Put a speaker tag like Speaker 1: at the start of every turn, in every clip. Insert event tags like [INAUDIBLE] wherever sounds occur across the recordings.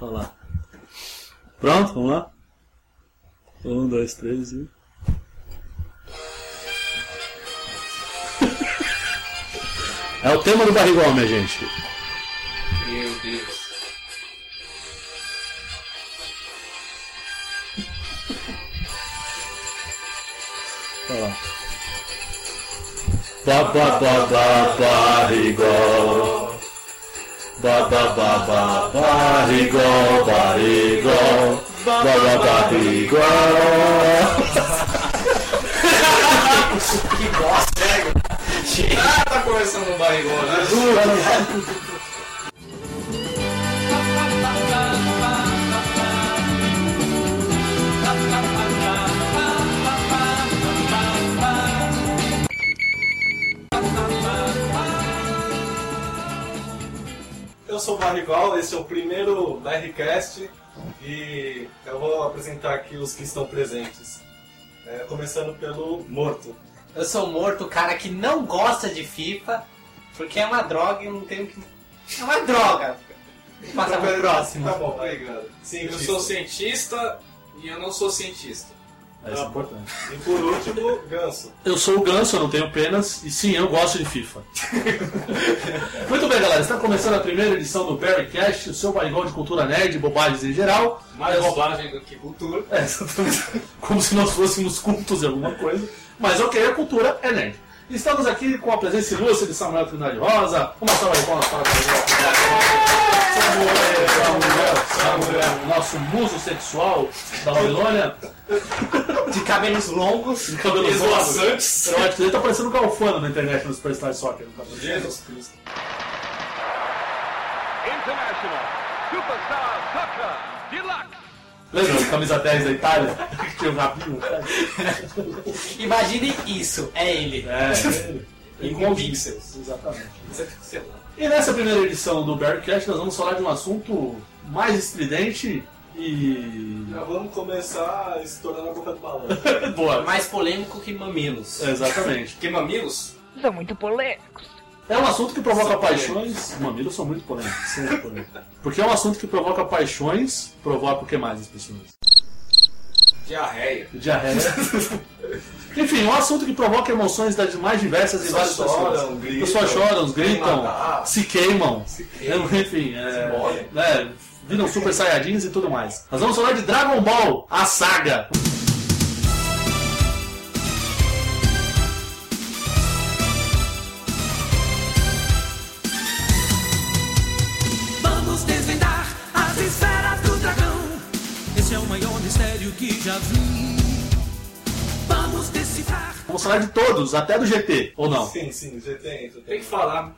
Speaker 1: Olha Tá lá. Pronto, vamos lá? Um, dois, três e. [LAUGHS] É o tema do barrigol, minha gente.
Speaker 2: Meu Deus.
Speaker 1: Olha Tá lá. Ba ba ba ba barrigol. Ba ba ba ba barrigol, barrigol. Ba ba barrigol.
Speaker 2: Que bosta, cego. Ah, tá começando um barrigão, né? Eu sou o Barrigol, esse é o primeiro BRCast e eu vou apresentar aqui os que estão presentes. É, começando pelo morto.
Speaker 3: Eu sou morto, o cara que não gosta de FIFA, porque é uma droga e eu não tenho que. É uma droga! Passa pro próximo.
Speaker 2: Tá bom, obrigado. Sim,
Speaker 4: Eu sou cientista e eu não sou cientista.
Speaker 1: Isso é importante.
Speaker 2: E por último, Ganso.
Speaker 1: Eu sou o Ganso, eu não tenho penas, e sim, eu gosto de FIFA. Muito bem, galera, está começando a primeira edição do Barrycast, o seu barrigol de cultura nerd, bobagens em geral.
Speaker 4: Mais
Speaker 1: Eu-
Speaker 4: bobagem do que cultura.
Speaker 1: É, exatamente. Como se nós fôssemos cultos em alguma coisa. Mas ok, a cultura é nerd. Estamos aqui com a presença ilustre de Samuel Trindade Rosa. Uma salva de palmas para o Samuel, Samuel, Samuel, nosso muso sexual da Babilônia.
Speaker 3: De cabelos longos.
Speaker 1: De cabelo
Speaker 4: Esvoaçantes.
Speaker 1: Ele tá parecendo o Galfano na internet no Superstar Soccer. no cabelo.
Speaker 2: Jesus Cristo.
Speaker 5: International Superstar Soccer Deluxe.
Speaker 1: Lembra? o Camisa 10 da Itália? [LAUGHS] Que tinha o rabinho. né?
Speaker 3: Imaginem isso, é ele.
Speaker 1: É.
Speaker 2: E com pixels.
Speaker 1: Exatamente.
Speaker 2: Sei lá.
Speaker 1: E nessa primeira edição do Bearcast nós vamos falar de um assunto mais estridente e.
Speaker 2: Já vamos começar estourando a boca do balão.
Speaker 1: Boa.
Speaker 3: Mais polêmico que mamilos.
Speaker 2: É.
Speaker 1: Exatamente.
Speaker 4: Que mamilos?
Speaker 5: São muito polêmicos.
Speaker 1: É um assunto que provoca
Speaker 4: São
Speaker 1: paixões. Mamilos são muito polêmicos. São muito polêmicos. Porque é um assunto que provoca paixões, provoca o que mais nas pessoas?
Speaker 4: Diarreia.
Speaker 1: Diarreia. Enfim, é um assunto que provoca emoções das mais diversas em várias
Speaker 2: Pessoas
Speaker 1: pessoas.
Speaker 2: choram, gritam,
Speaker 1: pessoas choram,
Speaker 4: Então.
Speaker 1: gritam,
Speaker 2: matar.
Speaker 1: se queimam.
Speaker 4: queimam.
Speaker 1: [LAUGHS] Enfim, é,
Speaker 2: morrem.
Speaker 1: né, viram super saiyajins e tudo mais. Nós vamos falar de Dragon Ball, a saga.
Speaker 6: Vamos desvendar as esferas do dragão. Esse é o maior mistério que já vi. Vamos decifrar.
Speaker 1: Vamos falar de todos, até do GT, ou não? [LAUGHS]
Speaker 2: Sim, sim, já tem. Já
Speaker 4: Tem
Speaker 2: tem.
Speaker 4: que falar.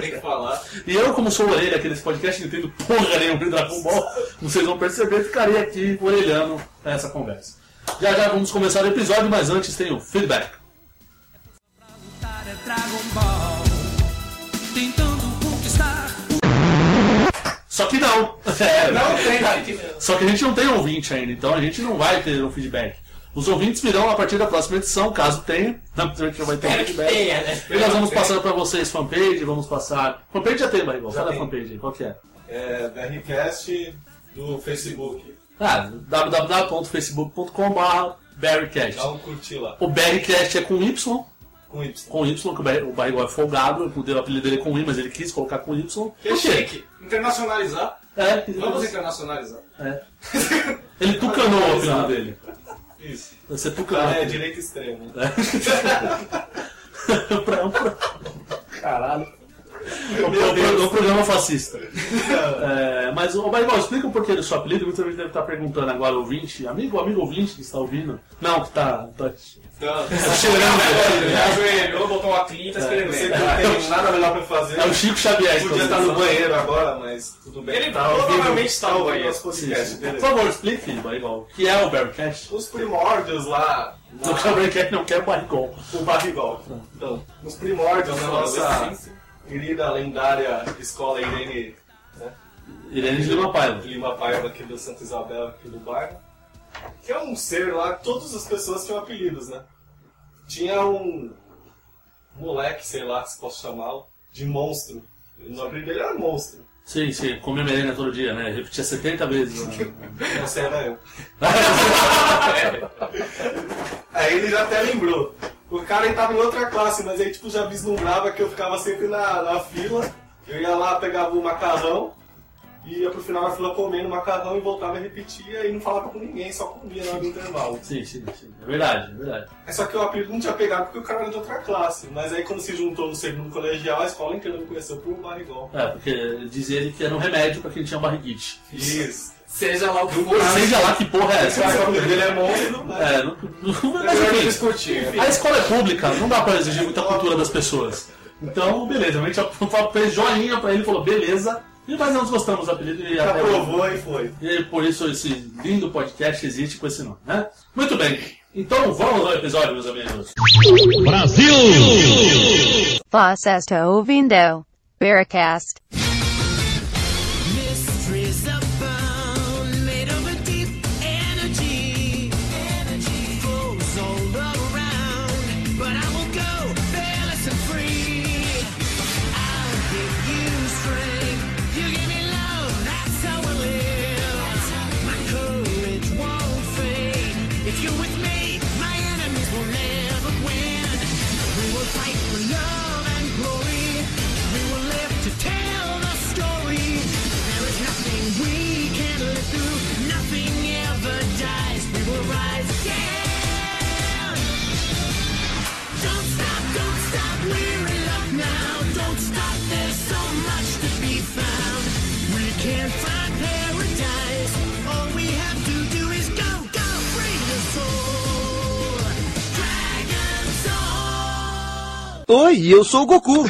Speaker 4: Tem que falar. [LAUGHS]
Speaker 1: E eu, como sou orelha aqui nesse podcast, não entendo porra nenhuma de Dragon Ball, vocês vão perceber, ficaria aqui orelhando essa conversa. Já já vamos começar o episódio, mas antes tem o feedback.
Speaker 6: Lutar é Dragon Ball. Tentando conquistar
Speaker 1: Só que não! [LAUGHS] É,
Speaker 4: Não tem.
Speaker 1: Só que a gente não tem ouvinte ainda, então a gente não vai ter um feedback. Os ouvintes virão a partir da próxima edição, caso tenha. A gente não vai ter um
Speaker 3: Espero que
Speaker 1: feedback.
Speaker 3: tenha, né?
Speaker 1: E nós vamos passando pra vocês fanpage, vamos passar. Fanpage já tem, Barrigol. Fala a
Speaker 2: tem.
Speaker 1: fanpage aí, qual que é?
Speaker 2: É, BRCast do Facebook.
Speaker 1: Ah, www.facebook.com.br Barrycast.
Speaker 2: Dá um curtir lá.
Speaker 1: O Barrycast é com Y,
Speaker 2: Com Y.
Speaker 1: com Y, que o Barry- o Barrigol é folgado, eu dei o apelido dele é com I, mas ele quis colocar com Y.
Speaker 4: Que chique. Internacionalizar.
Speaker 1: É,
Speaker 4: Vamos internacionalizar.
Speaker 1: é. Ele tucanou o apelido dele.
Speaker 2: Isso.
Speaker 1: Você tucanou.
Speaker 2: Ah, é, direito extremo.
Speaker 1: Pra- pra-
Speaker 2: Caralho.
Speaker 1: É
Speaker 2: Meu
Speaker 1: um
Speaker 2: Deus.
Speaker 1: pro- é um programa fascista. É, mas, ô, Barigol, explica o porquê do seu apelido. Muita gente deve estar perguntando agora, ouvinte, amigo, amigo ouvinte que está ouvindo. Não, que está tá
Speaker 2: Então,
Speaker 1: cheirando.
Speaker 4: Ele
Speaker 2: Tá
Speaker 4: ajoelhou, botou uma clínica,
Speaker 2: você
Speaker 4: experimentando.
Speaker 2: não tem nada melhor pra fazer.
Speaker 1: É o Chico Xavier. que
Speaker 2: Podia
Speaker 1: tá
Speaker 2: estar no banheiro agora, mas tudo bem.
Speaker 4: Ele
Speaker 2: Tá ouvindo-
Speaker 4: provavelmente está no
Speaker 2: tá ouvindo
Speaker 4: banheiro.
Speaker 2: nosso podcast,
Speaker 1: Por
Speaker 2: beleza.
Speaker 1: favor, explique, Barigol, o que é o Bearcast?
Speaker 2: Os primórdios lá. na-
Speaker 1: O Bearcast não quer Barigol.
Speaker 2: o barrigol. Então, nos primórdios da nossa querida lendária escola Irene
Speaker 1: Irene de Lima Paiva.
Speaker 2: Lima Paiva aqui do Santa Isabel, aqui do bairro, que é um ser lá, todas as pessoas tinham apelidos, né? Tinha um moleque, sei lá se posso chamá-lo, de monstro. O nome dele era monstro.
Speaker 1: Sim, sim, comia merenda todo dia, né? Repetia 70 vezes. né? [LAUGHS]
Speaker 2: Você era eu. Aí ele já até lembrou. O cara ele tava em outra classe, mas aí tipo já vislumbrava que eu ficava sempre na, na fila. Eu ia lá, pegava o macarrão, ia pro final da fila comendo macarrão e voltava e repetia e não falava com ninguém, só comia na hora do intervalo.
Speaker 1: Sim, sim, sim. É verdade, é verdade.
Speaker 2: É só que o apelido não tinha pegado porque o cara era de outra classe. Mas aí quando se juntou no segundo colegial, a escola inteira me conheceu por um barrigol.
Speaker 1: É, porque dizia ele que era um remédio pra quem tinha barriguite.
Speaker 2: [LAUGHS] Isso.
Speaker 4: Seja lá o que for.
Speaker 1: Ou seja lá que porra é
Speaker 2: O
Speaker 1: essa.
Speaker 2: cara dele é monstro, né?
Speaker 1: É, não, não, não,
Speaker 4: Melhor
Speaker 1: mas
Speaker 4: não
Speaker 1: enfim.
Speaker 4: discutir.
Speaker 1: A escola é pública, não dá pra exigir muita cultura das pessoas. Então, beleza, a gente ap- fez joinha pra ele e falou, beleza, e mas nós gostamos do apelido e até hoje.
Speaker 2: Aprovou e foi.
Speaker 1: E por isso esse lindo podcast existe com esse nome, né? Muito bem, então vamos ao episódio, meus amigos.
Speaker 7: Voss Esto Ovindo. Barracast.
Speaker 6: Mysteries abound, made of a deep energy. Energy flows all around, but I will go fearless and free. I'll give you strength, you give me love. That's how I live. My courage won't fade. If you're with me, my enemies will never win. We will fight for love and glory. We will live to tell the story. There is nothing we can live through. Nothing ever dies. We will rise again. Don't stop, don't stop. We're in love now. Don't stop. There's so much to be found. We can't find paradise. All we have to do is go, go, free your soul. Dragon soul.
Speaker 8: Oi, eu sou o Goku.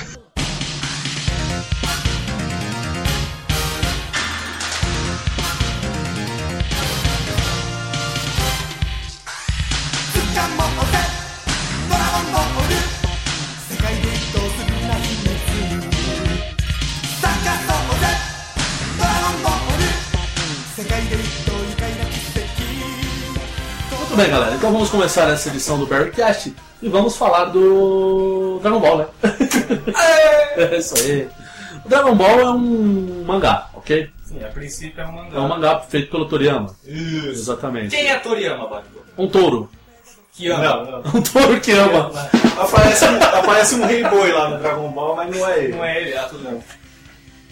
Speaker 1: Muito bem, galera, então vamos começar essa edição do Barrycast e vamos falar do Dragon Ball, né? [LAUGHS] é isso aí. O Dragon Ball é um mangá, ok?
Speaker 4: Sim, a princípio é um mangá.
Speaker 1: É um mangá feito pelo Toriyama,
Speaker 4: Isso.
Speaker 1: exatamente.
Speaker 4: Quem é Toriyama, Barco?
Speaker 1: Um touro. [LAUGHS]
Speaker 4: Que ama.
Speaker 2: não.
Speaker 1: Um touro que ama.
Speaker 2: [LAUGHS] Aparece, um- aparece um rei boi lá no Dragon Ball, mas não é ele.
Speaker 4: Não é ele, ah, tudo bem.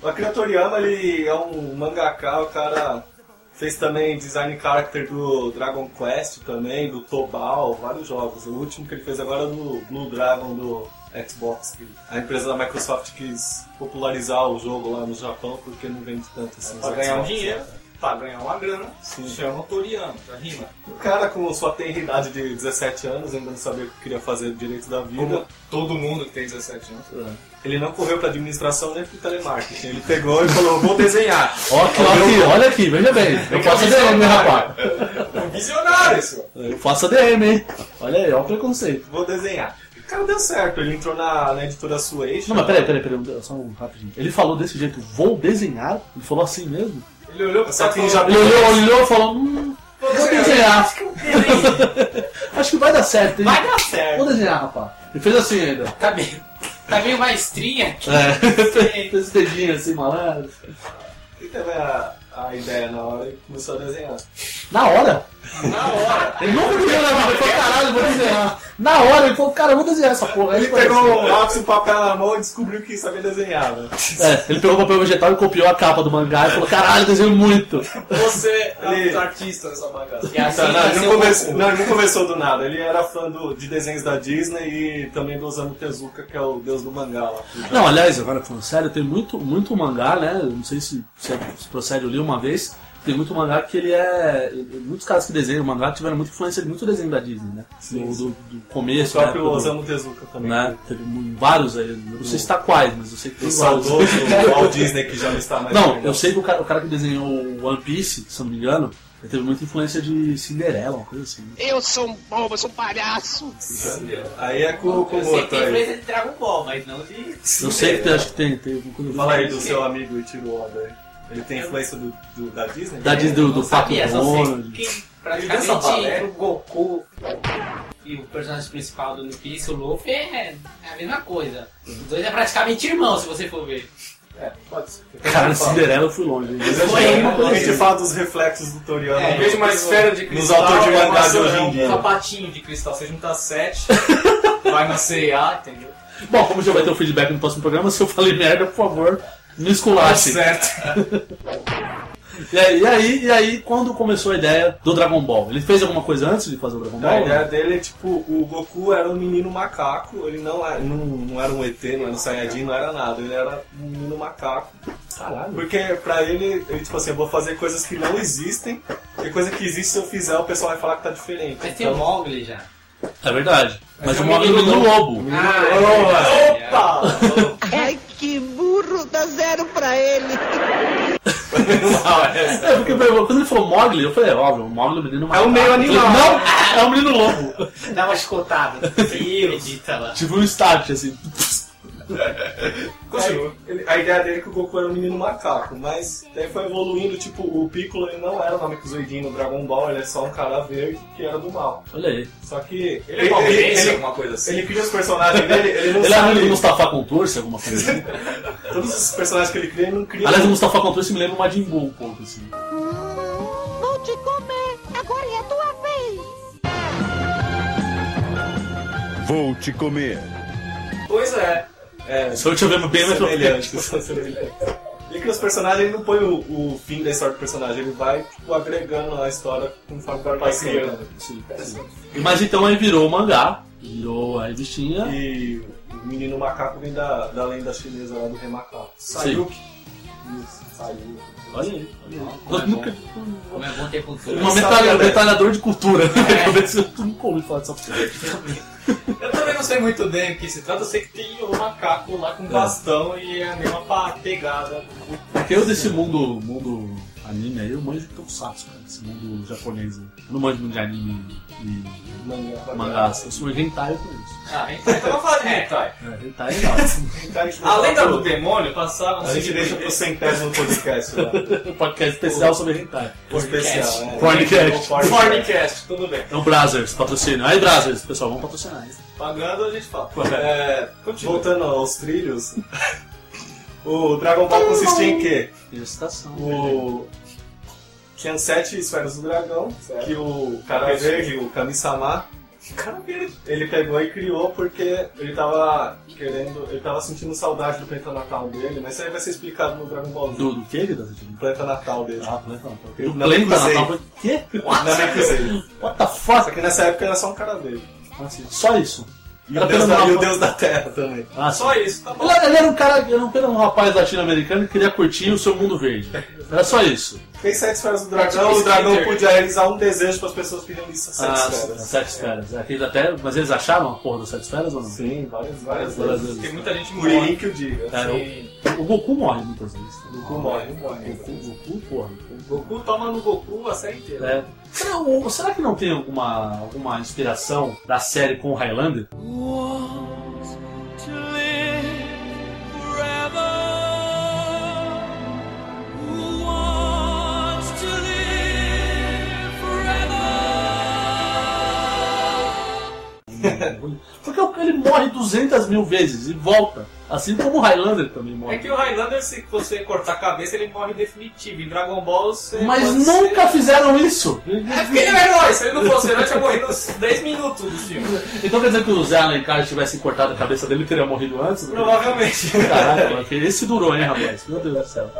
Speaker 2: O Akira Toriyama, ele é um mangaka, o cara fez também design character do Dragon Quest também, do Tobal, vários jogos. O último que ele fez agora é do Blue Dragon do Xbox, que a empresa da Microsoft quis popularizar o jogo lá no Japão porque não vende tanto assim.
Speaker 4: Pra
Speaker 2: os
Speaker 4: ganhar um
Speaker 2: Xbox,
Speaker 4: dinheiro,
Speaker 2: né?
Speaker 4: pra ganhar uma grana,
Speaker 2: Sim.
Speaker 4: chama tá o Toriyama, já rima.
Speaker 2: O cara com sua tenridade de 17 anos, ainda não sabia o que queria fazer direito da vida.
Speaker 4: Como É. todo mundo que tem 17 anos.
Speaker 2: Ele não correu pra administração nem pro telemarketing. [LAUGHS] Ele pegou e falou, vou desenhar.
Speaker 1: Ó, que- ó aqui, olha aqui, veja bem. Eu faço DM, hein, rapaz.
Speaker 4: É um visionário esse, ó.
Speaker 1: Eu faço DM, hein? Olha aí, ó o preconceito.
Speaker 2: Vou desenhar. O cara deu certo, ele entrou na, na editora Suation.
Speaker 1: Não, mas peraí, peraí, peraí, só um rapidinho. Ele falou desse jeito, vou desenhar? Ele falou assim mesmo?
Speaker 4: Ele olhou pro
Speaker 2: Só
Speaker 4: cara
Speaker 2: que
Speaker 4: e
Speaker 2: já-
Speaker 4: falou,
Speaker 1: Ele olhou, olhou e falou, hum,
Speaker 4: "Vou
Speaker 1: vou
Speaker 4: desenhar."
Speaker 1: desenhar. Acho que vai dar certo, hein?
Speaker 3: Vai dar certo.
Speaker 1: Vou desenhar, rapaz. Ele fez assim ainda.
Speaker 3: Tá meio, tá meio maestrinha.
Speaker 1: É, [LAUGHS] fez esse dedinho assim, malandro.
Speaker 2: Ele teve a, a ideia na hora e começou a desenhar.
Speaker 1: Na hora.
Speaker 4: Na hora.
Speaker 1: Ele nunca desenhou na vida, ele falou, caralho, vou desenhar. Na hora, ele falou, cara, eu vou desenhar essa porra. Aí
Speaker 2: Ah. Ele
Speaker 1: foi
Speaker 2: pegou
Speaker 1: assim.
Speaker 2: um lápis e um papel na mão e descobriu que sabia desenhar. né?
Speaker 1: É, ele pegou o papel vegetal e copiou a capa do mangá e falou, caralho, eu desenho muito.
Speaker 4: Você
Speaker 2: [LAUGHS] Ele-
Speaker 4: é um artista dessa bagaça.
Speaker 3: E assim
Speaker 2: Tá, Não, ele não,
Speaker 3: nasceu
Speaker 2: começou,
Speaker 3: o-
Speaker 2: não, ele não começou do nada. Ele era fã do- de desenhos da Disney e também do Osamu Tezuka, que é o deus do mangá lá.
Speaker 1: Não, aliás, agora falando sério, tem muito, muito mangá, né? eu Não sei se, se, é- se procede, eu li uma vez. Tem muito mangá que ele é. Muitos caras que desenham mangá tiveram muita influência de muito desenho da Disney, né? do, do- do
Speaker 2: O
Speaker 1: começo, né?
Speaker 2: próprio
Speaker 1: do-
Speaker 2: Osamu Tezuca também.
Speaker 1: né? Teve mu- vários aí. eu Não sei se tá quais, mas eu sei que
Speaker 2: O
Speaker 1: tem vários. [LAUGHS]
Speaker 2: saudoso Walt Disney, que já não está mais né?
Speaker 1: Não,
Speaker 2: vivendo.
Speaker 1: eu sei que o cara, o cara que desenhou o One Piece, se eu não me engano, ele teve muita influência de Cinderela, uma coisa assim.
Speaker 5: Eu sou um bobo, eu sou um palhaço.
Speaker 2: Aí é com, com
Speaker 3: Eu
Speaker 2: o
Speaker 3: sei que
Speaker 2: outro
Speaker 3: tem
Speaker 2: aí.
Speaker 3: empresa de Dragon Ball, mas não de.
Speaker 1: Eu sei que tem, acho que tem. tem quando eu
Speaker 2: Fala aí
Speaker 1: falei
Speaker 2: do seu amigo Ichiro Oda. aí. Ele tem influência do, do- da Disney?
Speaker 1: Da Disney do,
Speaker 3: não
Speaker 1: do Pato
Speaker 3: sabia, só sei
Speaker 1: Donald.
Speaker 3: que
Speaker 4: Ele dança balé.
Speaker 3: praticamente o Goku e o personagem principal do One Piece, o Luffy, é é a mesma coisa. Os dois é praticamente irmão, se você for ver.
Speaker 4: É, pode ser.
Speaker 1: Cara, Cinderela eu fui longe. hein?
Speaker 2: é A gente fala dos reflexos do Toriyama.
Speaker 1: É,
Speaker 4: Em vez de uma esfera de cristal,
Speaker 2: Nos autores de
Speaker 4: é uma
Speaker 2: mangá de
Speaker 4: maçã,
Speaker 2: hoje em
Speaker 4: é um
Speaker 2: dia.
Speaker 4: sapatinho de cristal. Você junta
Speaker 2: [LAUGHS]
Speaker 4: sete, vai no C&A, entendeu?
Speaker 1: Bom, como já vai ter o feedback no próximo programa, se eu falei merda, por favor, me
Speaker 2: Tá
Speaker 1: esculache.
Speaker 2: certo.
Speaker 1: E aí, e aí, e aí, quando começou a ideia do Dragon Ball? Ele fez alguma coisa antes de fazer o Dragon Ball?
Speaker 2: A ideia dele é tipo, o Goku era um menino macaco, ele não era, não, não era um ET, não era um Saiyajin, não era nada, ele era um menino macaco.
Speaker 1: Caralho.
Speaker 2: Porque pra ele, ele tipo assim, eu vou fazer coisas que não existem, e coisa que existe se eu fizer, o pessoal vai falar que tá diferente.
Speaker 3: Mas tem o Mogli já.
Speaker 1: É verdade. Mas
Speaker 4: é
Speaker 1: o
Speaker 4: um
Speaker 1: Mogli é
Speaker 4: menino
Speaker 1: um lobo.
Speaker 3: Ah, é.
Speaker 2: Opa!
Speaker 5: Ai, que burro, dá zero pra ele.
Speaker 1: [LAUGHS] É, porque meu, quando ele falou Mogli, eu falei, óbvio, o Mogli é um menino macaco.
Speaker 2: um meio
Speaker 1: Eu falei,
Speaker 2: animal.
Speaker 1: Não, é um menino lobo.
Speaker 3: Dá uma escotada. Acredita lá.
Speaker 1: Tive um start, assim.
Speaker 2: Aí, ele- a ideia dele é que o Goku era um menino macaco, mas daí foi evoluindo, tipo, o Piccolo ele não era o Namekusoidinho no Dragon Ball, ele é só um cara verde que era do mal.
Speaker 1: Olha aí.
Speaker 2: Só que ele,
Speaker 4: Ele é
Speaker 2: ele,
Speaker 4: palmeirense,
Speaker 2: ele,
Speaker 4: alguma coisa assim.
Speaker 2: ele cria os personagens dele, ele não
Speaker 1: Ele é amigo do
Speaker 2: sabe.
Speaker 1: Mustafa Conturce, alguma coisa assim.
Speaker 2: Todos os personagens que ele cria, ele não cria.
Speaker 1: Aliás, o Mustafa Conturce me lembra o Majin Buu um pouco, assim.
Speaker 8: Vou te comer! Agora é a tua vez!
Speaker 9: Vou te comer.
Speaker 4: Pois é.
Speaker 2: É,
Speaker 1: Só eu te vendo bem, mas eu
Speaker 2: semelhantes. são semelhantes. [LAUGHS] Ele cria os personagens, ele não põe o, o fim da história do personagem, ele vai tipo, agregando a história conforme vai
Speaker 4: Vai
Speaker 2: passando.
Speaker 4: criando.
Speaker 1: Sim, sim. Mas então aí virou o mangá, virou a revistinha.
Speaker 2: E o menino macaco vem da, da lenda chinesa lá do rei macaco.
Speaker 1: Sayuki.
Speaker 2: Isso, saiu.
Speaker 1: Olha aí. olha aí.
Speaker 3: Como é
Speaker 1: Nós
Speaker 3: bom.
Speaker 1: nunca-
Speaker 3: Como é bom ter cultura.
Speaker 1: Uma
Speaker 2: sabia
Speaker 1: metralha, um
Speaker 2: dessa.
Speaker 1: metralhador de cultura. [LAUGHS] Eu nunca ouvi falar dessa coisa.
Speaker 4: Eu também não sei muito bem o que se trata, eu sei que tem um macaco lá
Speaker 2: É.
Speaker 4: com bastão e é a mesma pa- pegada.
Speaker 1: Porque eu desse mundo, mundo anime aí, eu manjo de Tokusatsu, cara. Esse mundo japonês. aí. Eu não manjo muito de anime e
Speaker 2: Mangá.
Speaker 1: mangás. Eu sou um hentai com isso.
Speaker 4: Ah, então
Speaker 2: tá
Speaker 4: vamos falar de hentai.
Speaker 1: Hentai é legal. [LAUGHS]
Speaker 4: Além da do demônio, passavam
Speaker 2: A gente deixa pro centésimo podcast lá.
Speaker 1: Um Podcast especial sobre hentai.
Speaker 2: O especial, né?
Speaker 1: Podcast.
Speaker 4: Fornicast, tudo bem.
Speaker 1: Então, Brazzers, patrocínio. Aí, Brazzers, pessoal, vamos patrocinar. hein?
Speaker 4: Pagando a gente fala.
Speaker 2: É,
Speaker 4: Continua.
Speaker 2: voltando aos trilhos, o Dragon Ball consistia em quê?
Speaker 1: Estação.
Speaker 2: O... Tinha sete esferas do dragão, que o cara verde, o Kami-sama, ele pegou e criou porque ele tava querendo, ele tava sentindo saudade do planeta natal dele, mas isso aí vai ser explicado no Dragon Ball Z,
Speaker 1: Do, do que, Guido?
Speaker 2: do planeta natal dele.
Speaker 1: Ah, planeta natal.
Speaker 2: Eu
Speaker 1: Do
Speaker 2: não
Speaker 1: planeta
Speaker 2: cruzei.
Speaker 1: natal. O quê?
Speaker 2: Não é cruzeiro.
Speaker 1: What the
Speaker 2: Só
Speaker 1: fuck?
Speaker 2: que nessa época era só um cara verde.
Speaker 1: Só isso. é
Speaker 2: E
Speaker 1: Era
Speaker 2: o deus
Speaker 1: pelo
Speaker 2: da- e o
Speaker 1: mapa.
Speaker 2: deus da terra também.
Speaker 1: Ah,
Speaker 4: Só isso, tá bom.
Speaker 1: Ele, ele era um cara, ele era um, ele era um rapaz latino-americano que queria curtir o seu mundo verde. Era só isso.
Speaker 2: Tem sete esferas do dragão, o dragão podia realizar um desejo para as pessoas que queriam isso sete esferas.
Speaker 1: Ah, sete esferas. é. Aqueles até, mas eles acharam a porra das sete esferas ou não?
Speaker 2: Sim, várias, várias
Speaker 1: Várias
Speaker 2: vezes.
Speaker 4: Tem muita gente
Speaker 2: Kuririn
Speaker 4: morre.
Speaker 2: que eu assim. diga.
Speaker 1: Cara, o, o Goku morre muitas vezes. O
Speaker 2: Goku morre, morre.
Speaker 1: Goku, Goku, porra.
Speaker 4: Goku toma no Goku né? a série inteira.
Speaker 1: É. Será, o- será que não tem alguma, alguma inspiração da série com o Highlander? [LAUGHS] Porque o- ele morre 200 mil vezes e volta. Assim como o Highlander também
Speaker 4: É
Speaker 1: morre.
Speaker 4: que o Highlander, se você cortar a cabeça, ele morre definitivo. Em Dragon Ball, você.
Speaker 1: Mas
Speaker 4: pode
Speaker 1: nunca
Speaker 4: ser-
Speaker 1: fizeram isso.
Speaker 4: É porque ele é um herói. Se ele não fosse herói, tinha morrido uns 10 minutos do filme.
Speaker 1: Então quer dizer que o Zé Alencar tivesse cortado a cabeça dele e teria morrido antes?
Speaker 4: Provavelmente.
Speaker 1: Caraca, mano, que esse durou, hein, rapaz? Meu Deus do céu.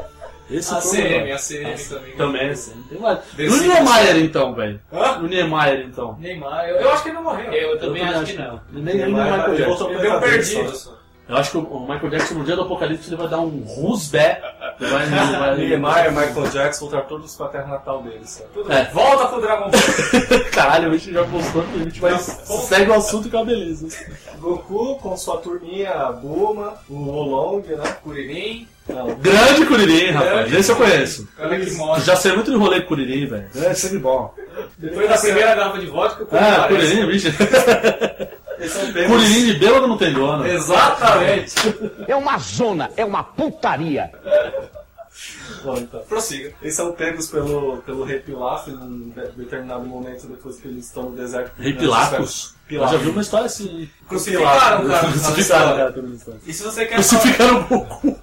Speaker 1: Esse
Speaker 4: A
Speaker 1: foi o
Speaker 4: CM,
Speaker 1: melhor.
Speaker 4: a CM também.
Speaker 1: Também, sim. Tem mais.
Speaker 4: Desse-
Speaker 1: No Niemeyer, então, velho.
Speaker 4: Hã?
Speaker 1: No Niemeyer, então.
Speaker 4: Neymar, eu, eu acho que ele não morreu.
Speaker 3: Eu também acho que não.
Speaker 1: Ele nem ele nem
Speaker 2: Neymar
Speaker 1: é Michael
Speaker 2: vai-
Speaker 1: Jackson.
Speaker 4: Ele deu um perdido.
Speaker 1: Eu acho que o- o Michael Jackson, no dia do apocalipse, ele vai dar um rusbé. Ele vai- ele vai-
Speaker 2: [LAUGHS] Niemeyer, Michael Jackson
Speaker 1: tá
Speaker 2: voltar todos pra terra natal deles. sabe?
Speaker 4: Tudo
Speaker 1: É.
Speaker 4: bem. Volta pro Dragon Ball.
Speaker 1: [LAUGHS] Caralho, a gente já postou que a gente vai.
Speaker 4: Não.
Speaker 1: Segue o assunto que é uma beleza.
Speaker 2: Goku com sua turminha, Bulma, o Olong, né?
Speaker 4: Kuririn,
Speaker 2: Não,
Speaker 1: Grande Curirim, rapaz.
Speaker 4: Grande
Speaker 1: Esse eu conheço.
Speaker 4: o cara que
Speaker 1: Eu
Speaker 4: morre.
Speaker 1: já sei muito de rolê com Curirim, velho. É sempre bom.
Speaker 4: Depois da primeira garrafa de vodka, o Kuririn
Speaker 1: Ah,
Speaker 4: aparece.
Speaker 1: Curirim, bicho.
Speaker 4: [LAUGHS]
Speaker 2: eles são
Speaker 1: [LAUGHS]
Speaker 2: apenas-
Speaker 1: Curirim de bêbado não tem dono.
Speaker 4: Exatamente.
Speaker 5: É uma zona, é uma putaria.
Speaker 2: Bom, então.
Speaker 4: Prossiga.
Speaker 2: Eles são pegos pelo, pelo Rei Pilaf em um de- determinado momento depois que eles estão no deserto. Né,
Speaker 1: Rei Pilacos. Eu já vi uma história assim. hein?
Speaker 4: Crucificaram o cara.
Speaker 1: né? Crucificaram o cara pelo menos.
Speaker 4: E se você quer
Speaker 1: Crucificaram o Goku.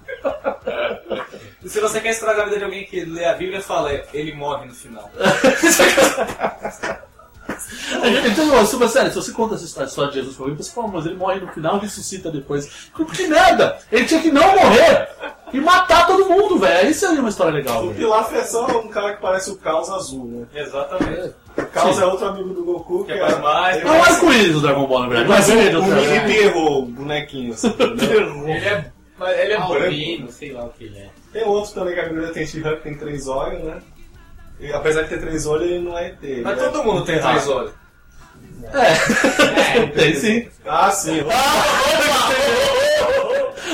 Speaker 4: E se você quer estragar a vida de alguém que lê a Bíblia, fala, ele morre no final.
Speaker 1: [LAUGHS] Então, ó, super sério, se você conta essa história, história de Jesus pra alguém, você fala, mas ele morre no final e ressuscita depois. Que merda! Ele tinha que não morrer e matar todo mundo, velho. Isso seria uma história legal,
Speaker 2: O
Speaker 1: velho.
Speaker 2: Pilaf é só um cara que parece o Caos Azul, né?
Speaker 4: Exatamente.
Speaker 2: O Caos
Speaker 1: Sim.
Speaker 2: é outro amigo do Goku que,
Speaker 4: Que faz mais,
Speaker 2: ele
Speaker 1: É um
Speaker 2: faz-
Speaker 1: arco-íris do Dragon Ball, na verdade. Mas
Speaker 2: ele
Speaker 1: ele é
Speaker 2: faz
Speaker 1: do né?
Speaker 2: um
Speaker 1: Dragon
Speaker 2: mini perro, bonequinho.
Speaker 4: [LAUGHS]
Speaker 2: assim, entendeu?
Speaker 4: Ele é, mas ele é branco.
Speaker 3: Albino, sei lá o que ele é.
Speaker 2: tem outro também que a Bíblia tem She-Hulk, que tem três olhos, né? E, apesar de ter três olhos, ele não é ET. ele
Speaker 4: Mas
Speaker 2: é-
Speaker 4: todo mundo tem três olhos. É,
Speaker 1: [LAUGHS] Ball. É. Tem sim.
Speaker 2: Ah, sim.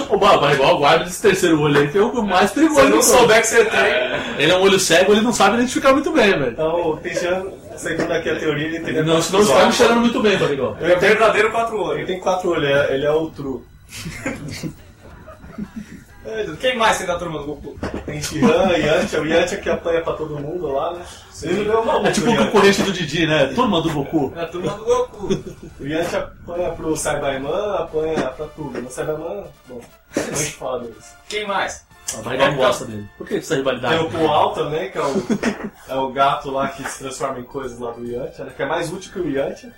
Speaker 1: O Baba, igual guarda esse terceiro olho aí, que é o mais perigoso.
Speaker 4: Se
Speaker 1: de
Speaker 4: não
Speaker 1: todos.
Speaker 4: souber que você tem,
Speaker 1: Ele é um olho cego, ele não sabe identificar muito bem, velho.
Speaker 2: Então, o Teixeira, segundo aqui a teoria, ele tem
Speaker 1: Ele Não, senão está me cheirando muito bem, Barrigol.
Speaker 4: ele é verdadeiro quatro olhos.
Speaker 2: Ele tem quatro olhos, ele é- ele é o Tru.
Speaker 4: É, Quem mais tem da turma do Goku?
Speaker 2: Tem Shihan, Yantia, o Yantia que apanha pra todo mundo lá, né? Ele não é uma
Speaker 1: É tipo o concorrente do Didi, né? Turma do Goku.
Speaker 4: Da turma do Goku.
Speaker 2: O Yantia apanha pro Cyberman, apanha pra tudo. No Cyberman, bom, [LAUGHS] não se fala deles.
Speaker 4: Quem mais?
Speaker 1: O Barrigol gosta dele. Por que essa rivalidade?
Speaker 2: Tem o Pual também, que é o, é o gato lá que se transforma em coisas lá do Yantia, né? Que é mais útil que o Yantia.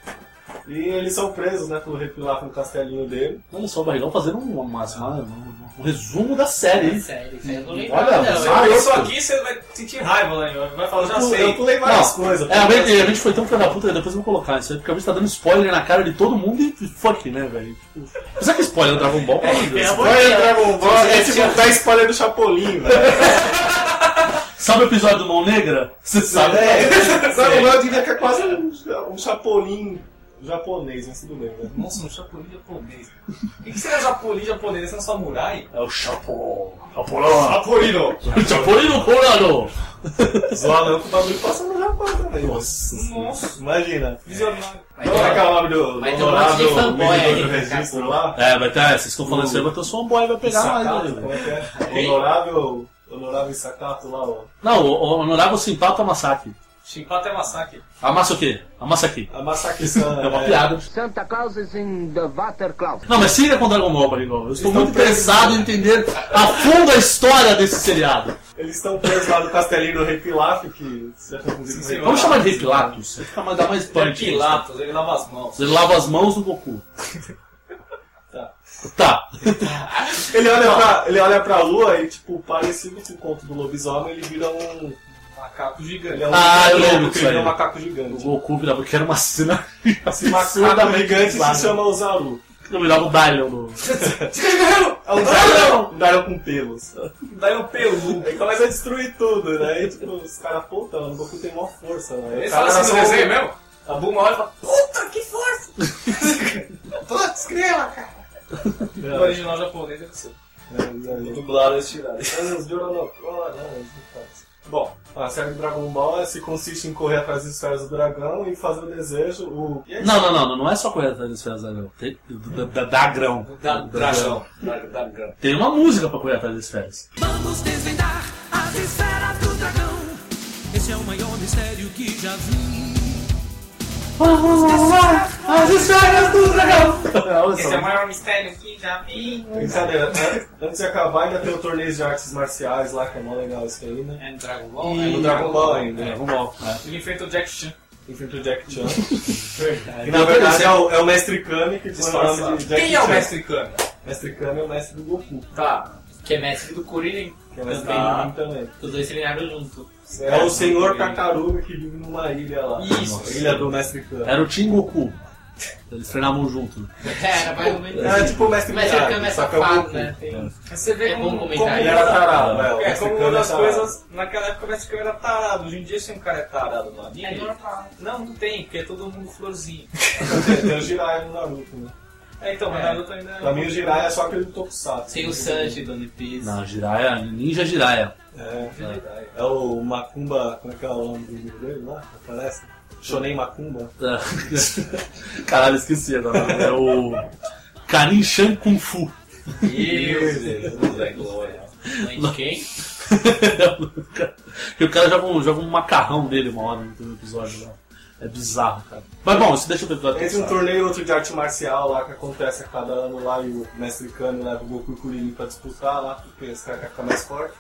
Speaker 2: E eles são presos, né? Pelo repilar no castelinho dele.
Speaker 1: Olha só, o Barrigol fazendo um, uma- uma- um- um resumo da série, hein?
Speaker 3: Sério, isso aí eu não lembro.
Speaker 1: Olha,
Speaker 3: não. É
Speaker 1: Ah,
Speaker 4: isso
Speaker 1: outro.
Speaker 4: aqui você vai sentir raiva lá em Vai falar, já
Speaker 2: Eu,
Speaker 4: sei.
Speaker 2: eu pulei várias coisas.
Speaker 1: É, a gente, a gente foi tão filho da puta que depois eu vou colocar isso aí, porque a gente tá dando spoiler na cara de todo mundo e fuck, né, velho? Tipo, Apesar que spoiler do Dragon Ball, pelo amor de Deus.
Speaker 2: Olha o Dragon Ball, é tipo dar spoiler do Chapolin, [LAUGHS] velho.
Speaker 1: Sabe o episódio do Mão Negra? Você sabe?
Speaker 2: É, Dragon Ball eu diria que é quase um, um Chapolin japonês, mas tudo bem, né?
Speaker 4: Nossa, um Chapolin japonês. O que será Chapolin japonês? Você é um samurai?
Speaker 1: É o Chapo. Chapolão.
Speaker 4: Chapolino!
Speaker 1: Chapolino Colorado.
Speaker 2: Zoar não, que o bagulho passa no Japão também.
Speaker 4: Nossa,
Speaker 2: Imagina.
Speaker 4: visionário.
Speaker 3: Mas
Speaker 2: Como é que é o nome do, do
Speaker 3: Mas tem um monte de
Speaker 2: honorado
Speaker 3: fanboy
Speaker 2: medidor
Speaker 3: aí,
Speaker 2: do
Speaker 3: cara.
Speaker 2: registro lá?
Speaker 1: É, vai tá, vocês estão falando isso aí, mas eu sou um boy, vai pegar mais,
Speaker 2: Sacato,
Speaker 1: né, velho.
Speaker 2: como é que é? Honorável, honorável Sacato lá, ó.
Speaker 1: Não, o, o honorável simpata Masaki.
Speaker 4: Chimpato é massacre.
Speaker 1: Amassa o quê? Amassa aqui.
Speaker 2: A
Speaker 1: [LAUGHS]
Speaker 2: Masaki-san.
Speaker 1: É uma piada.
Speaker 5: Santa Claus is in the water Claus.
Speaker 1: Não, mas siga com Dragon Ball, Barigol. Eu estou
Speaker 2: Então
Speaker 1: muito interessado em entender a fundo a história desse seriado.
Speaker 2: Eles estão presos lá no castelinho do Rei Pilaf, que você já tá
Speaker 4: Sim,
Speaker 2: conseguindo
Speaker 4: sim.
Speaker 1: Vamos chamar de Rei Pilatos? Vai ficar mais, dá mais
Speaker 4: Ele é
Speaker 1: punch.
Speaker 4: Pilatos, ele lava as mãos.
Speaker 1: Ele lava as mãos do Goku.
Speaker 2: Tá.
Speaker 1: Tá.
Speaker 2: Ele olha, pra, ele olha pra lua e, tipo, parecido com o conto do lobisomem, ele vira um.
Speaker 4: Macaco gigante.
Speaker 2: Ele é um
Speaker 1: Ah, eu
Speaker 2: lobo,
Speaker 1: lembro
Speaker 2: que
Speaker 1: disso
Speaker 2: ele vira
Speaker 1: aí.
Speaker 2: um macaco
Speaker 1: O
Speaker 2: gigante.
Speaker 1: Goku virava, que era uma cena
Speaker 2: Esse macaco
Speaker 1: absurdamente
Speaker 2: gigante se
Speaker 1: bizarra.
Speaker 2: chama o Zaru.
Speaker 1: Eu virava o Dylion do.
Speaker 2: É
Speaker 1: Ah,
Speaker 2: um Zaru! Um Zaru com pelos.
Speaker 1: [LAUGHS]
Speaker 4: Daí um pelu.
Speaker 2: Aí começa a destruir tudo, né? Aí, tipo, os caras, puta, mano, o Goku tem maior força, né?
Speaker 4: Ele
Speaker 2: Os
Speaker 4: fala
Speaker 2: caras
Speaker 4: assim no
Speaker 2: são-
Speaker 4: desenho mesmo? A Bulma olha e fala,
Speaker 3: Toda estrela, cara.
Speaker 4: o original japonês é seu.
Speaker 2: É, é, é.
Speaker 4: Dublado eles tiraram.
Speaker 2: Ah, os Jororocó, né? Os infantes. Bom, a série do Dragon Ball se consiste em correr atrás das esferas do dragão e fazer o desejo, o... E é isso.
Speaker 1: Não, não, não, não, não é só correr atrás das esferas da grão. Tem, da, da, da grão.
Speaker 4: Da dragão. Da da dragão.
Speaker 1: Tem uma música pra correr atrás das esferas.
Speaker 6: Vamos desvendar as esferas do dragão. Esse é o maior mistério que já vi.
Speaker 1: As esferas do dragão! [LAUGHS] Olha
Speaker 3: Esse é o
Speaker 1: só.
Speaker 3: maior mistério que já vi.
Speaker 2: Brincadeira, né? antes de acabar ainda tem o torneio de artes marciais lá, que é mó legal isso aí, né?
Speaker 3: É no Dragon Ball?
Speaker 2: E... No Dragon Ball ainda, né?
Speaker 1: Dragon Ball.
Speaker 4: Ele enfrenta o Jack Chan.
Speaker 2: Enfrenta o Jack Chan.
Speaker 4: Verdade.
Speaker 2: E na verdade é o, é o mestre Kami que dispara o nome de Jack
Speaker 4: Quem é o
Speaker 2: Chan.
Speaker 4: mestre Kami?
Speaker 2: Mestre Kami é o mestre do Goku,
Speaker 4: Tá.
Speaker 3: Que é mestre do Kuririn.
Speaker 2: que é o mestre
Speaker 3: Também.
Speaker 2: do Goku também.
Speaker 3: Os dois treinaram junto. [LAUGHS]
Speaker 2: É o senhor
Speaker 4: Kakashi.
Speaker 2: Kakaruga que vive numa ilha lá.
Speaker 4: Isso.
Speaker 2: Ilha do mestre Kami.
Speaker 1: Era o Team Goku. Eles treinavam junto.
Speaker 3: Era mais ou menos.
Speaker 2: É tipo o mestre
Speaker 3: Mas ele
Speaker 2: Miyagi,
Speaker 3: fica mais
Speaker 2: só que é o
Speaker 3: safado,
Speaker 2: Goku.
Speaker 3: né? Tem-
Speaker 4: Você vê
Speaker 3: É bom
Speaker 4: como,
Speaker 3: comentar
Speaker 4: como
Speaker 3: isso.
Speaker 2: Ele era tarado, né? O
Speaker 4: É,
Speaker 2: mestre
Speaker 4: como
Speaker 2: Kami
Speaker 4: uma
Speaker 2: era
Speaker 1: tá-
Speaker 4: das
Speaker 2: tarado.
Speaker 4: coisas, naquela época o Mestre Kami era tarado, hoje em dia se um cara é tarado no anime.
Speaker 3: É normal.
Speaker 4: Não, não tem, porque é todo mundo florzinho.
Speaker 2: [LAUGHS] Tem o Jiraiya no Naruto, né?
Speaker 4: É, então, mas Naruto ainda é.
Speaker 2: Pra mim o Jiraiya é só aquele do Tokusatsu.
Speaker 3: Sem o Sanji do One Piece.
Speaker 1: Não, Jiraya, Ninja Jiraya.
Speaker 2: É, é o Macumba, como é que é o nome do livro dele lá? Parece? Shonen Macumba.
Speaker 1: Caralho, esqueci agora. É o. Karin Shan Kung Fu.
Speaker 4: Meu Deus, é glória.
Speaker 3: Mãe de quem?
Speaker 1: [LAUGHS] e o cara joga um, joga um macarrão dele uma hora no episódio. Né? É bizarro, cara. Mas bom, isso deixa tá? o episódio
Speaker 2: Entre um
Speaker 1: passar.
Speaker 2: torneio e outro de arte marcial lá que acontece a cada ano lá e o mestre Kami leva o Goku e o Kuririn pra disputar lá, porque esse cara fica mais forte.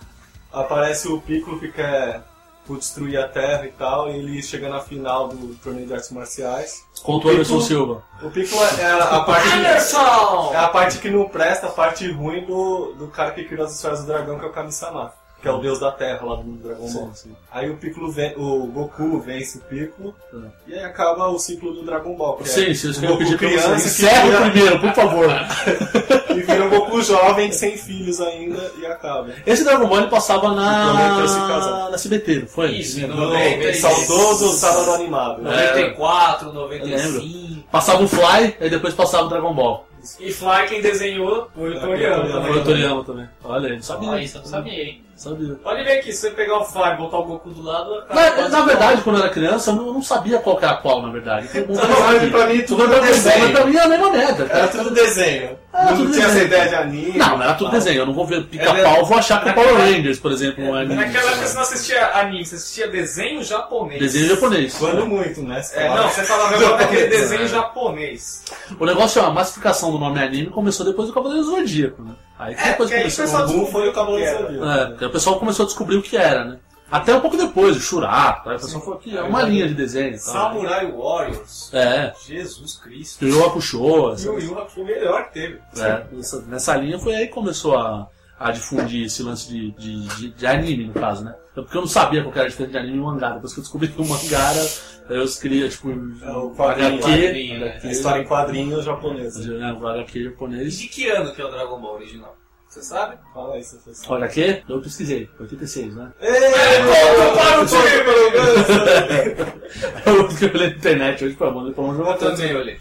Speaker 2: aparece o Piccolo que quer tipo, destruir a Terra e tal, e ele chega na final do torneio de artes marciais.
Speaker 1: Contra o Anderson Silva.
Speaker 2: O Piccolo é a, a parte.
Speaker 4: Anderson!
Speaker 2: É a parte que não presta, a parte ruim do, do cara que criou as esferas do dragão, que é o Kami-sama, que é o deus da terra lá do Dragon Ball. Aí o Piccolo ven- o Goku vence o Piccolo,
Speaker 4: Tá.
Speaker 2: e aí acaba o ciclo do Dragon Ball. Que
Speaker 1: Sim,
Speaker 2: é
Speaker 1: sim, isso
Speaker 2: o
Speaker 1: que eu
Speaker 2: Goku
Speaker 1: pedi pra
Speaker 2: criança
Speaker 1: você.
Speaker 2: que
Speaker 1: Encerra o
Speaker 2: vira-
Speaker 1: primeiro, por
Speaker 2: [LAUGHS]
Speaker 1: favor.
Speaker 2: E vira um Goku jovem, sem filhos ainda, e acaba.
Speaker 1: Esse Dragon Ball ele passava
Speaker 2: Então, entrou esse
Speaker 1: na,
Speaker 2: casal.
Speaker 1: na CBT, não foi?
Speaker 4: Isso,
Speaker 1: Sim.
Speaker 4: no
Speaker 2: No
Speaker 4: 96.
Speaker 2: saudoso sábado animado. né?
Speaker 4: 94,
Speaker 1: Eu
Speaker 4: 95.
Speaker 1: Passava o Fly, aí depois passava o Dragon Ball.
Speaker 4: E Fly quem desenhou foi o Toriyama
Speaker 2: Toriyama.
Speaker 1: Foi
Speaker 4: também.
Speaker 1: o Toriyama também. Olha, ele
Speaker 3: tá
Speaker 1: sabia.
Speaker 4: Ah, isso eu não sabia, hein?
Speaker 1: sabia.
Speaker 4: Pode ver aqui, se você pegar o Fly e botar o Goku do lado... tá. a cara
Speaker 1: Na,
Speaker 4: quase
Speaker 1: na
Speaker 4: igual.
Speaker 1: verdade, quando eu era criança, eu não, eu não sabia qual que era qual, na verdade. Todo mundo
Speaker 2: Então,
Speaker 1: sabia.
Speaker 2: pra mim, tudo
Speaker 1: era
Speaker 2: era
Speaker 1: desenho.
Speaker 2: desenho.
Speaker 1: Mas pra mim era a mesma merda. cara.
Speaker 2: Era tudo desenho.
Speaker 1: Era
Speaker 2: não
Speaker 1: Ah, tudo
Speaker 2: tinha
Speaker 1: desenho.
Speaker 2: essa ideia de anime.
Speaker 1: Não, não era tudo
Speaker 2: tal.
Speaker 1: desenho. Eu não vou ver pica-pau, eu vou achar que o Power Rangers, por exemplo, não é anime.
Speaker 4: Naquela época você não assistia anime, você assistia desenho japonês.
Speaker 1: Desenho japonês.
Speaker 2: Quando muito, né? se
Speaker 4: É,
Speaker 2: falar.
Speaker 4: não, você falava agora
Speaker 1: [LAUGHS]
Speaker 4: daquele desenho japonês.
Speaker 1: O negócio é a massificação do nome anime começou depois do Cavaleiro do Zodíaco, né? Aí que
Speaker 4: É,
Speaker 1: depois
Speaker 4: que aí o
Speaker 1: começou.
Speaker 4: pessoal
Speaker 2: O boom foi o Cavaleiro do
Speaker 4: É.
Speaker 2: Zodíaco.
Speaker 1: É, porque o pessoal começou a descobrir o que era, né? Até um pouco depois, o Shurato, aí o pessoal falou que é uma linha de desenho e tal.
Speaker 4: Samurai Warriors.
Speaker 1: É,
Speaker 4: Jesus Cristo.
Speaker 1: o Yu Hakusho,
Speaker 2: Tá
Speaker 1: essa-
Speaker 4: E o Yu Hakusho, o melhor que teve.
Speaker 1: é, nessa, nessa linha foi aí que começou a, a difundir esse lance de, de, de- de anime, no caso, né? Porque eu não sabia qual que era a diferença de anime e mangá. Depois que eu descobri que o mangá era, eu escrevia, tipo,
Speaker 2: É o
Speaker 1: um
Speaker 2: quadrinho,
Speaker 1: HQ,
Speaker 4: quadrinho, né?
Speaker 2: É, A História em quadrinhos japonesa.
Speaker 1: né, um HQ
Speaker 4: E
Speaker 1: japonês.
Speaker 4: de que ano que é o Dragon Ball original? Você sabe? É,
Speaker 2: Fala isso, professor.
Speaker 1: Olha aqui, eu pesquisei, 86,
Speaker 4: [LAUGHS]
Speaker 1: né?
Speaker 4: para o
Speaker 1: É o outro que eu olhei na internet hoje pra mandar pra um
Speaker 4: Eu
Speaker 1: [LAUGHS] jogador.
Speaker 4: também olhei.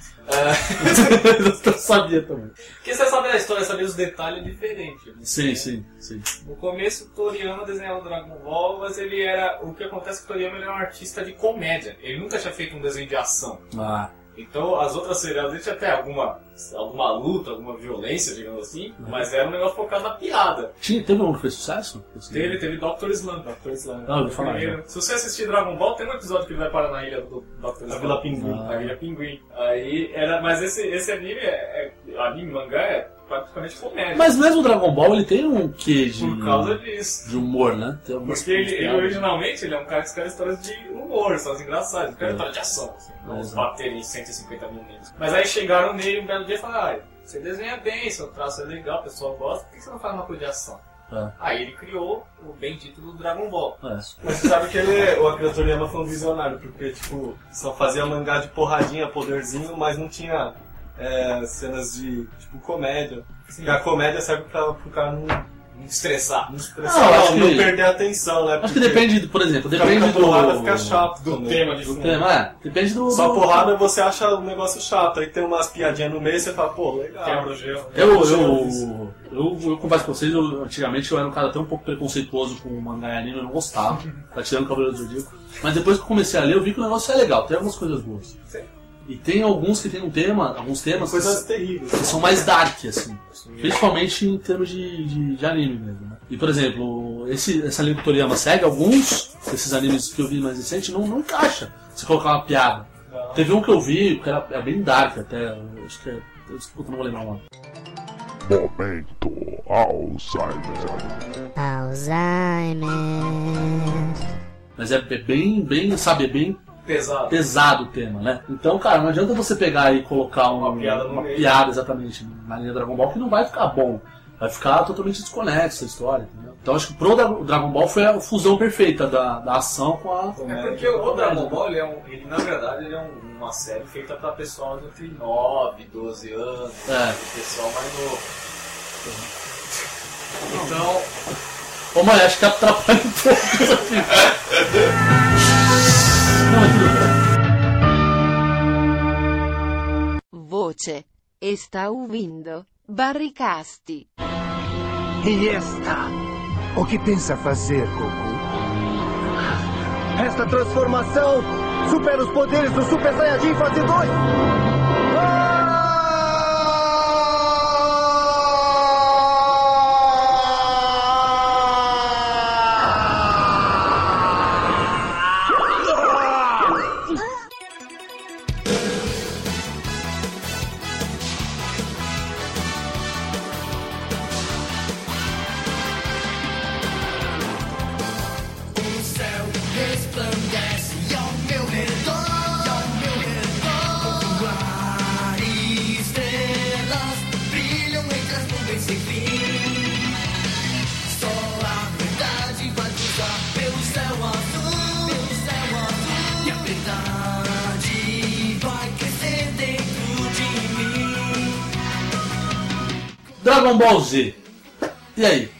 Speaker 1: Eu sabia também.
Speaker 4: Porque você sabe da história, sabe os detalhes diferentes. né?
Speaker 1: Sim, sim, sim.
Speaker 4: No começo, o Toriyama desenhava o Dragon Ball, mas ele era... O que acontece é que o Toriyama ele era um artista de comédia. Ele nunca tinha feito um desenho de ação.
Speaker 1: Ah,
Speaker 4: Então, as outras seriadas ele tinha até alguma, alguma luta, alguma violência, digamos assim, mas era um negócio focado na piada.
Speaker 1: tinha, teve um que fez sucesso?
Speaker 4: Teve, teve Dr. Slump. Dr. Slump.
Speaker 1: Ah, eu ouvi falar,
Speaker 4: Primeiro.
Speaker 2: né?
Speaker 4: Se você assistir Dragon Ball, tem um episódio que ele vai parar na ilha do Dr.
Speaker 2: A
Speaker 4: Slump.
Speaker 2: Vila Pinguim.
Speaker 1: Ah.
Speaker 4: A Ilha Pinguim. Aí era, mas esse, esse anime, é, é- anime mangá é praticamente comédia.
Speaker 1: Mas mesmo o Dragon Ball, ele tem um quê de,
Speaker 2: Hum.
Speaker 4: Por causa disso.
Speaker 1: de humor, né? Tem algumas
Speaker 4: Porque ele, ele
Speaker 1: piadas.
Speaker 4: originalmente ele é um cara que escreve histórias de humor, histórias engraçadas,
Speaker 2: É.
Speaker 4: não escreve história de ação, assim, não
Speaker 1: Exato.
Speaker 4: baterem 150 mil negros. Mas aí chegaram nele um belo dia e falaram, ah, você desenha bem, seu traço é legal, o pessoal gosta, por que você não faz uma coisa de ação?
Speaker 1: É.
Speaker 4: Aí ele criou o bendito do Dragon Ball.
Speaker 1: É.
Speaker 2: Mas você sabe que ele, o Akira Toriyama foi um visionário, porque, tipo, só fazia mangá de porradinha, poderzinho, mas não tinha é, cenas de, tipo, comédia. Porque a comédia serve pra, pro cara não,
Speaker 4: Não estressar.
Speaker 2: não estressar,
Speaker 1: Não,
Speaker 2: não,
Speaker 1: acho
Speaker 2: não
Speaker 1: que-
Speaker 2: perder a atenção, né?
Speaker 1: Acho que
Speaker 2: Porque
Speaker 1: depende, do- por exemplo,
Speaker 2: ficar
Speaker 1: depende
Speaker 2: muita
Speaker 1: do...
Speaker 2: porrada fica chato.
Speaker 4: Do
Speaker 2: também.
Speaker 4: tema de
Speaker 1: do
Speaker 4: fundo.
Speaker 1: tema, é. Depende do...
Speaker 2: Só
Speaker 1: do-
Speaker 2: porrada você acha o negócio chato, aí tem umas piadinhas no meio e você fala, pô, legal.
Speaker 4: Quebra o gelo.
Speaker 1: Eu, eu, eu, eu confesso pra vocês, eu, antigamente eu era um cara até um pouco preconceituoso com o mangá e anime, eu não gostava, tá tirando o Cavaleiro do Zodíaco. Mas depois que eu comecei a ler, eu vi que o negócio é legal, tem algumas coisas boas. E tem alguns que tem um tema, alguns temas que
Speaker 2: Coisas terríveis.
Speaker 1: que são mais dark, assim. Principalmente em termos de, de, de anime mesmo, né? E, por exemplo, esse, essa linha que o Toriyama segue, alguns desses animes que eu vi mais recente, não, não encaixa se colocar uma piada. Teve um que eu vi, que era, é bem dark até, eu acho que é... eu- Puta, não vou lembrar o nome.
Speaker 9: Momento Alzheimer.
Speaker 6: Alzheimer.
Speaker 1: Mas é bem, bem, sabe, é bem
Speaker 4: Pesado.
Speaker 1: pesado o tema, né? Então, cara, não adianta você pegar e colocar um-
Speaker 4: Uma piada no
Speaker 1: uma
Speaker 4: meio.
Speaker 1: piada, exatamente na linha Dragon Ball que não vai ficar bom. Vai ficar totalmente desconexo a história, entendeu? Então acho que pro Dra- o Dragon Ball foi a fusão perfeita da, da ação com a.
Speaker 4: É porque o Dragon Ball, ele, é um, ele na verdade, ele é um- uma série feita pra pessoal de entre 9, 12 anos,
Speaker 1: É.
Speaker 4: pessoal mais novo. Então,
Speaker 1: Ô mãe, acho que atrapalha um pouco [LAUGHS] essa fita. Não, mas tudo bem.
Speaker 7: Voce. Está ouvindo. Barricasti.
Speaker 5: E esta? O que pensa fazer, Goku? Esta transformação supera os poderes do Super Saiyajin Fase 2!
Speaker 1: Dragon Ball Z. E aí?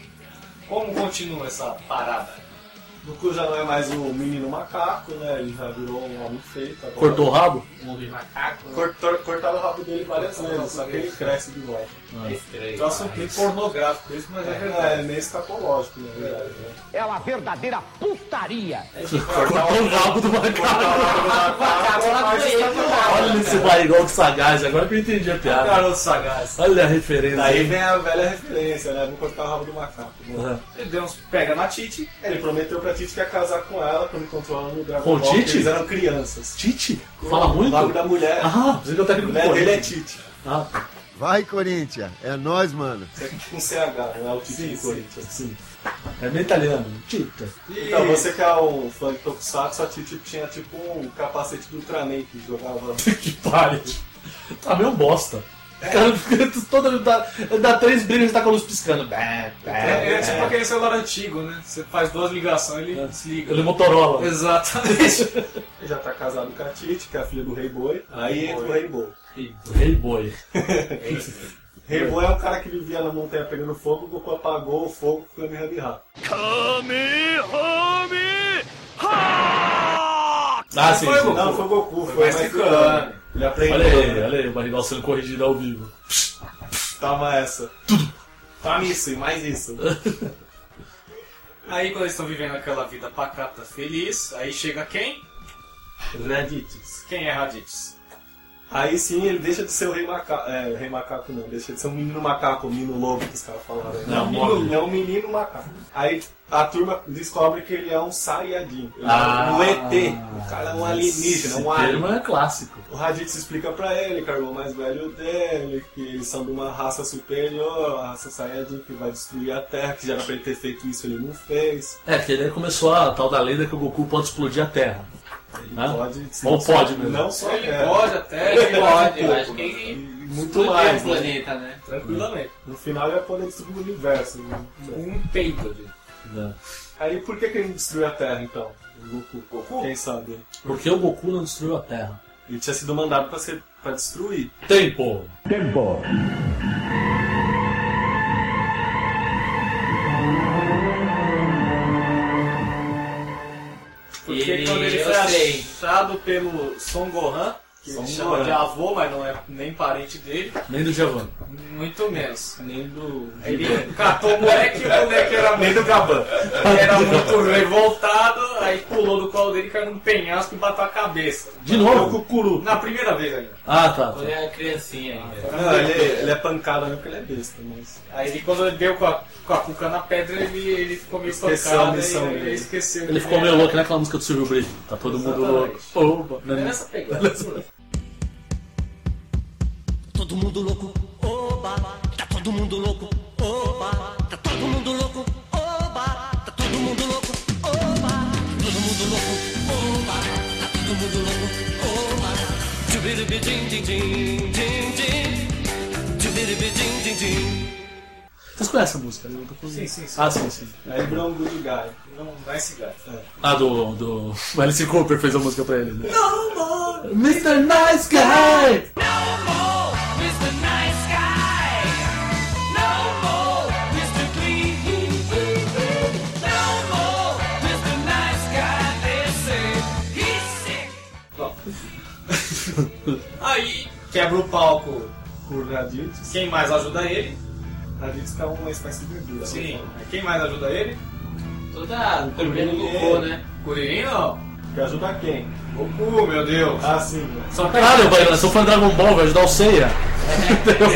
Speaker 4: Como continua essa parada?
Speaker 2: Goku já não é mais o menino macaco, né? Ele já virou um homem feito. agora-
Speaker 1: Cortou o rabo?
Speaker 4: Homem macaco? né?
Speaker 2: Cortou- cortaram o rabo dele várias vezes, só que ele cresce de volta.
Speaker 4: É estranho.
Speaker 2: Nossa, um clipe pornográfico, isso, mas é verdade. É meio escapológico, na verdade. Né?
Speaker 5: É uma verdadeira putaria.
Speaker 1: Cortou o rabo do macaco.
Speaker 3: Macaco lá
Speaker 2: Mas
Speaker 3: do meio,
Speaker 2: escapológico.
Speaker 1: Olha esse barrigol de sagaz, agora que eu entendi a piada.
Speaker 2: Garoto sagaz.
Speaker 1: Olha a referência.
Speaker 2: Daí vem a velha referência, né? Vou cortar o rabo do macaco. né?
Speaker 1: Aham.
Speaker 4: Ele deu uns pega na Titi.
Speaker 2: Ele prometeu pra Titi que ia casar com ela quando encontrou ela no Dragon
Speaker 1: Com
Speaker 2: Ball.
Speaker 1: Titi?
Speaker 2: porque Eles eram crianças.
Speaker 1: Tite? Fala
Speaker 2: O nome
Speaker 1: muito?
Speaker 2: da mulher.
Speaker 1: Ah, você que eu
Speaker 2: a
Speaker 1: técnico do
Speaker 2: mulher dele é
Speaker 1: Corinthians.
Speaker 2: Titi.
Speaker 1: Ah,
Speaker 5: Vai, Corinthians. É nós, mano.
Speaker 2: Isso é Com CH, né? O Titi do Corinthians.
Speaker 1: sim. É bem italiano. Tita.
Speaker 2: Então, você que é um fã de Tokusatsu, a Titi tinha tipo um capacete do Ultraman que jogava.
Speaker 1: [LAUGHS] que pare. Tá meio bosta.
Speaker 2: É.
Speaker 1: O cara fica toda. Dá, dá três brilhos e tá com a luz piscando. Bé,
Speaker 4: É,
Speaker 1: bé,
Speaker 4: é tipo aquele celular antigo, né? Você faz duas ligações ele
Speaker 1: É.
Speaker 4: desliga.
Speaker 1: Ele é Motorola.
Speaker 4: [LAUGHS] Exatamente.
Speaker 2: Ele já tá casado com a Titi, que é a filha do Rei Boi. Aí entra o Rei Boi.
Speaker 1: Hey boy.
Speaker 2: Rei Boi é o cara que vivia na montanha pegando fogo, o Goku apagou o fogo com o Kamehameha.
Speaker 1: Ah, sim.
Speaker 4: Foi
Speaker 1: sim.
Speaker 4: Goku.
Speaker 2: Não, foi o Goku, foi,
Speaker 4: Foi
Speaker 2: mais
Speaker 4: mais
Speaker 2: que
Speaker 4: Kame.
Speaker 2: Ele aprendeu.
Speaker 1: Olha aí,
Speaker 2: né?
Speaker 1: olha aí, o barrigal sendo corrigido ao vivo.
Speaker 2: Toma essa. Toma isso e mais isso.
Speaker 4: Aí quando eles estão vivendo aquela vida pacata feliz, aí chega quem?
Speaker 2: Raditz.
Speaker 4: Quem é Raditz?
Speaker 2: Aí sim ele deixa de ser o rei macaco. É, o rei macaco não, deixa de ser um menino macaco, o menino lobo que os caras falaram. aí.
Speaker 1: Não,
Speaker 2: um
Speaker 1: móvel.
Speaker 2: menino, é um menino macaco. Aí a turma descobre que ele é um Saiyajin. Ele
Speaker 1: Ah.
Speaker 2: é um ET. O cara é um alienígena, um
Speaker 1: Esse
Speaker 2: alien.
Speaker 1: termo é clássico.
Speaker 2: O Raditz explica pra ele que é o irmão mais velho dele, que eles são de uma raça superior, a raça Saiyajin que vai destruir a Terra, que já era pra ele ter feito isso, ele não fez.
Speaker 1: É, que daí começou a tal da lenda que o Goku pode explodir a Terra.
Speaker 2: Ele
Speaker 1: Né?
Speaker 2: pode...
Speaker 1: Ou pode mesmo.
Speaker 2: Não só
Speaker 4: Ele
Speaker 2: é,
Speaker 4: pode até, ele pode.
Speaker 3: Eu acho que ele
Speaker 2: Muito
Speaker 3: explodiu
Speaker 2: mais,
Speaker 3: o
Speaker 2: né?
Speaker 3: planeta, né?
Speaker 4: Tranquilamente.
Speaker 2: No final ele vai poder destruir o universo. né?
Speaker 4: Um peito de
Speaker 1: né?
Speaker 2: Aí por que, que ele destruiu a Terra então? O Goku. Quem sabe?
Speaker 1: Por que o Goku não destruiu a Terra?
Speaker 2: Ele tinha sido mandado pra, ser, pra destruir.
Speaker 1: Tempo!
Speaker 5: Tempo.
Speaker 4: Porque
Speaker 3: E
Speaker 4: quando ele
Speaker 3: eu
Speaker 4: foi
Speaker 3: sei.
Speaker 4: achado pelo Son Gohan, que
Speaker 2: Son
Speaker 4: ele chama
Speaker 2: Gohan.
Speaker 4: de avô, mas não é nem parente dele,
Speaker 1: Nem do Giovanni.
Speaker 4: muito menos.
Speaker 2: Nem do.
Speaker 4: Ele catou o moleque e o moleque era
Speaker 2: Nem do Gaban.
Speaker 4: Ele era muito revoltado, aí pulou do colo dele, caiu num penhasco e bateu a cabeça.
Speaker 1: De novo?
Speaker 2: Cucuru.
Speaker 4: Na primeira vez ainda.
Speaker 1: Ah, tá. tá.
Speaker 3: Quando era criancinha ainda.
Speaker 2: Não, ele, ele é pancada mesmo porque ele é besta, mas.
Speaker 4: Aí ele, quando ele deu com a, com a cuca na pedra, ele, ele ficou meio
Speaker 2: Esqueceu a
Speaker 4: estocado
Speaker 2: missão
Speaker 4: e
Speaker 2: dele.
Speaker 4: ele esqueceu.
Speaker 1: Ele ficou meio louco naquela música do Silvio Brito. Tá todo mundo louco.
Speaker 4: Exatamente.
Speaker 1: Oba,
Speaker 4: É
Speaker 1: né?
Speaker 4: nessa pegada.
Speaker 6: Todo mundo louco, oba, tá todo mundo louco, oba, tá todo mundo louco, oba, tá todo mundo louco, oba, todo mundo louco, oba, tá todo mundo louco, oba. Tchubiribi din din din din din, tchubiribi din din din.
Speaker 1: Vocês conhecem a música? né? Eu tô falando.
Speaker 4: Sim, sim, sim.
Speaker 1: Ah, sim, sim.
Speaker 2: Aí ele virou um good guy.
Speaker 4: Não, não é cigarro.
Speaker 1: Ah, do. do... [LAUGHS] O Alice Cooper fez a música pra ele, né? No more! Mr. Nice Guy!
Speaker 4: [LAUGHS] Aí quebra o palco.
Speaker 2: Por Raditz.
Speaker 4: Quem mais ajuda ele?
Speaker 2: Raditz tá uma espécie de né? verdura.
Speaker 4: Sim. Quem mais ajuda ele?
Speaker 3: Toda turminha do Goku, né?
Speaker 4: Kuririn não.
Speaker 2: Que ajuda quem?
Speaker 4: Goku, meu Deus.
Speaker 2: tá Ah, sim. né?
Speaker 4: Só que
Speaker 1: Caralho, vai, eu sou fã de Dragon Ball, vai ajudar o Seiya.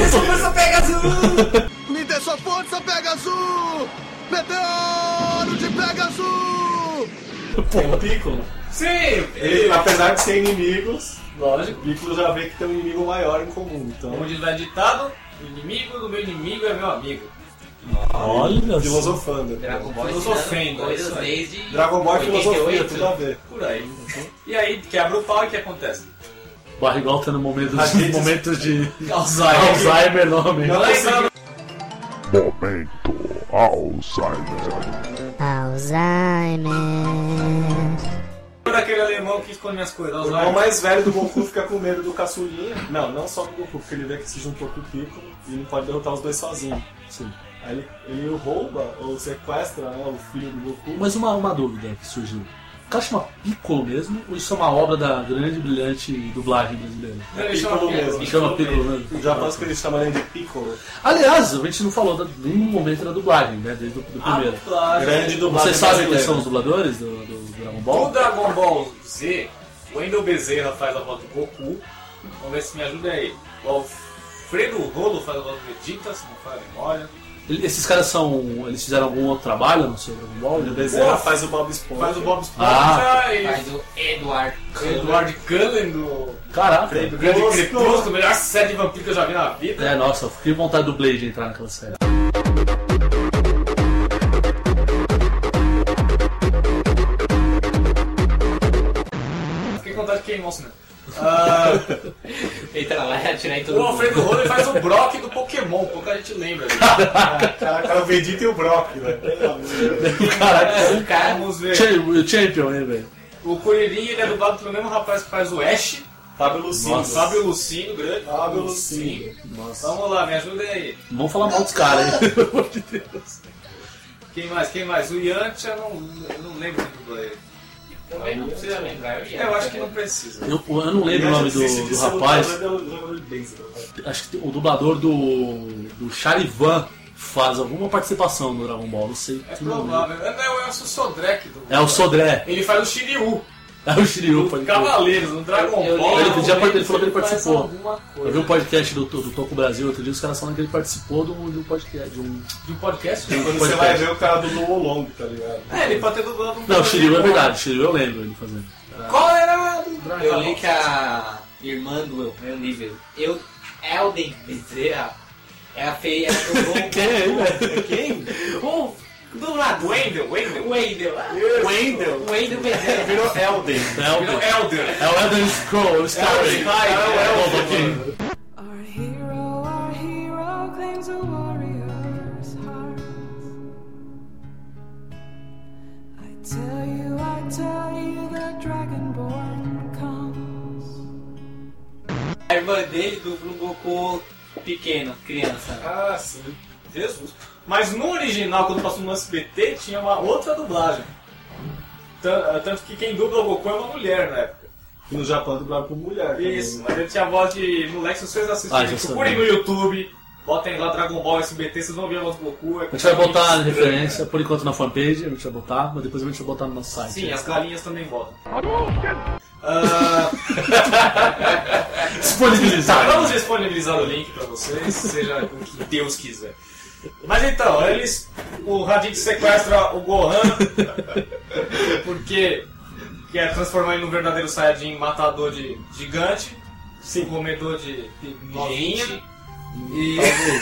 Speaker 3: Força Pegasus!
Speaker 5: Me dê sua força, Pegasus! Meteoro de Pegasus!
Speaker 2: Tem o Piccolo.
Speaker 4: Sim!
Speaker 2: Ele, apesar de ser inimigos,
Speaker 4: Lógico.
Speaker 2: o Piccolo já vê que tem um inimigo maior em comum. Então,
Speaker 4: Como diz lá ditado, o inimigo do meu inimigo é meu amigo.
Speaker 1: Olha só.
Speaker 2: filosofando.
Speaker 3: Dragon Ball
Speaker 4: Filosofendo,
Speaker 3: ensinando coisas
Speaker 4: é isso aí.
Speaker 3: desde
Speaker 2: Dragon Ball e filosofia,
Speaker 3: 88.
Speaker 2: tudo a ver.
Speaker 4: Por aí. E aí quebra o pau e o que acontece?
Speaker 1: Barrigol tá no momento
Speaker 2: A
Speaker 1: de, [LAUGHS]
Speaker 2: gente-
Speaker 1: momentos de
Speaker 4: Alzheimer.
Speaker 1: Alzheimer no homem.
Speaker 2: Não
Speaker 4: Lembra
Speaker 2: conseguiu.
Speaker 9: Momento Alzheimer.
Speaker 8: Alzheimer.
Speaker 4: daquele alemão irmão que esconde minhas coisas.
Speaker 2: O irmão mais velho do Goku fica com medo do caçulinha. Não, não só do Goku, porque ele vê que se juntou com o Piccolo e não pode derrotar os dois sozinho.
Speaker 1: Sim.
Speaker 2: Aí ele, ele rouba ou sequestra né, o filho do Goku.
Speaker 1: Mas uma, uma dúvida que surgiu. O cara chama Piccolo mesmo ou isso é uma obra da grande e brilhante dublagem brasileira?
Speaker 4: Ele
Speaker 2: Piccolo
Speaker 4: chama Piccolo.
Speaker 2: mesmo.
Speaker 1: Ele chama Piccolo mesmo.
Speaker 2: Já posso que eles chamam ele de Piccolo.
Speaker 1: Aliás, a gente não falou da- de nenhum momento da dublagem, né? Desde o do primeiro.
Speaker 4: Ah,
Speaker 2: Grande dublagem
Speaker 1: Vocês sabem quem
Speaker 2: brasileira.
Speaker 1: são os dubladores do, do Dragon
Speaker 4: No
Speaker 1: Ball?
Speaker 4: Dragon Ball Z, o Wendel Bezerra faz a voz do Goku. Vamos ver se me ajuda aí. O Alfredo Rolo faz a voz do Vegeta, se não faz a memória.
Speaker 1: Ele- Esses caras são. Eles fizeram algum outro trabalho no seu Dragon Ball?
Speaker 2: O Bezerra
Speaker 4: Pô,
Speaker 2: faz o Bob Esponja.
Speaker 4: Faz o Bob
Speaker 1: Ah.
Speaker 4: Esponja e
Speaker 3: Mas o Edward
Speaker 4: o Edward Cullen do,
Speaker 1: Caraca!
Speaker 4: do Grande Crepúsculo, melhor série de vampiro que eu já vi na vida.
Speaker 1: É, nossa, eu fiquei com vontade do Blade entrar naquela série.
Speaker 4: Fiquei com vontade de queimar o cinema.
Speaker 3: entra lá e atira em todo
Speaker 4: O
Speaker 3: mundo.
Speaker 4: Alfredo Rolo ele faz o Brock do Pokémon, pouca gente lembra.
Speaker 2: Caraca, o Vegeta e o Brock, né? velho. Pelo amor de Deus.
Speaker 1: Caraca!
Speaker 4: O [LAUGHS] cara, vamos ver.
Speaker 1: Cha- Champion, hein, velho?
Speaker 4: O Curirinho ele é dublado pelo mesmo rapaz que faz o Ash.
Speaker 2: Fábio Lucinho.
Speaker 4: Fábio Lucino, grande.
Speaker 2: Fábio Lucinho.
Speaker 4: Vamos lá, me ajuda aí.
Speaker 1: Não Vamos falar mal dos caras, hein? Pelo amor de Deus.
Speaker 4: Quem mais? Quem mais? O Yantia, eu não, eu não lembro quem dublou ele.
Speaker 3: Também não precisa lembrar.
Speaker 4: É, Eu acho que não precisa.
Speaker 1: Eu, eu não lembro o nome do,
Speaker 2: é
Speaker 1: do
Speaker 4: um
Speaker 1: rapaz. Acho que o dublador do. do Charivan faz alguma participação no Dragon Ball, não sei.
Speaker 4: É
Speaker 1: que nome.
Speaker 4: provável. É, Não, é o Sodrek do.
Speaker 1: É o Sodré,
Speaker 4: Ele faz o Shiryu.
Speaker 1: é o Shiryu. pode crer.
Speaker 4: Cavaleiros, no Dragon
Speaker 3: Eu- eu
Speaker 4: Ball.
Speaker 1: Ele, já, ele
Speaker 4: ele
Speaker 1: falou que ele
Speaker 4: faz
Speaker 1: participou.
Speaker 4: alguma
Speaker 1: Eu
Speaker 4: coisa.
Speaker 1: vi um podcast do, do Toco Brasil outro dia, os caras falando que ele participou de um, de um podcast. De um...
Speaker 4: De um podcast?
Speaker 2: Quando
Speaker 1: Pode
Speaker 2: você vai
Speaker 1: ter.
Speaker 2: ver o cara do Luolong, tá ligado?
Speaker 4: É, ele pode ter dublado um
Speaker 1: Não, o Shiryu é
Speaker 4: Dragon Ball.
Speaker 1: verdade, o Shiryu eu lembro ele fazendo.
Speaker 4: Qual era a do Dragon
Speaker 3: Eu
Speaker 4: Ball?
Speaker 3: li que a irmã do meu, meu nível, eu, Elden Bezerra, ela fez, ela dublou
Speaker 1: Quem é ele?
Speaker 4: [LAUGHS]
Speaker 3: o do lado,
Speaker 4: Wendel, Wendel.
Speaker 3: Wendel, ah,
Speaker 2: Wendel.
Speaker 3: Wendel Bezerra.
Speaker 2: Virou Elden.
Speaker 1: É o
Speaker 4: Virou Elder.
Speaker 1: É o Elden Scroll, é o Skyrim.
Speaker 4: tá Elden.
Speaker 1: Pô, Joaquim.
Speaker 6: Our hero, our hero claims a warrior's heart. I tell you, I tell you, the dragonborn comes.
Speaker 3: A irmã dele dublou um Goku pequeno, criança.
Speaker 4: Ah, sim. Jesus. Mas no original, quando passou no SBT, tinha uma outra dublagem. Tan- ah, Tanto que quem dubla o Goku é uma mulher na época.
Speaker 2: No Japão dublado por mulher.
Speaker 4: Isso, mas ele tinha voz de moleque. Se vocês
Speaker 1: né? Ah,
Speaker 4: assistirem,
Speaker 1: já sabia.
Speaker 4: procurem no YouTube, botem lá Dragon Ball SBT, vocês vão ver a voz do Goku. é
Speaker 1: A gente vai botar a referência, por enquanto na fanpage, a gente vai botar, mas depois a gente vai botar no nosso site.
Speaker 4: Sim, as galinhas também botam. Tá,
Speaker 1: Disponibilizar.
Speaker 4: vamos disponibilizar o link pra vocês, seja o que Deus quiser. Mas então, eles. O Raditz sequestra o Gohan porque quer transformar ele num verdadeiro Saiyajin matador de gigante, Sim. comedor de, de novinha. E [LAUGHS]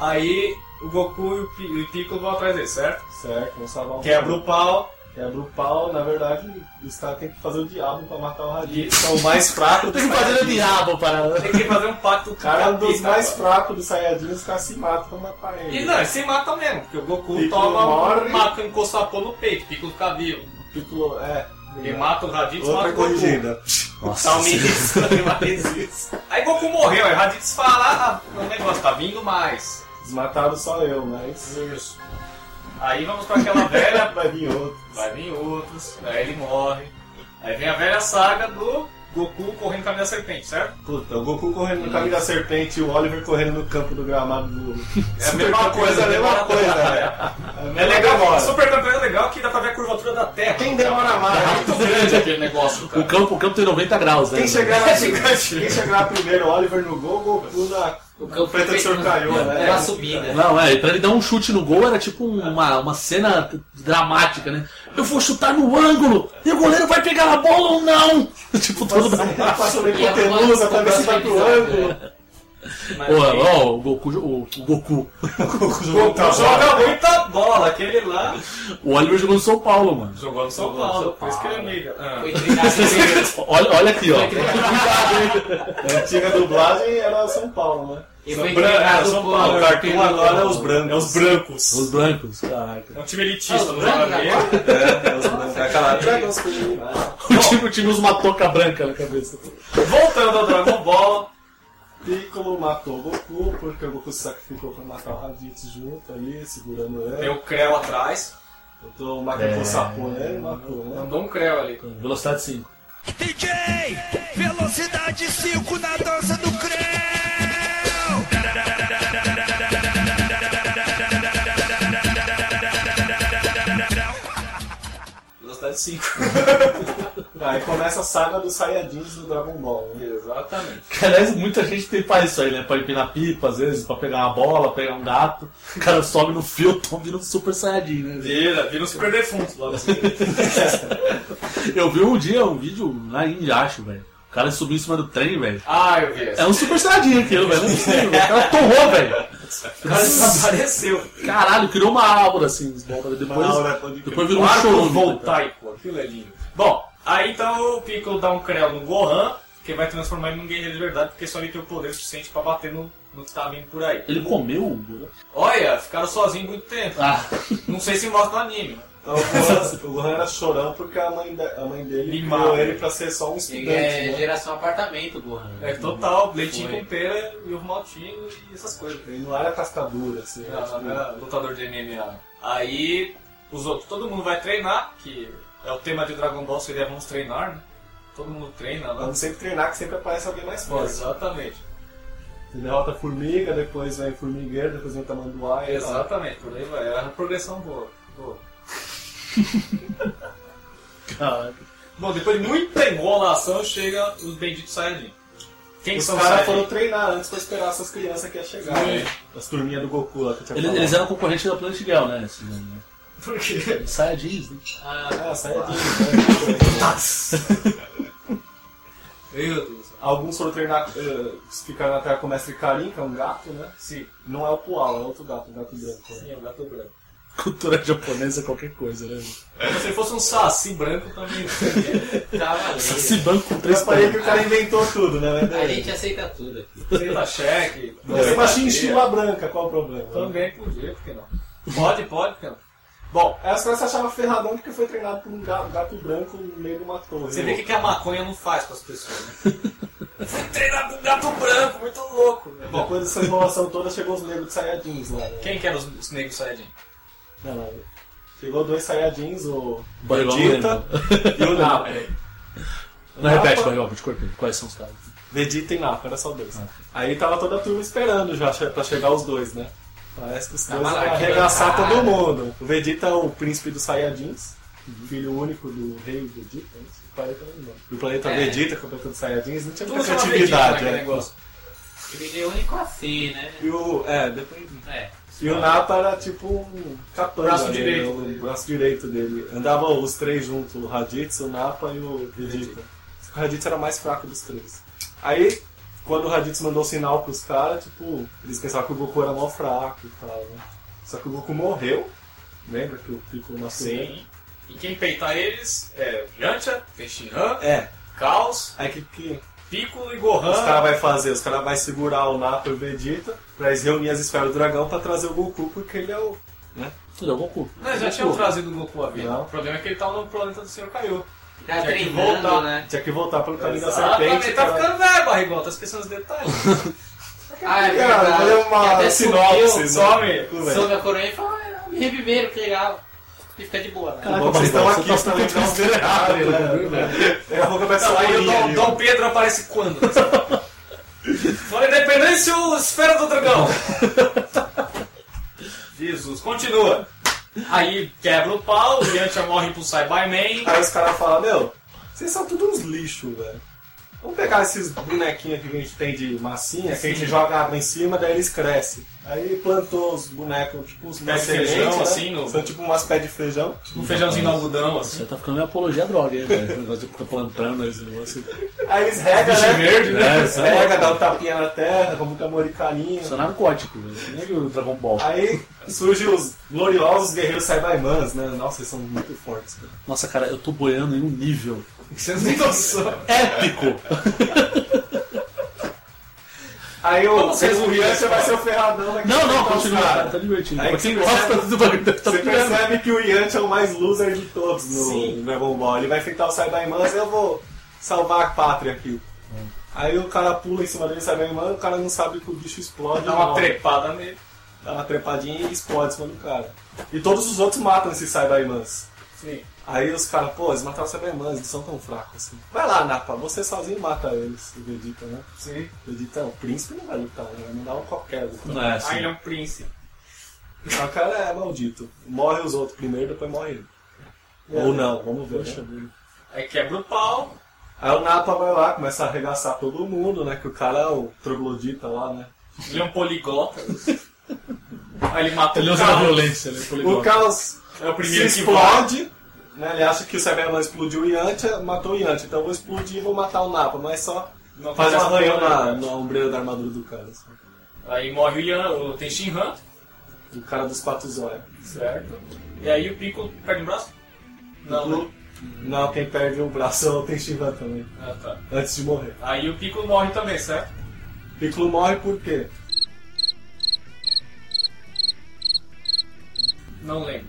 Speaker 4: aí o Goku e o, Pi- e o Piccolo vão atrás dele, certo?
Speaker 2: Certo, vamos salvar um
Speaker 4: Quebra o pau.
Speaker 2: Quebra o pau, na verdade, os caras têm que fazer o diabo pra matar o Raditz. É o mais fraco do
Speaker 1: Tem que fazer o
Speaker 2: Saiyajin.
Speaker 1: diabo para.
Speaker 4: Tem que fazer um pacto com o
Speaker 2: O cara é um dos
Speaker 4: capeta,
Speaker 2: mais
Speaker 4: mano.
Speaker 2: fracos do Saiyajin, os caras se matam pra matar ele.
Speaker 4: E não, eles se matam mesmo, porque o Goku
Speaker 2: Piccolo
Speaker 4: toma
Speaker 2: morre.
Speaker 4: um maca encostapo no peito, o Piccolo fica vivo.
Speaker 2: Piccolo, é.
Speaker 4: Ele mata o Raditz, mata
Speaker 2: Outra
Speaker 4: o Goku.
Speaker 2: corrigida.
Speaker 4: Tá um
Speaker 1: Nossa,
Speaker 4: [LAUGHS] Salmiris, Aí Goku morreu, aí o Raditz fala, ah, o negócio tá vindo mais.
Speaker 2: Eles mataram só eu, mas.
Speaker 4: Aí vamos pra aquela velha,
Speaker 2: Vai vir outro.
Speaker 4: vai vir outros, aí ele morre. Aí vem a velha saga do Goku correndo com a minha serpente, certo?
Speaker 2: Puta, o Goku correndo no caminho da serpente e o Oliver correndo no campo do gramado do.
Speaker 4: É a mesma coisa,
Speaker 2: é a mesma coisa, velho.
Speaker 4: É legal, mano. Super campeão é legal que dá pra ver a curvatura da Terra.
Speaker 2: Quem demora
Speaker 1: É
Speaker 2: mais?
Speaker 4: É muito grande aquele negócio,
Speaker 1: o
Speaker 4: cara.
Speaker 1: campo, o campo tem 90 graus, né?
Speaker 4: [LAUGHS]
Speaker 2: Quem chegar,
Speaker 4: É
Speaker 2: na, quem chegar primeiro, Oliver no gol, Goku na.
Speaker 3: O campo
Speaker 2: Preta de Sorocaió, né?
Speaker 3: Era uma subida.
Speaker 1: Não, é, pra ele dar um chute no gol era tipo uma, uma cena t- dramática, né? Eu vou chutar no ângulo e o goleiro vai pegar a bola ou não? [LAUGHS] tipo, todo dramático.
Speaker 2: Passou na
Speaker 3: E a
Speaker 2: hipotenusa pra ver se
Speaker 3: próxima
Speaker 2: vai pro
Speaker 3: divisão,
Speaker 2: ângulo.
Speaker 3: né?
Speaker 1: Ó, ó, o Goku, o, [LAUGHS] o Goku.
Speaker 4: Goku joga muita bola, aquele lá
Speaker 1: O Oliver jogou no São Paulo, mano.
Speaker 4: jogou no São
Speaker 3: no
Speaker 4: Paulo,
Speaker 3: São
Speaker 4: por isso que ele é meio. Ah. [LAUGHS]
Speaker 3: Foi treinado
Speaker 1: Olha, olha aqui, ó.
Speaker 2: A É, antiga dublagem era São Paulo, né?
Speaker 3: e foi
Speaker 2: Bran- era
Speaker 3: treinado
Speaker 2: São
Speaker 3: por-
Speaker 2: Paulo. O cartoon
Speaker 3: pelo-
Speaker 2: agora é os brancos. É os brancos.
Speaker 1: Os brancos, caraca.
Speaker 4: É um time elitista,
Speaker 3: Ah,
Speaker 2: né?
Speaker 3: o
Speaker 4: não
Speaker 3: Brando
Speaker 4: joga
Speaker 3: agora?
Speaker 4: meio.
Speaker 2: É, os brancos. Aquela Dragons Queen.
Speaker 1: O Tipo, tinha uns matoca branca na cabeça.
Speaker 2: Voltando ao Dragon Ball, Piccolo matou o Goku, porque o Goku se sacrificou pra matar o Raditz junto ali, segurando
Speaker 4: Tem um
Speaker 2: ele.
Speaker 4: o Creu atrás.
Speaker 2: Botou o Macaco Sapo nele e matou, né?
Speaker 4: Mandou um Creu ali.
Speaker 1: Velocidade 5.
Speaker 6: DJ, velocidade 5 na dança do Creu.
Speaker 4: Velocidade 5.
Speaker 2: [LAUGHS] Aí começa a saga dos Saiyajins do Dragon Ball, né?
Speaker 4: Exatamente.
Speaker 1: Que, aliás, muita gente tem faz isso aí, né? Pra empinar pipa, às vezes, pra pegar uma bola, pegar um gato. O cara sobe no fio, [LAUGHS] toma vira um super saiyajin, né?
Speaker 4: Vira, vira um super defunto
Speaker 2: [LAUGHS]
Speaker 4: logo assim.
Speaker 1: Eu vi um dia um vídeo na Índia, acho, velho. O cara subiu em cima do trem, velho.
Speaker 4: Ah, eu vi. essa.
Speaker 1: É um super saiyajin aquilo, velho. Não é possível. O cara torrou, velho.
Speaker 4: O cara desapareceu.
Speaker 1: Caralho, criou uma aura, assim, em volta.
Speaker 2: Uma
Speaker 4: né?
Speaker 2: aura,
Speaker 1: Depois,
Speaker 2: pode crer.
Speaker 1: depois virou um
Speaker 4: Arco
Speaker 1: show.
Speaker 4: voltaico, aquilo é lindo. Bom, aí então o Piccolo dá um creu no Gohan, que vai transformar ele num guerreiro de verdade, porque só ele tem o poder suficiente pra bater no, no que tá vindo por aí.
Speaker 1: Ele comeu o Gohan?
Speaker 4: Olha, ficaram sozinhos muito tempo.
Speaker 1: Ah,
Speaker 4: Não sei se mostra no anime.
Speaker 2: Então, o Gohan- o Gohan era chorão porque a mãe, da- a mãe dele
Speaker 4: Mimado. né?
Speaker 2: criou ele pra ser só um estudante,
Speaker 3: É
Speaker 2: né?
Speaker 3: geração apartamento, Gohan.
Speaker 4: É total, leitinho
Speaker 3: Foi.
Speaker 4: com pera e ovo maltino e essas coisas.
Speaker 2: Ele não era cascadura, assim.
Speaker 4: Era-
Speaker 2: era tipo-
Speaker 4: era lutador de MMA. Aí os outros, todo mundo vai treinar, que é o tema de Dragon Ball seria vamos treinar, né? Todo mundo treina lá.
Speaker 2: Vamos sempre treinar que sempre aparece alguém mais forte.
Speaker 4: Exatamente.
Speaker 2: Você derrota a formiga, depois vem formigueiro, depois vem tamanduá. e tal.
Speaker 4: Exatamente, por aí vai. É uma progressão boa. boa.
Speaker 1: cara.
Speaker 4: Bom, depois de muita enrolação, chega os benditos Saiyajin. Quem
Speaker 2: Os
Speaker 4: são
Speaker 2: caras
Speaker 4: Saiyajin?
Speaker 2: foram treinar antes pra esperar essas crianças que ia chegar.
Speaker 4: Sim.
Speaker 2: Né? As turminhas do Goku lá que eu tinha
Speaker 1: Eles,
Speaker 2: falado.
Speaker 1: eles eram concorrentes da Planet Girl, né? Esses nomes, né?
Speaker 4: Por quê?
Speaker 1: Saiyajins, né?
Speaker 2: Ah, Saiyajin,
Speaker 4: tá.
Speaker 2: né?
Speaker 4: Meu Deus.
Speaker 2: Alguns foram treinar, eh, ficaram na terra com o mestre Karim, que é um gato, né?
Speaker 4: Sim,
Speaker 2: Não é o Pual, é outro gato, um gato branco. né?
Speaker 4: sim, é o gato branco.
Speaker 1: [LAUGHS] Cultura japonesa, qualquer coisa, né?
Speaker 4: Se fosse um saci branco também.
Speaker 3: Tava ali.
Speaker 1: Esse banco com três
Speaker 2: [LAUGHS] Eu falei que
Speaker 1: paredes.
Speaker 2: o cara inventou tudo, né? Mas
Speaker 3: A
Speaker 2: daí-
Speaker 3: gente aceita tudo aqui.
Speaker 4: Senta cheque.
Speaker 2: Mas uma
Speaker 4: Senta
Speaker 2: chinchila branca, qual o problema?
Speaker 4: é
Speaker 2: né?
Speaker 4: Também podia, por que não? Pode, pode, por que não? Bom,
Speaker 2: Aí os caras se achavam ferradão porque foi treinado por um gato, gato branco no meio de uma torre.
Speaker 4: você vê o que que a maconha não faz com as pessoas, né? [LAUGHS] Fui treinar com um gato branco, muito louco. né? Bom,
Speaker 2: Depois dessa enrolação toda, chegou os negros de Saiyajins lá, né?
Speaker 4: quem que eram os, os negros Saiyajin?
Speaker 2: Não, não. Chegou dois Saiyajins, o
Speaker 1: Barrigol
Speaker 2: Vegeta e
Speaker 4: [LAUGHS]
Speaker 2: o Napa.
Speaker 4: É.
Speaker 1: Não repete, vai, ó, vou te cortei. Quais são os caras?
Speaker 2: Vegeta e Napa, era só dois. Aí tava toda a turma esperando já che- pra chegar os dois, né? Parece que os dois
Speaker 3: lá,
Speaker 2: vão
Speaker 3: que
Speaker 2: arregaçar
Speaker 3: bancada.
Speaker 2: todo mundo. O Vegeta é o príncipe dos Saiyajins, filho único do rei Vegeta, não sei, o pai também não. Do planeta
Speaker 3: É.
Speaker 2: Vegeta, que é o planeta dos Saiyajins, não tinha muita
Speaker 4: chama Vegeta,
Speaker 2: criatividade,
Speaker 4: né,
Speaker 2: né?
Speaker 4: aquele negócio.
Speaker 3: Ele é único assim, né?
Speaker 2: E o. É, depois.
Speaker 3: É.
Speaker 2: E o Napa era tipo um capanga.
Speaker 4: Braço
Speaker 2: né?
Speaker 4: direito
Speaker 2: O
Speaker 4: dele.
Speaker 2: braço direito dele. Andavam os três juntos, o Raditz, o Napa e o Vegeta. Só que O Raditz era o mais fraco dos três. Aí, quando o Raditz mandou o sinal pros caras, tipo, eles pensavam que o Goku era mó fraco e tal, né? Só que o Goku morreu. Lembra que o Piccolo nasceu? né?
Speaker 4: Sim. E quem peita eles é o Yantia, Tenshinhan,
Speaker 2: É.
Speaker 4: Caos,
Speaker 2: Aí que, que
Speaker 4: Piccolo e
Speaker 2: os caras
Speaker 4: Gohan.
Speaker 2: vai fazer? Os caras vai segurar o Napa e o Vegeta pra eles reunir as esferas do dragão pra trazer o Goku, porque ele é o.
Speaker 1: Tudo é o Goku.
Speaker 4: Nós já tinham trazido o Goku à vida.
Speaker 2: Não.
Speaker 4: O problema é que ele tá no planeta do Senhor Kaiô. Tinha
Speaker 3: Tá
Speaker 4: que
Speaker 3: treinando,
Speaker 4: voltar.
Speaker 3: né?
Speaker 2: Tinha que voltar pelo caminho da
Speaker 4: Exatamente,
Speaker 2: serpente.
Speaker 4: tá
Speaker 2: pra-
Speaker 4: ficando velho, barrigol, tá esquecendo os detalhes.
Speaker 3: Ah,
Speaker 2: Cara,
Speaker 3: é verdade.
Speaker 2: olha
Speaker 3: Que
Speaker 2: uma
Speaker 3: até
Speaker 2: sinopse.
Speaker 3: subiu,
Speaker 2: né?
Speaker 4: some.
Speaker 2: Tudo bem.
Speaker 3: Sobe a coroinha e fala, ah, me reviveram, que legal. E fica de boa, né?
Speaker 2: Bom, vocês estão aqui,
Speaker 1: Você
Speaker 2: estão
Speaker 1: tá
Speaker 2: lembrando
Speaker 1: ficando errado,
Speaker 2: detalhes, né? Daqui a pouco começa
Speaker 4: Não,
Speaker 2: a
Speaker 4: aí o Dom,
Speaker 2: rir.
Speaker 4: Dom Pedro aparece quando? Fora Independência ou Esfera do Dragão? Jesus, continua. Aí quebra o pau, o Yantia morre pro Sai by Man.
Speaker 2: Aí os caras falam, meu, vocês são tudo uns lixos, velho. Vamos pegar esses bonequinhos que a gente tem de massinha, que a gente joga água em cima, daí eles crescem. Aí plantou os bonecos, tipo uns
Speaker 4: Pé de
Speaker 2: sementes,
Speaker 4: feijão,
Speaker 2: né?
Speaker 4: assim, no-
Speaker 2: São tipo umas pés de feijão.
Speaker 4: Um feijãozinho no algodão, assim.
Speaker 1: tá ficando meio apologia à droga, hein, velho? Esse negócio de ficar plantando esse negócio.
Speaker 2: Aí eles regam,
Speaker 4: Bicho
Speaker 2: né?
Speaker 4: verde, né?
Speaker 2: Eles [LAUGHS] regam, dá um tapinha na terra, como um moricarinho.
Speaker 1: Isso é narcótico, velho. Isso Nem o Dragon Ball.
Speaker 2: Aí surgem os gloriosos guerreiros Saibaimans, né? Nossa, eles são muito fortes, cara.
Speaker 1: Nossa, cara, eu tô boiando em um nível
Speaker 4: Você não tem noção.
Speaker 1: épico.
Speaker 2: Aí o
Speaker 4: Vamos
Speaker 2: vocês o
Speaker 4: resolver
Speaker 2: Rian,
Speaker 4: isso,
Speaker 2: você vai ser o ferradão daqui.
Speaker 1: Não, não,
Speaker 2: Nossa,
Speaker 1: continuaram, tá
Speaker 2: cara.
Speaker 1: divertido.
Speaker 2: Aí
Speaker 1: Pra quem
Speaker 2: você
Speaker 1: gosta
Speaker 2: percebe-
Speaker 1: do bagulho, tá
Speaker 2: Você
Speaker 1: divertido.
Speaker 2: percebe que o Yanti é o mais loser de todos no
Speaker 4: Sim.
Speaker 2: Dragon Ball. Ele vai enfrentar o Cyberman e eu vou salvar a pátria aqui.
Speaker 4: É.
Speaker 2: Aí o cara pula em cima dele, Cyberman, o cara não sabe que o bicho explode.
Speaker 4: Dá uma
Speaker 2: não.
Speaker 4: trepada nele.
Speaker 2: Dá uma trepadinha e explode em cima do cara. E todos os outros matam esses Cybermans.
Speaker 4: Sim.
Speaker 2: Aí os caras, pô, eles mataram os Cybermans, eles são tão fracos assim. Vai lá, Napa, você sozinho mata eles, o Vegeta, né?
Speaker 4: Sim.
Speaker 2: O Vegeta, o príncipe não vai lutar, né? Não dá um qualquer lutar.
Speaker 1: É,
Speaker 4: Aí ele é
Speaker 1: assim.
Speaker 4: um príncipe.
Speaker 2: O cara é maldito. Morre os outros primeiro, depois morre ele.
Speaker 4: É,
Speaker 2: Ou não, vamos ver. né?
Speaker 4: Aí quebra o pau.
Speaker 2: Aí o Napa vai lá, começa a arregaçar todo mundo, né? Que o cara é o troglodita lá, né?
Speaker 4: Ele é um poliglota. Aí ele mata
Speaker 1: Ele
Speaker 4: o
Speaker 1: usa a
Speaker 4: cara.
Speaker 1: violência, né?
Speaker 2: O
Speaker 1: poliglota.
Speaker 2: caos
Speaker 4: É o
Speaker 2: se
Speaker 4: primeiro que explode.
Speaker 2: explode, né? Ele acha que o Cyberman explodiu o Yantia, matou o Yantia. Então eu vou explodir e vou matar o Napa, mas só
Speaker 4: Não
Speaker 2: faz um
Speaker 4: faz
Speaker 2: arranhão
Speaker 4: nada,
Speaker 2: na,
Speaker 4: né?
Speaker 2: na ombreira da armadura do cara. assim.
Speaker 4: Aí morre o Yan, o Tenshin Han,
Speaker 2: O cara dos quatro zóias.
Speaker 4: certo? E aí o Piccolo perde o braço? [LAUGHS] Não, né?
Speaker 2: Não, quem perde o braço é o Tenshinhan também,
Speaker 4: Ah, tá.
Speaker 2: antes de morrer.
Speaker 4: Aí o Piccolo morre também, certo?
Speaker 2: Piccolo morre por quê?
Speaker 4: Não lembro.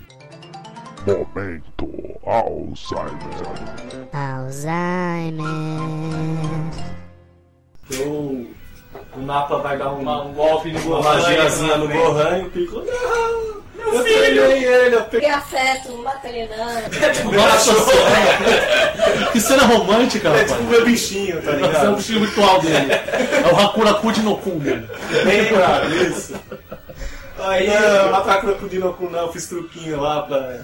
Speaker 9: Momento Alzheimer.
Speaker 8: Alzheimer.
Speaker 2: Porque o, Então, o Napa vai dar
Speaker 4: Uma,
Speaker 2: um,
Speaker 4: um golpe no
Speaker 2: uma
Speaker 4: Gohan.
Speaker 2: magiazinha no
Speaker 4: também.
Speaker 2: Gohan e o Piccolo. Não! Meu eu
Speaker 4: filho!"
Speaker 2: treinei ele, eu É tipo peguei
Speaker 10: Que afeto, maternando.
Speaker 2: um
Speaker 1: O braço [LAUGHS] Que cena romântica,
Speaker 2: é tipo
Speaker 1: rapaz.
Speaker 2: meu bichinho, tá
Speaker 1: Esse é o
Speaker 2: ligado?
Speaker 1: estilo virtual dele. É o Hakuraku de Nokun dele.
Speaker 2: Bem lembrado, isso.
Speaker 4: Aí,
Speaker 2: Não, matar crocodilo com não, fiz truquinho lá pra, [LAUGHS]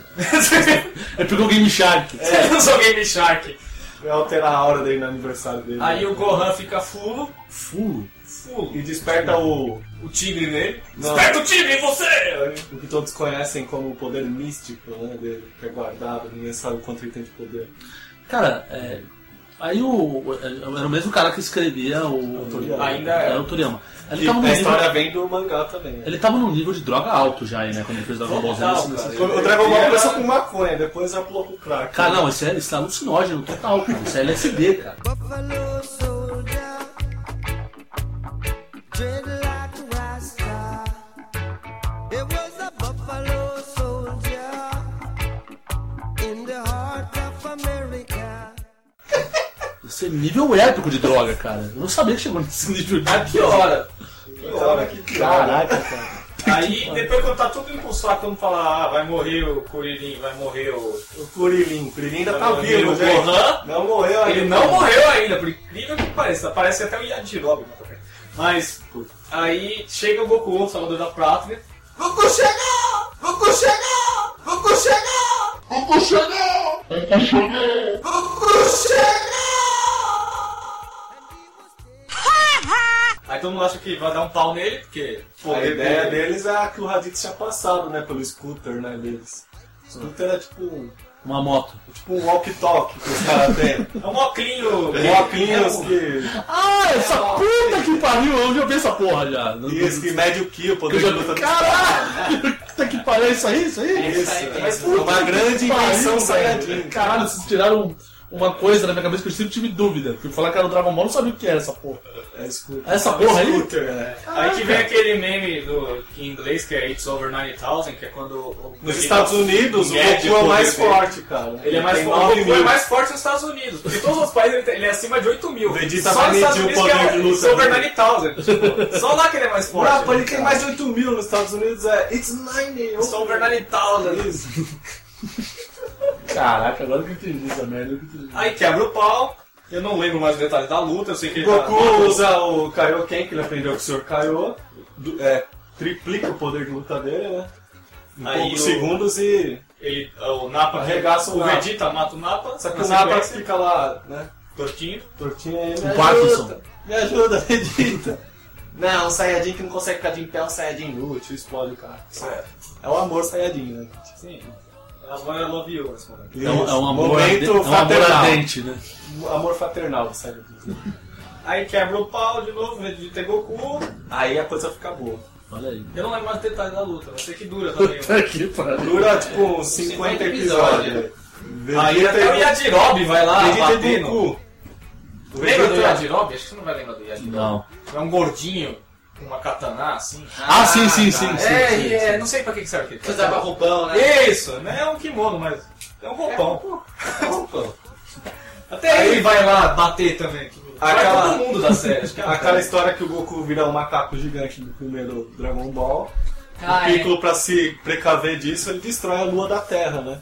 Speaker 1: Ele pegou o Game Shark.
Speaker 4: eu sou Game Shark.
Speaker 2: pra alterar a aura dele no aniversário dele.
Speaker 4: Aí o Gohan fica fulo.
Speaker 1: Fulo.
Speaker 4: Fulo.
Speaker 2: E desperta o,
Speaker 4: O tigre nele.
Speaker 2: Não.
Speaker 4: Desperta o tigre em você!
Speaker 2: o que todos conhecem como o poder místico né, dele, que é guardado, ninguém sabe quanto ele tem de poder.
Speaker 1: Cara, é, aí o. Era o mesmo cara que escrevia o.
Speaker 2: Toriyama.
Speaker 4: Ainda é.
Speaker 1: o Toriyama. Ele
Speaker 2: E
Speaker 1: tava, num
Speaker 2: a história
Speaker 1: nível,
Speaker 2: vem do mangá também. né?
Speaker 1: ele tava num nível de droga alto já aí, né? Quando ele fez Dragon Ball Z.
Speaker 4: Total,
Speaker 1: assim,
Speaker 4: cara.
Speaker 1: assim.
Speaker 2: O Dragon Ball começou com maconha, depois já pulou com crack.
Speaker 1: Cara, não, esse é, esse é alucinógeno total, cara. Isso é LSD, cara. Esse é nível épico de droga, cara. Eu não sabia que chegou nesse nível de.
Speaker 4: Aí piora.
Speaker 2: Olha que caraca, cara.
Speaker 4: Aí depois quando tá tudo impulsado, todo mundo fala, ah, vai morrer o Kuririn, vai morrer o.
Speaker 2: O Curilim. O Curilim ainda tá
Speaker 4: vai morrer
Speaker 2: vivo,
Speaker 4: o
Speaker 2: gente.
Speaker 4: Gohan.
Speaker 2: Não morreu ainda.
Speaker 4: Ele não morreu ainda, por incrível que pareça. Parece até o Yadirobe. Mas, aí chega o Goku, o Salvador da Pátria. Goku chegou! Goku chegou! Goku chegou! Goku chegou! Goku chegou! Aí todo mundo acha que vai dar um pau nele, porque... pô,
Speaker 2: A ideia deles é a que o Raditz tinha passado, né? Pelo scooter, né? Deles. O scooter é tipo um,
Speaker 1: Uma moto.
Speaker 2: tipo um walkie-talkie que os caras têm.
Speaker 4: É um oclinho.
Speaker 2: Walkinhos que,
Speaker 1: Ah, essa puta que pariu! Eu já vi essa porra já.
Speaker 2: isso, que mede o kill, o
Speaker 1: Eu
Speaker 2: poder de
Speaker 1: já
Speaker 2: luta do
Speaker 1: Caralho! Puta que pariu, é isso aí? Isso aí?
Speaker 2: Isso,
Speaker 1: Mas
Speaker 2: é
Speaker 1: puta
Speaker 2: uma
Speaker 1: que
Speaker 2: grande
Speaker 1: pariu,
Speaker 2: invenção
Speaker 1: velho.
Speaker 2: Saiyajin.
Speaker 1: Caralho, vocês tiraram um, uma coisa da minha cabeça que eu sempre tive dúvida. Porque falar que era o Dragon Ball, eu não sabia o que era essa porra.
Speaker 2: É scooter.
Speaker 1: Essa porra aí?
Speaker 2: Scooter, é.
Speaker 4: Aí que vem aquele meme do, que em inglês que é It's Over 9000, que é quando... o-
Speaker 2: Nos
Speaker 4: ele-
Speaker 2: Estados Unidos, o
Speaker 4: mede
Speaker 2: Goku é
Speaker 4: o
Speaker 2: mais
Speaker 4: poder
Speaker 2: forte, cara.
Speaker 4: Ele é mais,
Speaker 2: tem
Speaker 4: forte, o
Speaker 2: 9
Speaker 4: Goku é
Speaker 2: mil.
Speaker 4: mais forte nos Estados Unidos, porque todos os países ele, tem- ele é acima de 8 mil.
Speaker 2: O Vegeta
Speaker 4: só
Speaker 2: vai
Speaker 4: nos Estados
Speaker 2: medir o
Speaker 4: Unidos
Speaker 2: poder
Speaker 4: que
Speaker 2: de
Speaker 4: é
Speaker 2: luta
Speaker 4: it's over
Speaker 2: dele.
Speaker 4: 9000. Tipo, só lá que ele é mais forte.
Speaker 2: Brabo, ele tem mais de 8 mil nos Estados Unidos, é It's 9
Speaker 4: It's over 9000.
Speaker 2: Isso.
Speaker 1: Caraca, agora que eu entendi essa merda. que eu entendi.
Speaker 4: Aí quebra o pau, eu não lembro mais os detalhes da luta, eu sei que ele tá-
Speaker 2: Goku usa o Kaioken, que ele aprendeu com o Sr. Kaio, du- é, triplica o poder de luta dele, né? Em
Speaker 4: Aí
Speaker 2: poucos
Speaker 4: o-
Speaker 2: segundos e...
Speaker 4: Ele, o Napa
Speaker 2: Arregaça o
Speaker 4: o
Speaker 2: Napa.
Speaker 4: Vegeta mata o Napa,
Speaker 2: Só que
Speaker 4: na
Speaker 2: o Napa
Speaker 4: sequência,
Speaker 2: fica lá, né?
Speaker 4: tortinho.
Speaker 2: Tortinho aí,
Speaker 1: Um
Speaker 2: me
Speaker 1: Parkinson.
Speaker 2: ajuda, me ajuda, acredita. Não, o Saiyajin que não consegue ficar de em pé é um Saiyajin inútil, explode o cara. É o amor Saiyajin, né?
Speaker 4: Sim. É Agora eu love you nesse momento.
Speaker 1: É um, é um amor, ardente, é
Speaker 2: Momento
Speaker 1: um amor
Speaker 2: fraternal.
Speaker 1: ardente, né?
Speaker 2: Amor fraternal do Saiyajin.
Speaker 4: Aí quebra o pau de novo, Vegeta e Goku.
Speaker 2: Aí a coisa fica boa.
Speaker 1: Olha aí.
Speaker 4: Eu não lembro mais os detalhes da luta, eu sei que dura também.
Speaker 1: Puta que pariu.
Speaker 2: Dura tipo uns 50
Speaker 3: episódios.
Speaker 2: episódios.
Speaker 4: Aí até o Yadirobe vai lá
Speaker 2: Vegeta e
Speaker 4: bater no...
Speaker 2: Goku.
Speaker 4: Lembra do
Speaker 1: Victor-
Speaker 4: Yajirobe? Acho que você não vai lembrar do Yajirobe.
Speaker 1: Não.
Speaker 4: É um gordinho com uma katana, assim.
Speaker 1: Ah, sim, sim, sim,
Speaker 4: É,
Speaker 1: sim,
Speaker 4: é,
Speaker 1: sim,
Speaker 4: é,
Speaker 1: sim.
Speaker 4: não sei pra que é. que serve aquele.
Speaker 3: Que usava roupão, né?
Speaker 4: Isso, né? É um kimono, mas é um roupão. [LAUGHS] É um roupão. Até
Speaker 2: Aí
Speaker 4: ele vai lá bater também. Aquela...
Speaker 2: Aquela-
Speaker 4: Vai todo mundo da série. acho que é uma
Speaker 2: Aquela
Speaker 4: série.
Speaker 2: história que o Goku vira um macaco gigante no primeiro Dragon Ball.
Speaker 3: Ah,
Speaker 2: o
Speaker 3: é.
Speaker 2: Piccolo, pra se precaver disso, ele destrói a lua da Terra, né?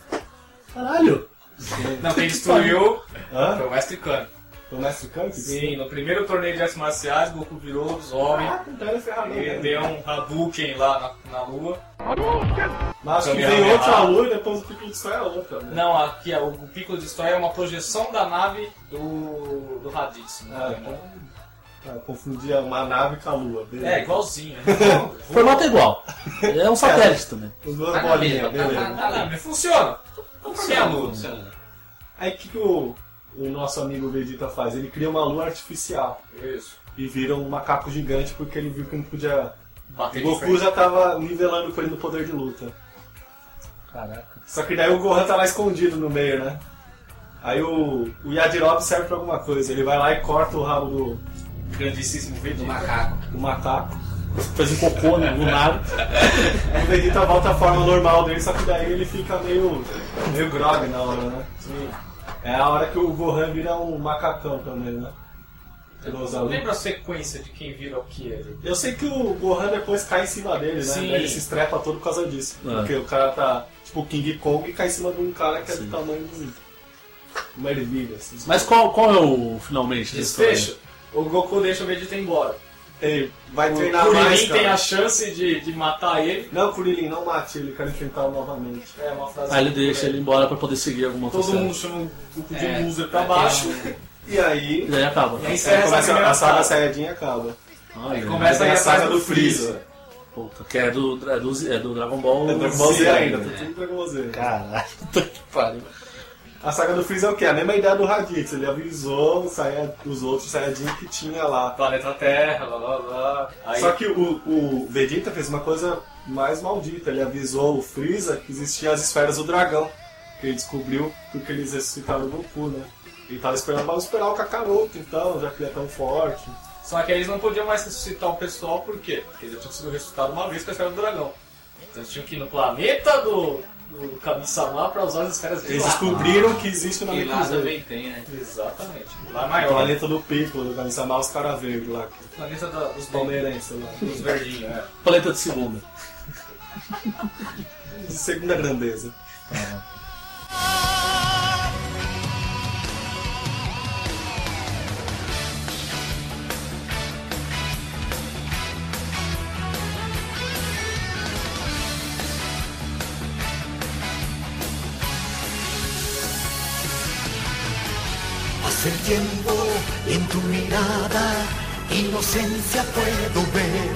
Speaker 1: Caralho!
Speaker 4: Não, quem destruiu
Speaker 2: Hã?
Speaker 4: foi o Mestre Kano.
Speaker 2: O Mestre Kang?
Speaker 4: Sim, no primeiro torneio de artes marciais, Goku virou lobisomem.
Speaker 2: Ah, então ele é ferramenta.
Speaker 4: Ele deu um Hadouken lá na, na lua.
Speaker 2: Mas acho que
Speaker 4: Também
Speaker 2: tem
Speaker 4: é
Speaker 2: outra
Speaker 4: errado.
Speaker 2: lua e depois o Piccolo destrói a outra, né?
Speaker 4: Não, aqui ó, o Piccolo destrói é uma projeção da nave do, do Raditz. né?
Speaker 2: Ah, então... Ah, eu confundi uma nave com a lua. beleza.
Speaker 4: É, igualzinho. né?
Speaker 1: O formato é igual. É
Speaker 2: [LAUGHS]
Speaker 1: um satélite também.
Speaker 2: Com duas
Speaker 3: Tá na mesma,
Speaker 2: bolinhas,
Speaker 3: tá-
Speaker 2: beleza.
Speaker 3: tá-
Speaker 4: Ah, não, mas funciona. Conforme a lua.
Speaker 2: Aí o que, que o, o nosso amigo Vegeta faz? Ele cria uma lua artificial
Speaker 4: Isso.
Speaker 2: e vira um macaco gigante porque ele viu que não podia.
Speaker 4: Bater de
Speaker 2: Goku
Speaker 4: frente.
Speaker 2: já tava nivelando com ele no poder de luta.
Speaker 1: Caraca.
Speaker 2: Só que daí o Gohan tá lá escondido no meio, né? Aí o, o Yajirobe serve pra alguma coisa. Ele vai lá e corta o rabo do grandíssimo
Speaker 3: Do
Speaker 2: Vegeta,
Speaker 3: macaco.
Speaker 2: do macaco. Faz um cocô no lunar. o Vegeta volta à forma normal dele, só que daí ele fica meio, meio grog na hora, né? É a hora que o Gohan vira um macacão também, né? Pelosa lua.
Speaker 4: Lembra a sequência de quem vira o que ali?
Speaker 2: Eu sei que o Gohan depois cai em cima dele, né?
Speaker 4: Sim.
Speaker 2: Daí Ele se estrepa todo por causa disso.
Speaker 1: É.
Speaker 2: Porque o cara tá, tipo, o King Kong e cai em cima de um cara que é
Speaker 1: Sim.
Speaker 2: do tamanho de uma ervilha, assim.
Speaker 1: Mas qual, qual é o finalmente? dessa
Speaker 4: Desfecho. O Goku deixa o Vegeta embora.
Speaker 2: Ele vai
Speaker 4: O
Speaker 2: treinar mais,
Speaker 4: Kuririn
Speaker 2: cara.
Speaker 4: tem a chance de, de matar ele.
Speaker 2: Não, Kuririn, não mate ele, quero enfrentá-lo novamente.
Speaker 4: É uma frase.
Speaker 2: Ah,
Speaker 1: história? Aí ele deixa ele embora pra poder seguir alguma outra
Speaker 4: Todo
Speaker 1: série.
Speaker 4: mundo chama o Goku de
Speaker 3: É,
Speaker 4: loser pra baixo.
Speaker 2: E aí,
Speaker 1: E aí acaba.
Speaker 4: E aí
Speaker 2: aí
Speaker 4: [LAUGHS] encerra essa
Speaker 2: um- é, começa a,
Speaker 4: primeira
Speaker 2: a saga
Speaker 4: saga.
Speaker 2: Saiyajin acaba.
Speaker 1: Olha,
Speaker 4: Começa aí é
Speaker 2: Tem
Speaker 4: a saga do
Speaker 2: Freeza.
Speaker 4: Freeza.
Speaker 1: Puta, que é do, é do, é do Dragon Ball.
Speaker 2: É Dragon Ball Z
Speaker 1: Z
Speaker 2: ainda,
Speaker 1: né?
Speaker 2: tá tudo Dragon Ball Z.
Speaker 1: Caralho, puta que pariu.
Speaker 2: A saga do Freeza é o quê? A mesma ideia do Raditz. Ele avisou os Saiyaj- os outros Saiyajin que tinha lá.
Speaker 4: Planeta Terra, blá blá blá. Aí
Speaker 2: Só que o, o Vegeta fez uma coisa mais maldita. Ele avisou o Freeza que existiam as esferas do dragão. Que ele descobriu porque eles ressuscitaram o Goku, né? Ele tava esperando, vamos esperar o Kakaroto então, já que ele é tão forte.
Speaker 4: Só que aí eles não podiam mais ressuscitar o pessoal, por quê? Porque eles já tinham sido ressuscitados uma vez com a esfera do dragão. Então eles tinham que ir no planeta do, do Kami-sama pra usar as esferas de
Speaker 2: Eles
Speaker 4: lá.
Speaker 2: descobriram que existe na
Speaker 3: Que lá
Speaker 2: Mikuzen.
Speaker 3: também tem, né?
Speaker 4: Exatamente. Lá é
Speaker 2: O
Speaker 4: maior.
Speaker 2: planeta do Piccolo, do Kami-sama, os caras verdes lá.
Speaker 4: O planeta da- dos palmeiras.
Speaker 2: Palmeirense lá.
Speaker 4: Dos verdinhos, é.
Speaker 1: Planeta de segunda.
Speaker 2: De [LAUGHS] segunda grandeza.
Speaker 10: Hace tiempo en tu mirada inocencia puedo ver.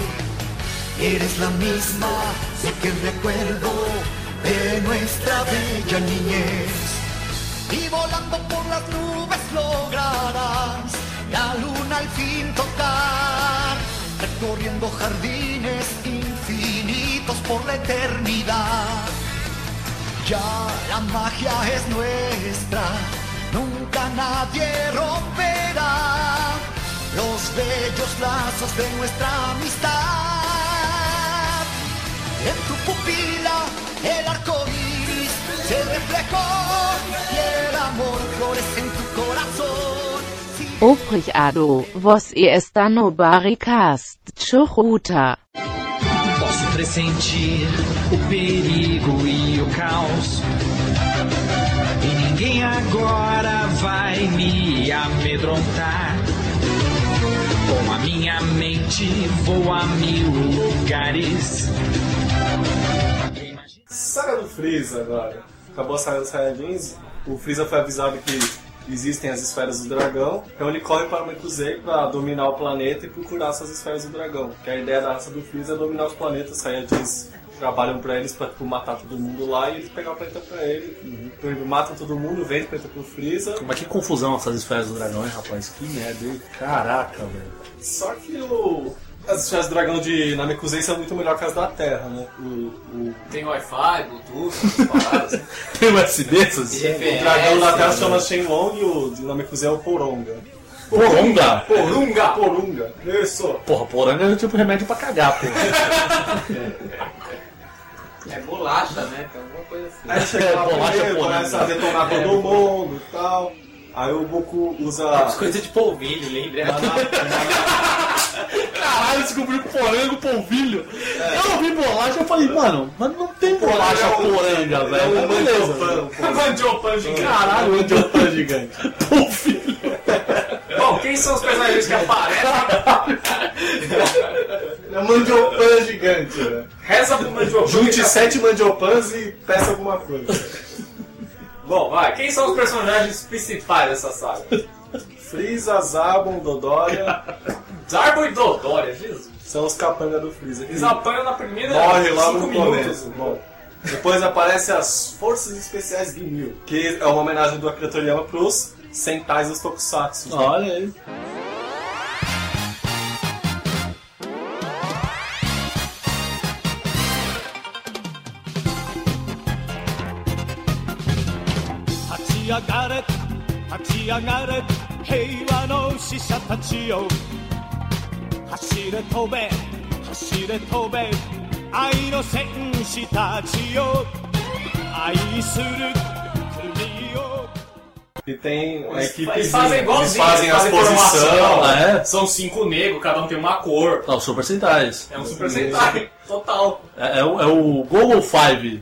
Speaker 10: Eres la misma de que recuerdo de nuestra bella niñez. Y volando por las nubes lograrás la luna al fin tocar. Recorriendo jardines infinitos por la eternidad. Ya la magia es nuestra, nunca nadie romperá los bellos lazos de nuestra amistad. En tu pupila el arco iris se reflejó y el amor florece en tu corazón. Si
Speaker 7: Obrigado, vos está no Barricast, Churuta.
Speaker 10: Posso pressentir o perigo e o caos. E ninguém agora vai me amedrontar. Com a minha mente vou a mil lugares.
Speaker 2: Saga do Freeza agora. Acabou a saga dos Saiyajins. O Freeza foi avisado que existem as esferas do dragão. Então ele corre para o Mekuzei para dominar o planeta e procurar essas esferas do dragão. Que a ideia da raça do Freeza é dominar os planetas. Os Saiyajins trabalham para eles para tipo, matar todo mundo lá e eles pegam o planeta para ele. Então ele mata todo mundo, vende o planeta pro Freeza.
Speaker 1: Mas que confusão essas esferas do dragão, hein, rapaz? Que merda, hein? Caraca, velho.
Speaker 2: Só que o... As esferas do dragão de Namekusei são muito melhor que as da Terra, né? O, o
Speaker 4: Tem Wi-Fi, Bluetooth, essas paradas.
Speaker 1: [LAUGHS]
Speaker 4: né?
Speaker 3: [LAUGHS]
Speaker 1: Tem USB essas? É.
Speaker 2: é O dragão da Terra se chama Shenlong e o de Namekusei é o Poronga.
Speaker 1: Porunga?
Speaker 2: Porunga! É, Porunga! Isso!
Speaker 1: Porra, poranga é tipo remédio pra cagar, pô.
Speaker 3: É bolacha, né? Tem alguma coisa assim.
Speaker 2: Aí chega lá
Speaker 1: É, bolacha É.
Speaker 2: primeiro,
Speaker 1: poranga.
Speaker 2: começa a detonar todo mundo e tal. Aí o Goku usa.
Speaker 1: É,
Speaker 3: As coisas de polvilho, lembra?
Speaker 1: Caralho, descobriu porango, polvilho. Eu ouvi bolacha, eu falei, mano, mas não tem
Speaker 2: é
Speaker 1: bolacha
Speaker 2: um
Speaker 1: poranga,
Speaker 2: né?
Speaker 1: velho. Mas é beleza. né?
Speaker 2: [LAUGHS]
Speaker 4: Mandiopan [LAUGHS] gigante.
Speaker 1: Caralho, onde eu tô gigante? Polvilho.
Speaker 4: Bom, quem são os personagens que aparecem?
Speaker 2: É um mandiopan gigante, né?
Speaker 4: Reza pro Mandiopan.
Speaker 2: Junte sete mandiopans e peça alguma coisa.
Speaker 4: Bom, vai. Quem são os personagens principais dessa saga?
Speaker 2: Freeza, Zabon, Dodoria
Speaker 4: Zarbo e Dodória, Jesus.
Speaker 2: são os capanga do Freeza. que
Speaker 4: Eles apanham na primeira
Speaker 2: Morre lá
Speaker 4: cinco
Speaker 2: no
Speaker 4: minutos.
Speaker 2: começo. Bom, depois aparece as Forças Especiais Guinil, que é uma homenagem do Akira Toriyama pros Sentais dos Tokusatsu.
Speaker 1: Olha aí.
Speaker 2: E tem a equipe.
Speaker 4: Eles fazem igualzinho.
Speaker 2: Eles fazem as
Speaker 4: formação,
Speaker 2: posições.
Speaker 1: né?
Speaker 4: São cinco negros, cada um tem uma cor.
Speaker 1: Não, Tá, Super Sentais.
Speaker 4: É um super sentai. Total.
Speaker 1: É, é o, é o Google 5.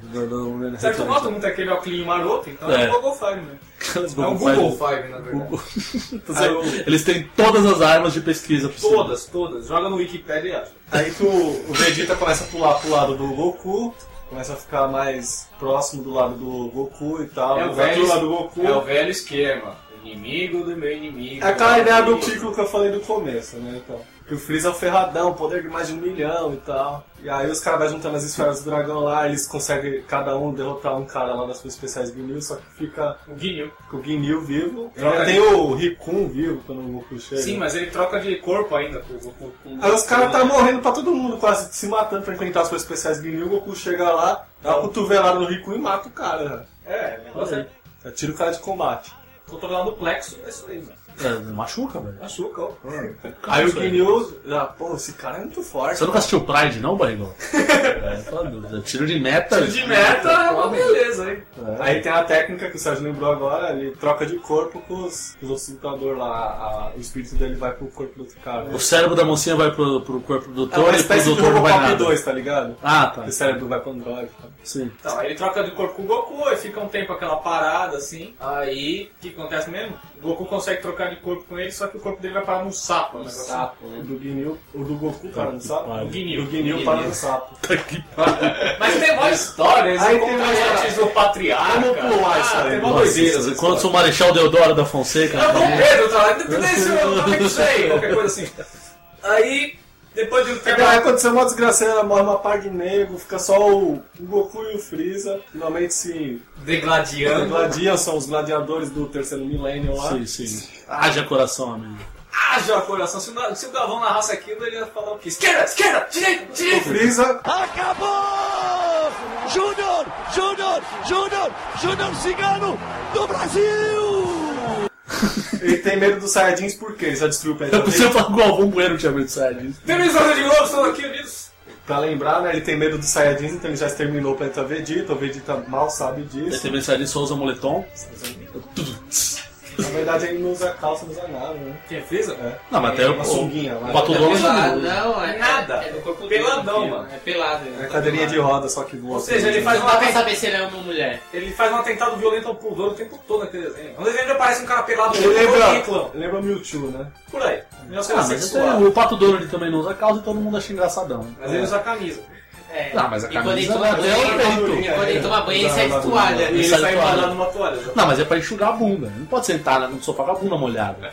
Speaker 1: do- do- do-
Speaker 4: Certo, eu gosto muito daquele óculos maroto, então
Speaker 1: É.
Speaker 4: é, um Google Five, né?
Speaker 1: Aquelas
Speaker 4: É um
Speaker 1: Google
Speaker 4: Google
Speaker 1: Five.
Speaker 4: Five, na verdade.
Speaker 1: Então, Eles têm todas as armas de pesquisa possível.
Speaker 4: Todas, todas. Joga no Wikipedia e acha.
Speaker 2: Aí que o, o Vegeta começa a pular pro lado do Goku, começa a ficar mais próximo do lado do Goku e tal.
Speaker 4: É o
Speaker 2: vai
Speaker 4: velho-
Speaker 2: pro lado do Goku.
Speaker 4: É o velho esquema. Inimigo do meu inimigo.
Speaker 2: É aquela ideia do Piccolo que eu falei do começo, né? Então, que o Freeza é o ferradão, poder de mais de um milhão e tal. E aí os caras vão juntando as esferas do dragão lá, eles conseguem cada um derrotar um cara lá das suas especiais Ginyu, só que fica
Speaker 4: O Guinho.
Speaker 2: com o Ginyu vivo.
Speaker 4: Droga.
Speaker 2: Tem o Rikun vivo quando o Goku chega.
Speaker 4: É. Sim, mas ele troca de corpo ainda. Com, com, com,
Speaker 2: Aí os caras tá morrendo pra todo mundo, quase se matando pra enfrentar as suas especiais Ginyu, o Goku chega lá, dá uma cotovelada no Rikun e mata o cara. né?
Speaker 4: É, o negócio é
Speaker 2: Já tira o cara de combate.
Speaker 4: controlar do plexo. É isso aí, mano.
Speaker 1: É, machuca, velho.
Speaker 4: Machuca, ó.
Speaker 2: Aí o
Speaker 1: isso aí.
Speaker 2: Ginyu, ah, pô, esse cara é muito forte.
Speaker 1: Você nunca assistiu Pride, não,
Speaker 4: [LAUGHS]
Speaker 1: Barrigão? é, fala, meu Deus, tiro de meta. É.
Speaker 4: De meta, é uma beleza, hein?
Speaker 2: Aí tem a técnica que o Sérgio lembrou agora, ele troca de corpo com os, com os outros lutadores lá. a- a- o espírito dele vai pro corpo do outro cara.
Speaker 1: O cérebro da mocinha vai pro, pro corpo do
Speaker 2: É
Speaker 1: doutor
Speaker 2: uma
Speaker 1: e pro
Speaker 2: espécie de
Speaker 1: doutor não vai
Speaker 2: Robocop
Speaker 1: nada.
Speaker 2: 2, tá ligado?
Speaker 1: Ah, tá.
Speaker 2: O cérebro vai pro Android. tá?
Speaker 1: Sim.
Speaker 4: Então, aí ele troca de corpo com o Goku, aí fica um tempo aquela parada assim. Aí, o que acontece mesmo? O Goku consegue trocar de corpo com ele, só que o corpo dele vai parar num sapo. Um sapo.
Speaker 2: O do Ginyu, o do Goku para no sapo.
Speaker 1: pariu.
Speaker 2: O
Speaker 4: Guinil.
Speaker 2: do Ginyu para
Speaker 4: [LAUGHS]
Speaker 2: no sapo.
Speaker 4: Mas tem uma história, né? eles
Speaker 2: Aí
Speaker 4: encontram
Speaker 2: tem mais-
Speaker 4: antes do patriarca.
Speaker 2: Vamos pular isso
Speaker 4: ah,
Speaker 2: aí.
Speaker 4: Tem uma
Speaker 2: Nossa,
Speaker 4: doideira. essa
Speaker 1: Quando sou o Marechal Deodoro da Fonseca.
Speaker 4: É o Dom Pedro, tá lá, tudo isso, eu não sei, qualquer coisa assim. Aí, depois de um tempo,
Speaker 2: Aí aconteceu uma é desgraceira, morre uma par de nego, fica só o, o Goku e o Freeza. Finalmente se
Speaker 4: degladiando,
Speaker 2: gladiam, são os gladiadores do terceiro milênio lá.
Speaker 1: Sim, sim. Haja coração, amigo.
Speaker 4: haja coração. Se o, Na- se o Galvão narrasse aquilo, ele ia falar o quê? Esquerda, esquerda, direita,
Speaker 2: O
Speaker 4: direita.
Speaker 2: Freeza
Speaker 5: Acabou! Júnior! Júnior! Júnior! Júnior Cigano do Brasil!
Speaker 2: ele tem medo dos Saiyajins porque ele já destruiu o planeta
Speaker 1: Eu pensei falar que o Galvão Bueno tinha medo de sair disso.
Speaker 4: Televisão um de Globo, estão aqui unidos.
Speaker 2: Pra lembrar, né, ele tem medo dos Saiyajins, então ele já exterminou o planeta Vegeta, o Vegeta mal sabe
Speaker 1: Deve
Speaker 2: disso.
Speaker 1: ter medo de sair disso, só usa moletom.
Speaker 2: Na verdade ele não usa calça, não usa nada, né?
Speaker 4: Quem fez? É.
Speaker 1: Não, mas até o,
Speaker 2: uma
Speaker 1: o,
Speaker 2: sunguinha lá.
Speaker 1: o
Speaker 3: É
Speaker 1: Pato Donald
Speaker 3: Pelado,
Speaker 1: não.
Speaker 3: não, é
Speaker 4: Nada.
Speaker 3: É do corpo dele,
Speaker 4: Peladão,
Speaker 3: filho.
Speaker 4: mano.
Speaker 3: É pelado. ele
Speaker 2: É
Speaker 3: não tá
Speaker 2: cadeirinha de
Speaker 3: pelado.
Speaker 2: roda, só que voa.
Speaker 4: Ou seja, ele faz,
Speaker 3: Não dá pra
Speaker 4: um,
Speaker 3: saber se ele é homem ou mulher.
Speaker 4: ele faz um atentado violento ao pudor o tempo todo naquele desenho. No desenho ele aparece um cara pelado,
Speaker 2: Ele
Speaker 4: todo
Speaker 2: lembra,
Speaker 4: reclão.
Speaker 2: lembra Mewtwo, né?
Speaker 4: Por aí. Ele é um
Speaker 1: Ah,
Speaker 4: cara
Speaker 1: mas
Speaker 4: sexual.
Speaker 1: até o Pato Donald também não usa calça e todo mundo acha engraçadão.
Speaker 4: Mas ele usa camisa.
Speaker 3: É.
Speaker 1: Não, mas a
Speaker 3: e quando ele
Speaker 1: camisa
Speaker 3: toma
Speaker 1: dá até o
Speaker 3: banho,
Speaker 1: peito.
Speaker 3: e quando ele toma banho, ele
Speaker 2: Dá-
Speaker 3: sai
Speaker 2: dá-
Speaker 3: de toalha.
Speaker 4: E ele
Speaker 1: sai
Speaker 4: sai
Speaker 1: toalha.
Speaker 4: embalado Tá numa toalha. exato.
Speaker 1: Não, mas é pra enxugar a bunda. Não pode sentar no sofá com a bunda molhada.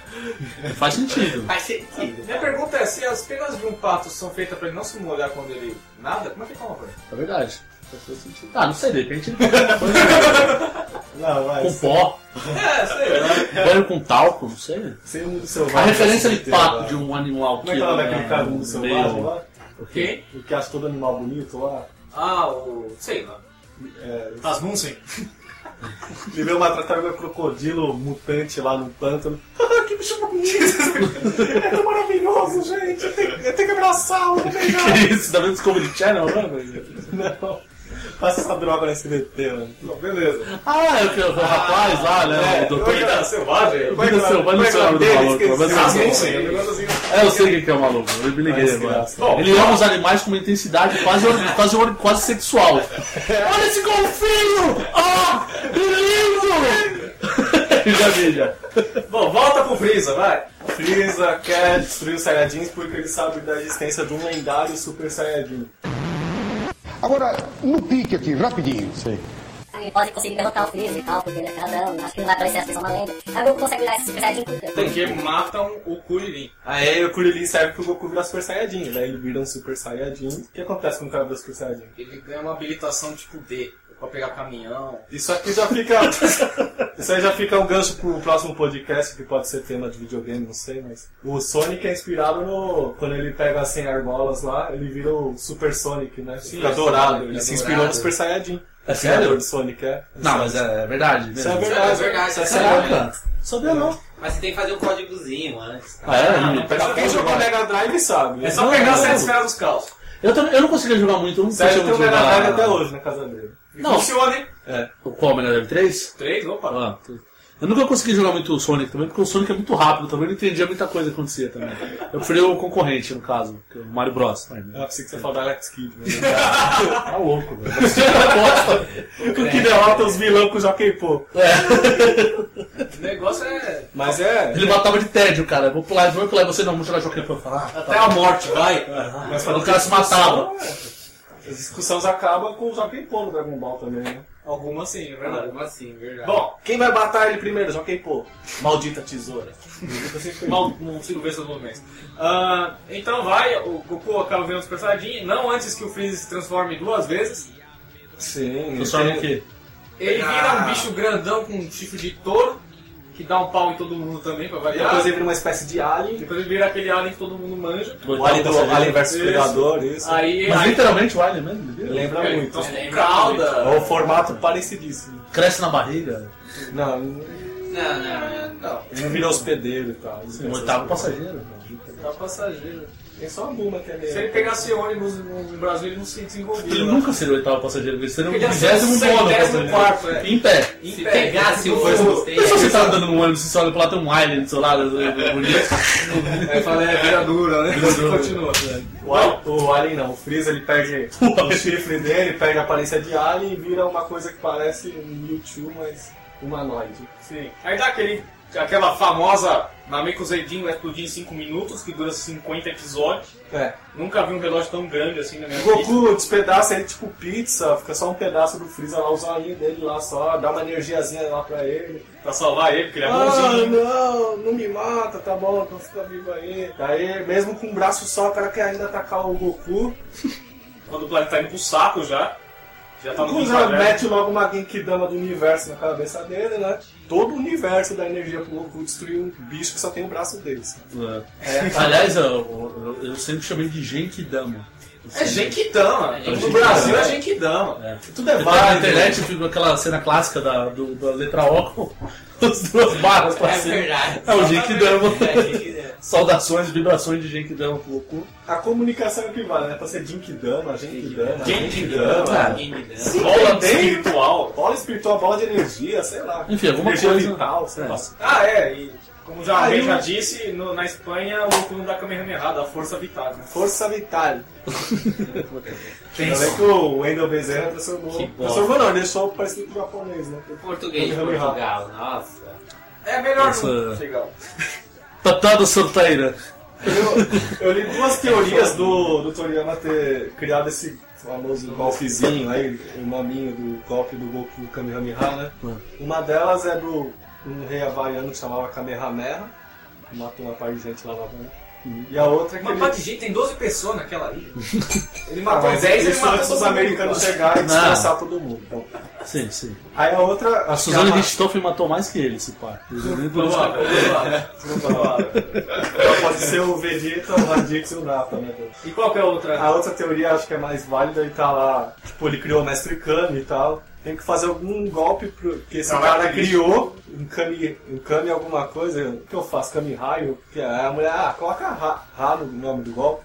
Speaker 1: Não faz sentido.
Speaker 3: Faz sentido.
Speaker 4: Minha pergunta é se as penas de um pato são feitas pra ele não se molhar quando ele nada, como é que ele toma banho?
Speaker 1: É verdade. Ah, não sei, de repente ele pega banho
Speaker 2: Não, vai.
Speaker 1: com pó,
Speaker 4: É, sei lá.
Speaker 1: banho com talco, não sei.
Speaker 2: Sem mundo
Speaker 1: A
Speaker 2: selvagem.
Speaker 1: referência de
Speaker 2: inteiro,
Speaker 1: pato
Speaker 2: lá.
Speaker 1: de um animal
Speaker 2: Como
Speaker 1: que
Speaker 2: é que ela
Speaker 1: é
Speaker 2: vai clicar no mundo selvagem
Speaker 1: meio...
Speaker 2: lá?
Speaker 1: O
Speaker 4: Quem?
Speaker 2: O que acha todo animal bonito lá?
Speaker 4: Ah, o. sei lá.
Speaker 2: É,
Speaker 4: Asmunsen.
Speaker 2: Ele vê uma tartaruga crocodilo mutante lá no pântano. [LAUGHS] que bicho bonito! é tão maravilhoso, gente! Eu tenho, eu tenho que abraçar, eu vou beijar!
Speaker 1: [LAUGHS] Que isso? Tá vendo Discovery Channel, né, velho?
Speaker 2: Não. Passa essa droga no SBT, mano.
Speaker 4: Não, beleza.
Speaker 1: Ah, é o, que- o rapaz lá, né?
Speaker 4: É,
Speaker 1: o doutor.
Speaker 4: Vida Selvagem.
Speaker 1: Vai, Vida Selvagem, não sei o nome do maluco, mas
Speaker 4: Ah,
Speaker 1: eu sei.
Speaker 4: não sei, é um negócio assim.
Speaker 1: É, eu sei quem que é o maluco, eu me liguei
Speaker 2: Mas que
Speaker 1: agora.
Speaker 2: graça. Bom,
Speaker 1: ele ama os animais com uma intensidade quase, quase, quase sexual. [LAUGHS] Olha esse golfinho! Ah, que lindo! [LAUGHS] já vi, já.
Speaker 4: Bom, volta pro Freeza, vai.
Speaker 2: Freeza quer destruir os Saiyajins porque ele sabe da existência de um lendário Super Saiyajin.
Speaker 5: Agora, no pique aqui, rapidinho.
Speaker 10: Ele pode conseguir derrotar o Freeza e tal, porque ele é casão, acho que não vai aparecer essa uma lenda. Aí o Goku consegue virar esse tipo Super Saiyajin Puta.
Speaker 4: Porque matam Então, o Kuririn.
Speaker 2: Aí o Kuririn serve pro Goku virar Super Saiyajin. Daí ele vira um Super Saiyajin. O que acontece com o cara do Super Saiyajin?
Speaker 4: Ele ganha uma habilitação tipo D. Pra pegar caminhão.
Speaker 2: Isso aqui já fica. [LAUGHS] Isso aí já fica um gancho pro próximo podcast, que pode ser tema de videogame, não sei, mas. O Sonic é inspirado no. Quando ele pega as 100 argolas lá, ele vira o Super Sonic, né? fica
Speaker 4: é
Speaker 2: dourado.
Speaker 4: Sonic,
Speaker 2: Ele
Speaker 4: é
Speaker 2: se
Speaker 4: dourado.
Speaker 2: inspirou no Super Saiyajin.
Speaker 1: É
Speaker 2: O criador
Speaker 1: sério?
Speaker 2: do Sonic é.
Speaker 1: Não, mas é, verdade.
Speaker 2: Isso
Speaker 1: Mesmo.
Speaker 2: é verdade.
Speaker 4: É verdade,
Speaker 2: Isso é
Speaker 4: é
Speaker 2: sério.
Speaker 4: verdade.
Speaker 2: Sabia não.
Speaker 3: Mas você tem que fazer um códigozinho antes.
Speaker 1: Ah, é? Ele pega
Speaker 2: Quem
Speaker 1: fogo,
Speaker 2: jogou
Speaker 1: vai.
Speaker 2: Mega Drive sabe.
Speaker 4: É só
Speaker 1: Não,
Speaker 4: pegar
Speaker 1: não.
Speaker 4: as sete esferas dos caos.
Speaker 1: eu, também- eu não conseguia jogar muito, eu não
Speaker 2: Sérgio
Speaker 1: consigo
Speaker 2: tem um Mega Drive até hoje na casa dele.
Speaker 1: Não.
Speaker 4: Funciona, hein?
Speaker 1: O qual, Mega Drive 3?
Speaker 4: Três, opa.
Speaker 1: Ah, eu nunca consegui jogar muito o Sonic também, porque o Sonic é muito rápido também, eu não entendia muita coisa que acontecia também. Eu preferi o concorrente, no caso, que é o Mario Bros. Mas,
Speaker 2: Ah, pensei que você falou da Alex Kidd, né? [LAUGHS]
Speaker 1: Tá louco, velho. Bosta.
Speaker 2: O que
Speaker 1: é
Speaker 2: derrota os vilão com o Jockey Pô.
Speaker 4: O negócio é.
Speaker 2: Mas é.
Speaker 1: Ele matava de tédio, cara. Eu Vou pular, vou pular e você não, vou jogar Joker pra falar.
Speaker 4: Até a morte, vai.
Speaker 2: Mas
Speaker 1: O cara se matava.
Speaker 2: As discussões acabam com o Joaquim Pô no Dragon Ball também, né?
Speaker 4: Alguma sim, é verdade.
Speaker 3: Alguma assim, verdade.
Speaker 2: Bom, quem vai matar ele primeiro, Joaquim Pô? Maldita tesoura.
Speaker 4: Mal, não consigo ver esses movimentos. Ah, então vai, o Goku acaba vendo o Super Saiyajin, não antes que o Freeza se transforme duas vezes.
Speaker 2: Sim.
Speaker 1: Transforma o quê?
Speaker 4: Ele vira um bicho grandão com um chifre de touro, que dá um pau em todo mundo também, pra variar.
Speaker 2: Depois ele vira uma espécie de alien.
Speaker 4: Depois ele vira aquele alien que todo mundo manja.
Speaker 2: O
Speaker 1: um
Speaker 2: alien do Alien vs
Speaker 4: Isso.
Speaker 2: Predador, isso.
Speaker 4: Aí,
Speaker 1: Mas
Speaker 4: aí
Speaker 1: literalmente o Alien mesmo, entendeu?
Speaker 2: Lembra
Speaker 4: ele
Speaker 2: muito.
Speaker 4: toca Então, com cauda.
Speaker 2: É o formato parecidíssimo.
Speaker 1: Cresce na barriga.
Speaker 2: Não,
Speaker 3: Não, não, não.
Speaker 2: ele não virou hospedeiro e tal. Isso
Speaker 1: Um
Speaker 2: é
Speaker 1: oitavo
Speaker 2: essas coisas.
Speaker 1: passageiro.
Speaker 4: Tá passageiro.
Speaker 2: Tem só alguma que é meio-
Speaker 4: Se ele pegasse ônibus no no Brasil, ele não se desenvolvia.
Speaker 1: Ele nunca seria o oitavo passageiro, ele seria o
Speaker 4: Ele ia ser o
Speaker 1: vigésimo nono
Speaker 4: centésimo quarto,
Speaker 1: passageiro.
Speaker 4: é.
Speaker 1: Em pé.
Speaker 4: Em
Speaker 3: Se
Speaker 4: pé.
Speaker 3: pegasse o ônibus dele.
Speaker 4: é
Speaker 3: é
Speaker 1: Pensa se você tá andando num ônibus e você olha pra lá, tem um Alien do seu lado, bonito.
Speaker 4: Aí fala, é, vira dura, né?
Speaker 1: dura.
Speaker 4: Continua.
Speaker 2: O Alien, o Alien não, o Freeza ele perde o chifre dele, perde a aparência de Alien e vira uma coisa que parece um Mewtwo, mas humanoide.
Speaker 4: Sim. Aí dá aquele, aquela famosa Nameku Zeidin vai explodir em 5 minutos, que dura 50 episódios.
Speaker 2: É.
Speaker 4: Nunca vi um relógio tão grande assim na minha
Speaker 2: O
Speaker 4: vida.
Speaker 2: Goku despedaça ele tipo pizza, fica só um pedaço do Freeza lá, os olhinhos dele lá só, dá uma energiazinha lá pra ele.
Speaker 4: Pra salvar ele, porque ele é
Speaker 2: Ah,
Speaker 4: bonzinho.
Speaker 2: não, não me mata, tá bom, então fica vivo aí. Daí, mesmo com um braço só, o cara quer ainda atacar o Goku.
Speaker 4: Quando o planeta tá indo pro saco já. Já tá no
Speaker 2: Goku
Speaker 4: mundo
Speaker 2: já
Speaker 4: aberto.
Speaker 2: mete logo uma Genkidama do universo na cabeça dele, né? Todo o universo dá energia pro Goku destruir um bicho que só tem o braço dele.
Speaker 1: É. Aliás, eu, eu- eu sempre chamei de Genkidama.
Speaker 4: É Genkidama.
Speaker 1: Genkidama.
Speaker 4: No Brasil é Genkidama.
Speaker 1: É.
Speaker 2: Tudo é
Speaker 1: Eu tava na
Speaker 2: válido.
Speaker 1: internet, eu fiz aquela cena clássica da, do- da letra O [LAUGHS] com as duas barras pra
Speaker 3: É
Speaker 1: cima.
Speaker 3: verdade.
Speaker 1: É o Genkidama.
Speaker 3: É,
Speaker 1: Saudações, vibrações de Genkidama pro Goku.
Speaker 2: A comunicação é o que vale, né? Pra ser Jinkidama, Genkidama,
Speaker 3: Genkidama.
Speaker 2: Genkidama.
Speaker 3: Genkidama.
Speaker 2: Bola
Speaker 4: Tem-
Speaker 2: espiritual, bola espiritual, bola de energia, sei lá.
Speaker 1: Enfim, alguma
Speaker 2: energia
Speaker 1: coisa.
Speaker 2: vital, sei
Speaker 1: É.
Speaker 2: lá.
Speaker 4: Ah, é. E como já,
Speaker 2: Aí-
Speaker 4: eu já disse, no- na Espanha o Goku não dá Kamehameha errado, a força vital. Né?
Speaker 2: Força
Speaker 1: [LAUGHS]
Speaker 2: vital.
Speaker 4: Tem
Speaker 2: Ainda bem que o Wendel Bezerra transformou.
Speaker 3: bosta.
Speaker 2: Transformou não, deixou parecido com o japonês, né?
Speaker 3: Português de Portugal, nossa.
Speaker 4: É melhor
Speaker 1: Essa-
Speaker 4: não. Legal.
Speaker 1: Patada solteira.
Speaker 2: Eu, eu li duas teorias do, do Toriyama ter criado esse famoso golpezinho aí, o nominho do golpe do Goku Kamehameha, né?
Speaker 1: Ah.
Speaker 2: Uma delas é do um rei havaiano que chamava Kamehameha, que matou uma par de gente lá na Havana. E a outra é que
Speaker 4: Uma
Speaker 2: ele...
Speaker 4: parte de gente tem 12 pessoas naquela ilha. Ele
Speaker 2: Ah,
Speaker 4: matou
Speaker 2: mas
Speaker 4: 10 ele
Speaker 2: isso
Speaker 4: matou
Speaker 2: antes
Speaker 4: todo
Speaker 2: dos
Speaker 4: mundo.
Speaker 2: americanos chegarem e
Speaker 1: Não.
Speaker 2: destroçar todo mundo. Então,
Speaker 1: Sim, sim.
Speaker 2: aí a outra...
Speaker 1: A Suzane Richthofen matou mais que ele, esse par. Nem por isso que-
Speaker 2: Pode ser o Vegeta, o Radix e o Napa, né?
Speaker 4: E qual que é a outra?
Speaker 2: A outra teoria acho que é mais válida e tá lá, tipo, ele criou o Mestre Kami e tal. Tem que fazer algum golpe pro, que esse
Speaker 4: Não, é
Speaker 2: cara
Speaker 4: vai pro
Speaker 2: criou, um Kami, um Kami alguma coisa, o que eu faço? Kami raio? Que a a mulher, ah, coloca Ra, Ra no nome do golpe.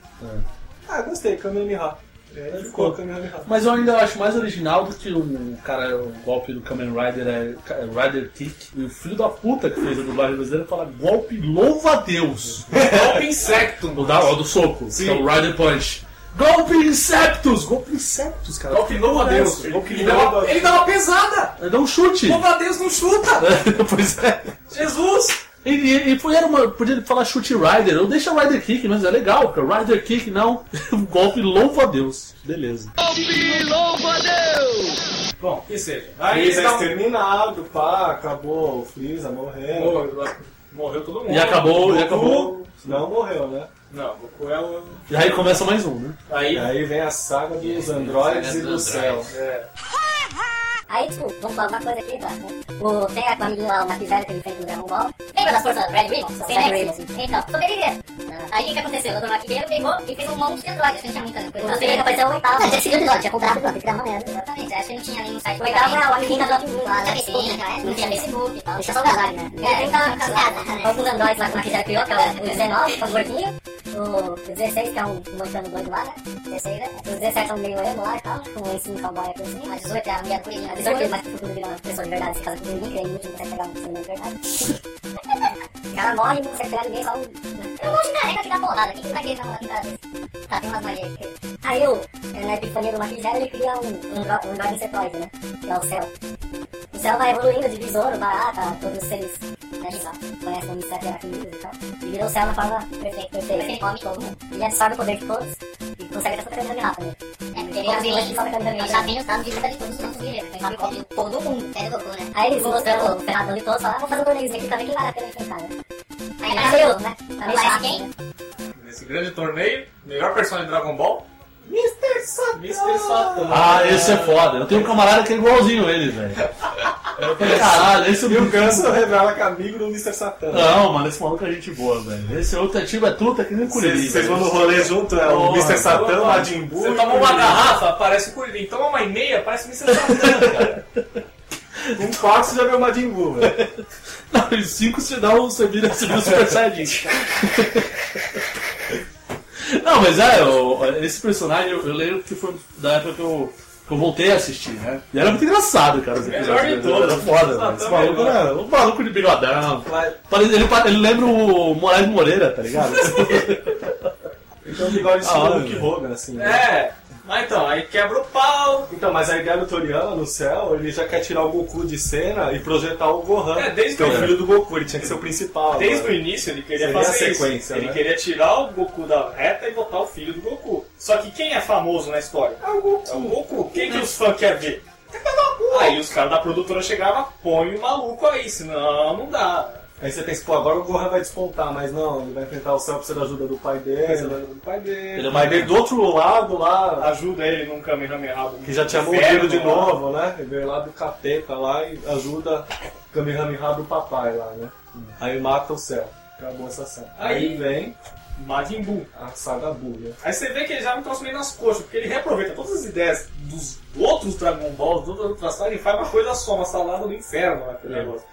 Speaker 2: Ah, gostei, Kami Ra. E aí ficou Kami é Ra.
Speaker 1: Mas eu ainda acho mais original do que o cara, o golpe do Kamen Rider é Ka- é Rider Kick. E o filho da puta que fez a dublagem brasileira fala golpe louva a Deus.
Speaker 4: Golpe Insecto,
Speaker 1: O
Speaker 4: mano.
Speaker 1: da, o do soco,
Speaker 4: Sim.
Speaker 1: que é o Rider Punch. Golpe Inceptus! Golpe Inceptus, cara.
Speaker 4: Golpe louvo a Deus.
Speaker 1: Ele golpe
Speaker 4: Ele dá uma, ele dá uma pesada.
Speaker 1: Ele dá um chute.
Speaker 4: Louvo a Deus não chuta.
Speaker 1: [LAUGHS] pois é.
Speaker 4: Jesus.
Speaker 1: E, e, e foi, era uma, podia falar chute Rider, ou deixa Rider Kick, mas é legal, cara. Rider Kick não, [LAUGHS] um golpe louva a Deus. Beleza.
Speaker 4: Bom, que seja. Aí ele
Speaker 2: Freeza é
Speaker 4: dá um-
Speaker 2: exterminado, pá, acabou, o Freeza morreu.
Speaker 4: Morreu, morreu todo mundo.
Speaker 1: E acabou, e
Speaker 2: Goku
Speaker 1: acabou.
Speaker 2: Não morreu, né?
Speaker 4: Não, Goku é o...
Speaker 1: E aí começa mais um, né?
Speaker 4: Aí...
Speaker 2: E aí vem a saga dos
Speaker 3: a
Speaker 2: androides
Speaker 3: saga
Speaker 2: e do
Speaker 3: dos
Speaker 2: céu.
Speaker 3: androides.
Speaker 4: É.
Speaker 10: Aí, tipo, vamos falar uma coisa aqui, tá? O, tem aquele amiguinho lá, o Max Velho, que ele fez no Dragon Ball. Lembra das forças Red Ribbon? Red Ribbon. Então, sobreviveram. Aí, o que aconteceu? O Dr. Maquineiro pegou e fez um monte de androides, que não tinha muita coisa. Não, ele apareceu o oitavo. Não, já seguiu o episódio, tinha comprado o próprio, que amanhã. Exatamente, acho que não tinha nenhum site. O oitavo era o Aquilina do Aquilina lá, da Facebook, né? Não tinha Facebook e tal. Deixa só o Gazag, né? É, ele tava casado. Alguns androides lá que o Maquineiro criou, que era o 19, que é o gordinho. O 16, que é um mostrando doido lá, né? 16, né? Os 17 são meio emo lá e tal, com esse cowboy aqui assim. A 18 é a minha coelhinha. A 18 é mais pro futuro virar uma pessoa de verdade, se casa com ninguém, que aí no último consegue pegar uma pessoa de verdade. O cara morre e não consegue pegar ninguém, só um. Eu gosto de careca que dá porrada. Quem que vai querer dar uma pintada desse? Tá, tem umas magias aqui. Aí eu, na epifania do Maquis ele cria um, um, dro- um droga insetoide, né? Que é o céu. O céu vai evoluindo de besouro, barata, todos os seres. Né, que só conhecem o inseto e aracnídeos e tal. E virou o céu na forma perfeita, perfeita. Ele come todo mundo. Ele absorve o é poder de todos. E consegue até sua camisa de rato, né? É, porque ele é vilão que sobe a camisa de rato. Já tem os dados de luta de todos os outros guerreiros. Ele come come todo mundo. É do Goku, né? Aí eles vão mostrando o ferradão de todos. Falaram, ah, vou fazer um torneiozinho aqui pra ver quem vai a pena enfrentar, né? Aí vai ser eu, né? Pra ver se quem?
Speaker 4: Nesse grande torneio, melhor personagem de Dragon Ball. Mr. Satan. Mr. Satan.
Speaker 1: Ah, esse é foda. Eu tenho um camarada que é igualzinho a ele, velho. Caralho, esse
Speaker 2: E o Ganso revela que é amigo do Mr. Satan.
Speaker 1: Não, mano, esse maluco é gente boa, velho. Esse outro é tipo, é truta que nem colírio.
Speaker 2: Vocês vocês vão no rolê junto, é o
Speaker 1: Porra,
Speaker 2: Mr. Satan, o
Speaker 4: Porra,
Speaker 2: Majin Buu.
Speaker 4: Você
Speaker 2: e
Speaker 4: toma
Speaker 2: o
Speaker 4: uma garrafa, parece o Kuririn. Toma uma e meia, parece o
Speaker 1: [LAUGHS]
Speaker 4: Mr. Satan, cara.
Speaker 2: Um quarto você já viu o Majin Buu, velho.
Speaker 1: Não, em 5 se dá um você vira você vira o Super Saiyajin. Não, mas é, eu- esse personagem eu, eu lembro que foi da época que eu, que eu voltei a assistir, né? E era muito engraçado, cara. os
Speaker 4: Melhor de
Speaker 1: episódios, né?
Speaker 4: todos.
Speaker 1: Era foda,
Speaker 4: Ah,
Speaker 1: velho. Esse
Speaker 4: tá
Speaker 1: maluco
Speaker 4: melhor.
Speaker 1: era um maluco de bigodão.
Speaker 2: Mas-
Speaker 1: Pare- Ele, pa- ele lembra o Moraes Moreira, tá ligado?
Speaker 4: [LAUGHS]
Speaker 2: Então, bigode
Speaker 1: Ah,
Speaker 2: estilo
Speaker 1: olha,
Speaker 2: Hulk
Speaker 1: velho.
Speaker 2: Hogan, assim. né?
Speaker 4: É. Mas então, aí quebra o pau.
Speaker 2: Então, mas a ideia do Toriyama no céu, ele já quer tirar o Goku de cena e projetar o Gohan,
Speaker 4: É, desde
Speaker 2: que é o
Speaker 4: o-
Speaker 2: filho do Goku, ele tinha que ser o principal. né?
Speaker 4: Desde o
Speaker 2: agora.
Speaker 4: início ele queria
Speaker 2: Seria a
Speaker 4: fazer
Speaker 2: sequência,
Speaker 4: isso. Ele
Speaker 2: né?
Speaker 4: queria tirar o Goku da reta e botar o filho do Goku. Só que quem é famoso na história? É o Goku. Quem
Speaker 1: [LAUGHS]
Speaker 4: que os fãs querem ver? Aí os caras da produtora chegavam, põe o maluco aí, senão não dá.
Speaker 2: Aí você pensa, pô, agora o Gohan vai despontar, mas não, ele vai enfrentar o céu precisa da ajuda do pai dele,
Speaker 4: Precisa da
Speaker 2: ajuda do pai dele.
Speaker 1: Ele é
Speaker 2: O pai dele do outro lado lá,
Speaker 4: Ajuda ele num Kamehameha.
Speaker 2: que já tinha morrido
Speaker 4: morrido
Speaker 2: de novo, né? Ele veio lá do capeta lá e ajuda o Kamehameha do papai lá, né? Aí mata o céu. Acabou essa cena. Aí,
Speaker 4: Hum. Aí-
Speaker 2: vem
Speaker 4: Majin Buu.
Speaker 2: a saga né? Buia.
Speaker 4: Aí você vê que ele já me trouxe meio nas coxas, porque ele reaproveita todas as ideias dos outros Dragon Balls, das outras sagas, e faz uma coisa só, uma salada do inferno naquele negócio.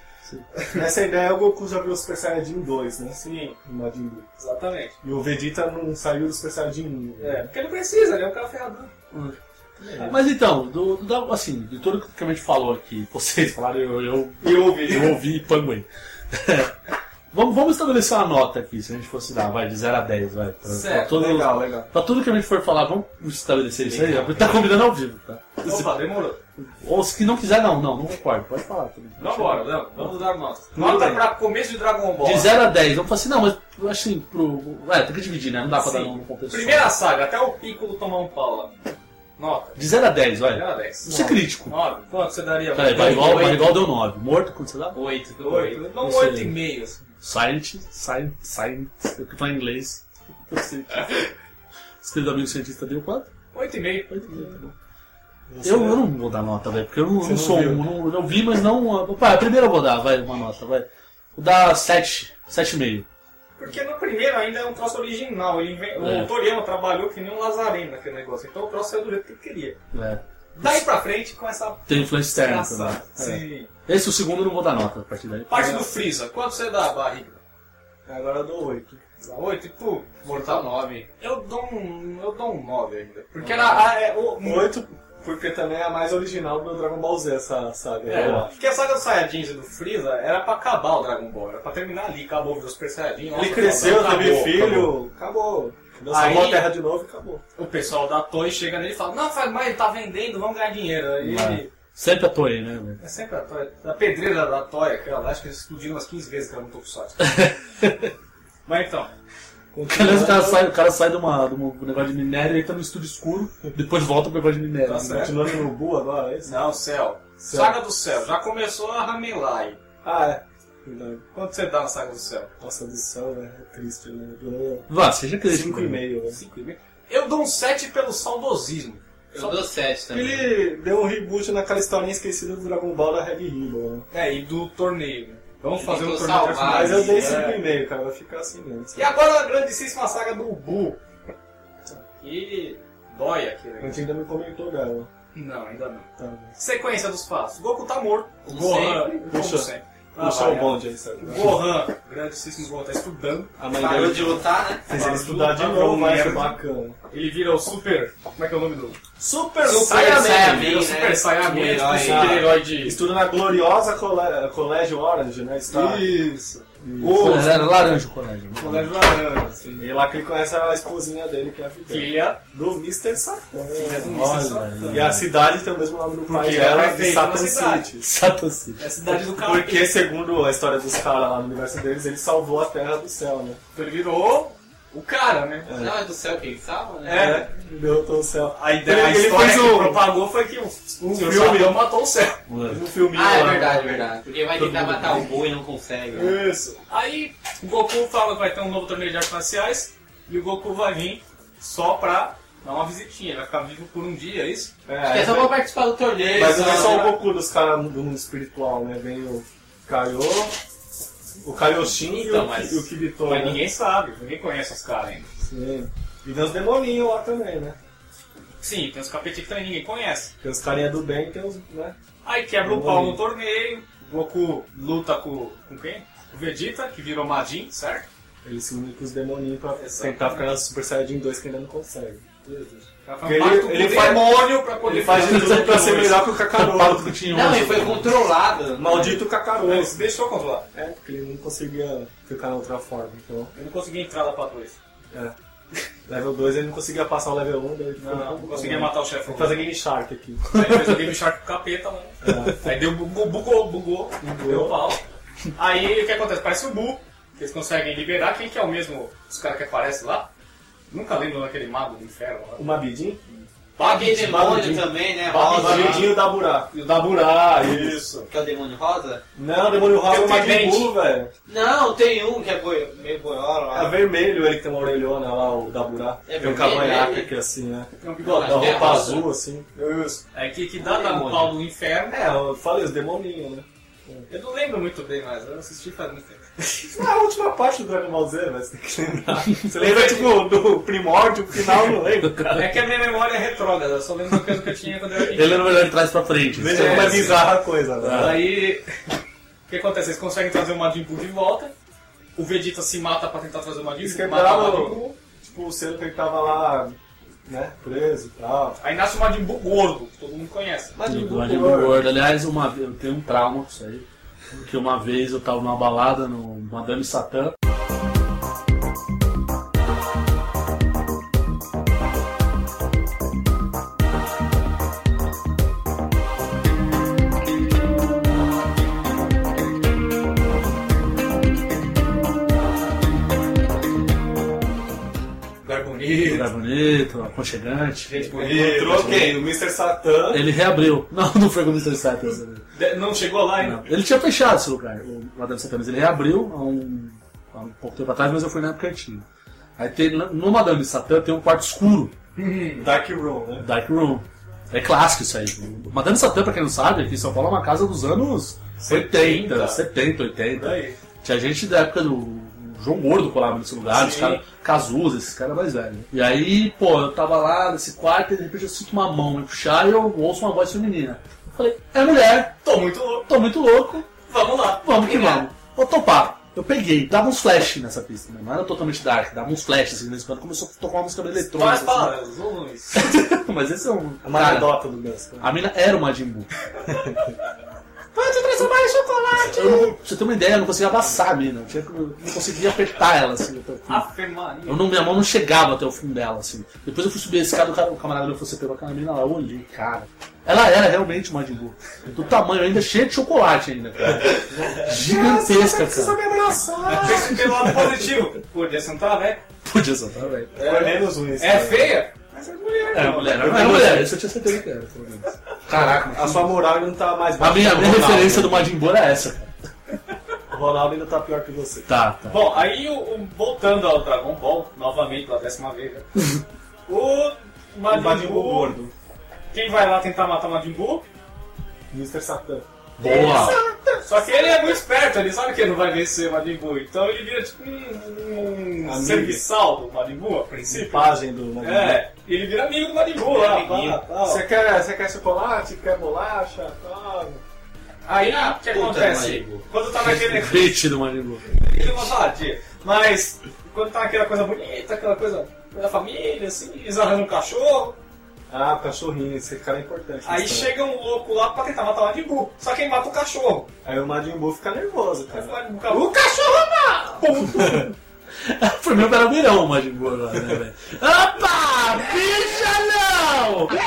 Speaker 2: Nessa É. ideia é o Goku já viu o Super Saiyajin 2, né?
Speaker 4: Sim,
Speaker 2: No Majin Buu.
Speaker 4: exatamente.
Speaker 2: E o Vegeta não saiu do Super Saiyajin né? 1.
Speaker 4: É, porque ele precisa, ele é um cara ferradão.
Speaker 1: Mas então, do, do- assim, de tudo que a gente falou aqui, [LAUGHS] vocês falaram, eu, eu,
Speaker 4: E o vídeo.
Speaker 1: eu ouvi panguei. [LAUGHS] vamos, vamos estabelecer uma nota aqui, se a gente fosse dar, vai, de 0 a 10, vai. Pra, pra,
Speaker 4: Certo,
Speaker 1: todo,
Speaker 2: Legal, legal.
Speaker 1: pra tudo que a gente for falar, vamos estabelecer isso aí? A gente tá combinando ao vivo, tá?
Speaker 4: Opa, demorou.
Speaker 1: Ou os que não quiser, não, não, não concordo, pode falar. tudo bem.
Speaker 4: Vambora, não, vamos dar nota.
Speaker 1: Tudo
Speaker 4: Nota
Speaker 1: bem.
Speaker 4: pra começo de Dragon Ball.
Speaker 1: De 0 a 10, vamos falar assim, não, mas assim, pro. É, tem que dividir, né? Não dá pra
Speaker 4: Sim.
Speaker 1: dar um contexto. só.
Speaker 4: Primeira saga, até o Piccolo tomar um pau lá. Nota.
Speaker 1: De 0 a 10, vai.
Speaker 4: 0 a
Speaker 1: Não
Speaker 4: 10.
Speaker 1: ser crítico.
Speaker 4: Nove. Quanto você daria?
Speaker 1: Peraí, vai igual, vai
Speaker 4: Oito.
Speaker 1: igual deu 9. Morto, quando você dá?
Speaker 3: Oito.
Speaker 4: Oito. Não,
Speaker 1: Isso aí.
Speaker 4: oito e meio. assim.
Speaker 1: Science, science, science, eu que falo em inglês. Eu sei. Os queridos amigos cientistas deu quanto?
Speaker 4: Oito e meio.
Speaker 1: tá Eu, eu não vou dar nota, velho, porque eu não, não
Speaker 2: não
Speaker 1: sou
Speaker 2: viu.
Speaker 1: um. não- eu vi, mas não. Pá, primeiro eu vou dar, vai, uma nota, vai. Vou dar 7, 7,5.
Speaker 4: Porque no primeiro ainda é um troço original. Ele inven-
Speaker 1: É.
Speaker 4: O Toriyama trabalhou que nem um lazareno naquele negócio. Então o troço é do jeito que ele queria.
Speaker 1: É.
Speaker 2: Daí pra frente com essa
Speaker 1: Tem influência externa também.
Speaker 2: desgraçada. Sim.
Speaker 1: né? É. Esse, o segundo, eu não vou dar nota a partir daí.
Speaker 4: assim, Parte do Freeza, quanto você dá, barriga? É.
Speaker 2: Agora é eu dou 8.
Speaker 4: Dá 8? Tipo, Mortal 9. Eu dou um. Eu dou um 9 ainda. Porque era. a- é, o,
Speaker 2: 8 porque também é a mais original do Dragon Ball Z essa saga,
Speaker 4: É,
Speaker 2: eu acho.
Speaker 4: porque a saga do Saiyajins e do Freeza era pra acabar o Dragon Ball, era pra terminar ali, acabou, virou Super Saiyajin. nossa,
Speaker 2: Ele cresceu,
Speaker 4: acabou,
Speaker 2: teve
Speaker 4: acabou, acabou.
Speaker 2: filho, acabou. Dançou
Speaker 4: Aí-
Speaker 2: a terra de novo e acabou.
Speaker 4: O pessoal da Toei chega nele e fala, não, faz mais, ele tá vendendo, vamos ganhar dinheiro. Aí
Speaker 1: É. Sempre a Toei, né? velho?
Speaker 4: é sempre a Toei, a pedreira da Toei, aquela lá, acho que eles explodiram umas 15 vezes que ela não tocou [LAUGHS] sorte. Mas então,
Speaker 1: Aliás, o cara sai, o cara sai de, uma, de um negócio de minério, ele tá no estúdio escuro, depois volta pro negócio de minério.
Speaker 2: Tá
Speaker 1: né?
Speaker 2: continuando no Bu agora, é isso?
Speaker 4: não, céu.
Speaker 2: Céu.
Speaker 4: Saga do Céu, já começou a ramelar aí.
Speaker 2: Ah, é. Verdade.
Speaker 4: Quanto você dá na Saga do Céu?
Speaker 2: Nossa, do céu, né? É triste, né? Eu-
Speaker 1: Vá, seja crítico.
Speaker 2: Cinco e meio, né?
Speaker 4: 5,5. Eu dou um 7 pelo saudosismo.
Speaker 3: Eu dou 7
Speaker 4: É.
Speaker 3: também.
Speaker 2: Ele deu um reboot naquela historinha esquecida do Dragon Ball da Red Ribbon, né?
Speaker 4: É, e do torneio. Vamos
Speaker 3: Ele
Speaker 4: fazer um
Speaker 3: tentou
Speaker 4: torneio
Speaker 3: salvar,
Speaker 4: tradicional.
Speaker 2: Mas eu dei
Speaker 4: É.
Speaker 2: 5,5, cara. Vai ficar assim mesmo.
Speaker 4: E agora a grandíssima saga do Ubu. E dói aqui,
Speaker 2: A
Speaker 4: né?
Speaker 2: gente ainda não comentou dela.
Speaker 4: Não, ainda não.
Speaker 2: Tá, né?
Speaker 4: Sequência dos fatos. Goku tá morto.
Speaker 3: Como
Speaker 4: Gohan,
Speaker 3: sempre.
Speaker 4: como
Speaker 2: Puxa.
Speaker 4: sempre. Ah,
Speaker 2: Puxa
Speaker 4: vai,
Speaker 2: o bonde aí, sabe?
Speaker 4: é. Gohan, grandíssimo Gohan, tá estudando.
Speaker 2: A mãe
Speaker 3: Parou
Speaker 2: dele
Speaker 3: de lutar, né?
Speaker 2: fez ele estudar de novo, vai ser bacana.
Speaker 4: Ele vira o super... Como é que é o nome do...
Speaker 2: Super,
Speaker 3: Saiyaman,
Speaker 4: Ele vira o
Speaker 3: né?
Speaker 4: Super Saiyaman,
Speaker 3: Um
Speaker 4: tipo,
Speaker 3: herói.
Speaker 4: super herói de...
Speaker 2: Estuda na gloriosa cole- Colégio Orange, né? Star.
Speaker 4: Isso.
Speaker 1: Pô, Era laranja o é, colégio. né?
Speaker 4: Colégio Laranja. assim.
Speaker 2: E lá que ele conhece a esposinha dele, é que é a Fidel.
Speaker 4: Filha
Speaker 2: Do Mr. Satan.
Speaker 1: Olha,
Speaker 2: E a cidade tem o mesmo nome do pai
Speaker 4: né? Porque
Speaker 2: dela,
Speaker 4: ela é
Speaker 2: de
Speaker 4: feita na
Speaker 2: Satan
Speaker 4: cidade.
Speaker 2: City.
Speaker 1: Satoshi.
Speaker 4: é a cidade do cara.
Speaker 2: Porque, segundo a história dos caras lá no universo deles, ele salvou a Terra do céu, né?
Speaker 4: Então ele virou o cara, né?
Speaker 3: Não, é do céu quem salva, né?
Speaker 4: É.
Speaker 2: Derrotou o céu.
Speaker 4: A ideia
Speaker 2: Ele-
Speaker 4: a
Speaker 2: ele
Speaker 4: história
Speaker 2: fez
Speaker 4: que
Speaker 2: um-
Speaker 4: propagou foi que o, o
Speaker 2: Senhor
Speaker 4: filme
Speaker 2: Satã
Speaker 4: matou o céu.
Speaker 2: Um filminho
Speaker 3: Ah, é
Speaker 2: lá,
Speaker 3: verdade,
Speaker 2: né?
Speaker 3: verdade. Porque vai tentar matar o Boi e não consegue. né?
Speaker 4: Isso. Aí o Goku fala que vai ter um novo torneio de artes marciais e o Goku vai vir só pra dar uma visitinha. Ele vai ficar vivo por um dia, é isso?
Speaker 3: Acho que é
Speaker 2: É,
Speaker 3: só pra participar do torneio.
Speaker 2: mas não é
Speaker 4: um
Speaker 2: só o
Speaker 3: né?
Speaker 2: Goku dos caras do mundo espiritual, né? Vem o Kaiô, o Kaioshin e
Speaker 4: Então,
Speaker 2: o,
Speaker 4: mas-
Speaker 2: e o Kirito,
Speaker 4: Mas
Speaker 2: né?
Speaker 4: ninguém sabe, ninguém conhece os caras ainda.
Speaker 2: Sim. E vem os demoninhos lá também, né?
Speaker 4: Sim, tem os capetinhos que também ninguém conhece.
Speaker 2: Tem os carinha do bem e tem os, né?
Speaker 4: Aí quebra o pau no torneio, o Goku luta com, com quem? O Vegeta, que virou Majin, certo?
Speaker 2: Eles se unem com os demoninhos pra
Speaker 4: Exatamente.
Speaker 2: tentar ficar na Super Saiyajin 2 que ainda não consegue.
Speaker 4: Ela
Speaker 2: Ele-
Speaker 4: É um "Pacto com
Speaker 2: ele
Speaker 4: o É
Speaker 2: faz-
Speaker 4: demônio pra poder
Speaker 2: Ele faz de tudo pra ser melhor que
Speaker 4: [LAUGHS]
Speaker 2: o
Speaker 1: Fala que
Speaker 2: Kakaroto.
Speaker 1: tinha
Speaker 3: Não,
Speaker 1: um-
Speaker 3: ele foi controlado.
Speaker 2: Maldito Kakaroto.
Speaker 4: Ele se deixou controlar.
Speaker 2: É, porque ele não conseguia ficar na outra forma, então. é.
Speaker 4: Eu não consegui entrar lá pra dois.
Speaker 2: Level 2 ele não conseguia passar o level 1, daí ele ficou
Speaker 4: Não, não,
Speaker 2: muito
Speaker 4: conseguia
Speaker 2: bom, né?
Speaker 4: matar o chefe.
Speaker 2: Vou fazer Game Shark aqui.
Speaker 4: Aí fez o Game Shark com o capeta lá.
Speaker 2: É.
Speaker 4: Aí deu bu- bu- bugou, bugou, deu pau. Aí o que acontece? Parece o Bu, que eles conseguem liberar. Quem que é o mesmo, os caras que aparecem lá? Nunca lembro daquele mago do inferno lá.
Speaker 2: O Mabidin?
Speaker 3: Paguei demônio
Speaker 2: Maldito.
Speaker 3: também, né?
Speaker 2: O
Speaker 3: Rosa.
Speaker 2: Mabidin e o Daburá.
Speaker 4: E o Daburá,
Speaker 2: Isso.
Speaker 3: Que é o demônio rosa?
Speaker 2: Não, o Demônio Rosa é
Speaker 4: Tem
Speaker 2: o Majin
Speaker 4: dente.
Speaker 2: Buu, velho.
Speaker 3: Não, tem um que é boi- meio boiola
Speaker 2: É
Speaker 3: lá.
Speaker 2: vermelho ele que tem uma orelhona lá, o Daburá.
Speaker 3: É
Speaker 2: tem um
Speaker 3: vermelho,
Speaker 2: cavanhaque
Speaker 3: ele.
Speaker 2: aqui assim, né?
Speaker 4: Tem um
Speaker 2: Da
Speaker 3: Não,
Speaker 4: bigodão.
Speaker 3: é
Speaker 2: roupa
Speaker 3: rosa.
Speaker 2: azul, assim.
Speaker 4: Isso. É que, que dá
Speaker 3: Demônio.
Speaker 4: um pau do inferno.
Speaker 2: É, eu falei, os demoninhos, né?
Speaker 4: Eu não lembro muito bem, mas eu assisti faz muito tempo.
Speaker 2: Não, é a última parte do Dragon Ball Z, mas tem que lembrar. Você lembra, tipo, do primórdio, o final, eu não lembro, cara.
Speaker 4: É que a minha memória é retrógrada, eu só lembro da coisa que eu tinha quando eu era pequeno.
Speaker 1: Ele na verdade traz pra frente.
Speaker 2: [LAUGHS] Veja como é bizarra a coisa, né?
Speaker 4: Aí, o que acontece? Eles conseguem trazer o Majin Buu de volta. O Vegeta se mata pra tentar trazer o Majin
Speaker 2: Eles
Speaker 4: Buu. Mata o
Speaker 2: quebraram,
Speaker 4: Majin Buu.
Speaker 2: é tipo, o selo que ele tava lá, né, preso e tal.
Speaker 4: Aí nasce o Majin Buu gordo, que todo mundo conhece.
Speaker 1: um Do Majin Buu gordo. Aliás, uma vez, eu tenho um trauma com isso aí. Porque uma vez eu tava numa balada no Madame Satã.
Speaker 4: Lugar bonito.
Speaker 1: Lugar bonito, aconchegante.
Speaker 4: Gente bonita.
Speaker 2: Entrou quem? O Mr. Satan.
Speaker 1: Ele reabriu. Não, não foi com o Mr. Satã. essa vez.
Speaker 4: De- Não chegou lá ainda.
Speaker 1: Não. Ele tinha fechado esse lugar, o Madame Satã, mas ele reabriu há um, há um pouco tempo atrás, mas eu fui na época antiga. Aí tem, no Madame Satã tem um quarto escuro,
Speaker 2: Dark Room, né?
Speaker 1: Dark Room. É clássico isso aí. tipo, Madame Satã, pra quem não sabe, aqui em São Paulo é uma casa dos anos 80, 70, 80.
Speaker 2: Daí.
Speaker 1: Tinha gente da época do João Gordo colava nesse lugar, os caras, Cazuza, esses caras mais velhos. né? E aí, pô, eu tava lá nesse quarto e de repente eu sinto uma mão me puxar e eu ouço uma voz feminina. Eu falei, é mulher,
Speaker 4: Tô muito louco.
Speaker 1: tô muito louco,
Speaker 4: Vamos lá.
Speaker 1: vamos que vamos. Vou topar. Eu peguei, dava uns flash nessa pista, né? não era totalmente dark, dava uns flash assim, de vez em quando começou a tocar uma música meio eletrônica.
Speaker 4: Várias
Speaker 1: assim. [LAUGHS]
Speaker 4: palavras, Luiz.
Speaker 1: Mas esse é um.
Speaker 2: É uma
Speaker 1: Cara,
Speaker 2: anedota do Gus. cara.
Speaker 1: a mina era o Majin Buu.
Speaker 3: Pode transformar em chocolate!
Speaker 1: Eu não, pra você ter uma ideia, eu não conseguia abraçar a mina. Eu, tinha que- eu não conseguia apertar ela, assim, até o fim.
Speaker 4: Ave Maria.
Speaker 1: Eu não, minha mão não chegava até o fim dela, assim. Depois eu fui subir a escada, o, cara, o camarada meu falou, você pegou aquela mina lá, eu olhei, cara. Ela era realmente uma Majin Buu. Do tamanho ainda, cheia de chocolate ainda, cara. Gigantesca, cara.
Speaker 4: me abraçar. Tem que ter um lado positivo. Podia sentar, né?
Speaker 1: Podia soltar, velho.
Speaker 2: Foi menos um isso.
Speaker 4: É
Speaker 2: né?
Speaker 4: feia? Mas é mulher.
Speaker 1: Era mulher, né? era mulher, era mulher. Isso eu tinha certeza que era, pelo menos. Caraca,
Speaker 2: A sua moral não tá mais
Speaker 1: A né?
Speaker 2: baixa.
Speaker 1: minha, a
Speaker 2: que
Speaker 1: minha
Speaker 2: o Ronaldo.
Speaker 1: referência do Majin Buu era essa, cara.
Speaker 2: O Ronaldo ainda tá pior que você.
Speaker 1: Tá, tá.
Speaker 4: Bom, aí o- o- voltando ao Dragon Ball, novamente pela décima vez,
Speaker 2: [LAUGHS]
Speaker 4: né? o
Speaker 2: O
Speaker 4: Majin
Speaker 2: Majin Buu
Speaker 4: Buu,
Speaker 2: gordo.
Speaker 4: quem vai lá tentar matar o Majin Buu,
Speaker 2: Mr. Satan.
Speaker 1: Boa!
Speaker 4: só que ele é muito esperto, ele sabe que ele não vai vencer o Majin Buu, então ele vira tipo um, um
Speaker 2: Amigo.
Speaker 4: serviçal do Majin Buu, a princípio.
Speaker 2: Limpagem do Majin Buu.
Speaker 4: É, ele vira amigo do Majin Buu lá,
Speaker 2: Ah,
Speaker 4: pá,
Speaker 2: tá.
Speaker 4: tal.
Speaker 2: Você quer, você quer chocolate? Quer bolacha? Tal.
Speaker 4: Aí ah, o que
Speaker 3: puta
Speaker 4: acontece?
Speaker 3: do Majin Buu.
Speaker 4: Quando tá [LAUGHS] naquele
Speaker 1: Hit do Majin Buu.
Speaker 4: Ele é uma vadia. Mas quando tá aquela coisa bonita, aquela coisa da família, assim, eles arranjam um cachorro,
Speaker 2: Ah, cachorrinho, esse cara é importante.
Speaker 4: aí
Speaker 2: nessa
Speaker 4: chega um louco lá pra tentar matar o Majin Buu. Só quem mata o cachorro.
Speaker 2: história. Aí o Majin Buu fica nervoso,
Speaker 4: Aí
Speaker 2: cara.
Speaker 4: fala, O ca- o cachorro não!
Speaker 1: [LAUGHS] Foi meu peramirão o Majin Buu agora, né, velho? Opa! Bicha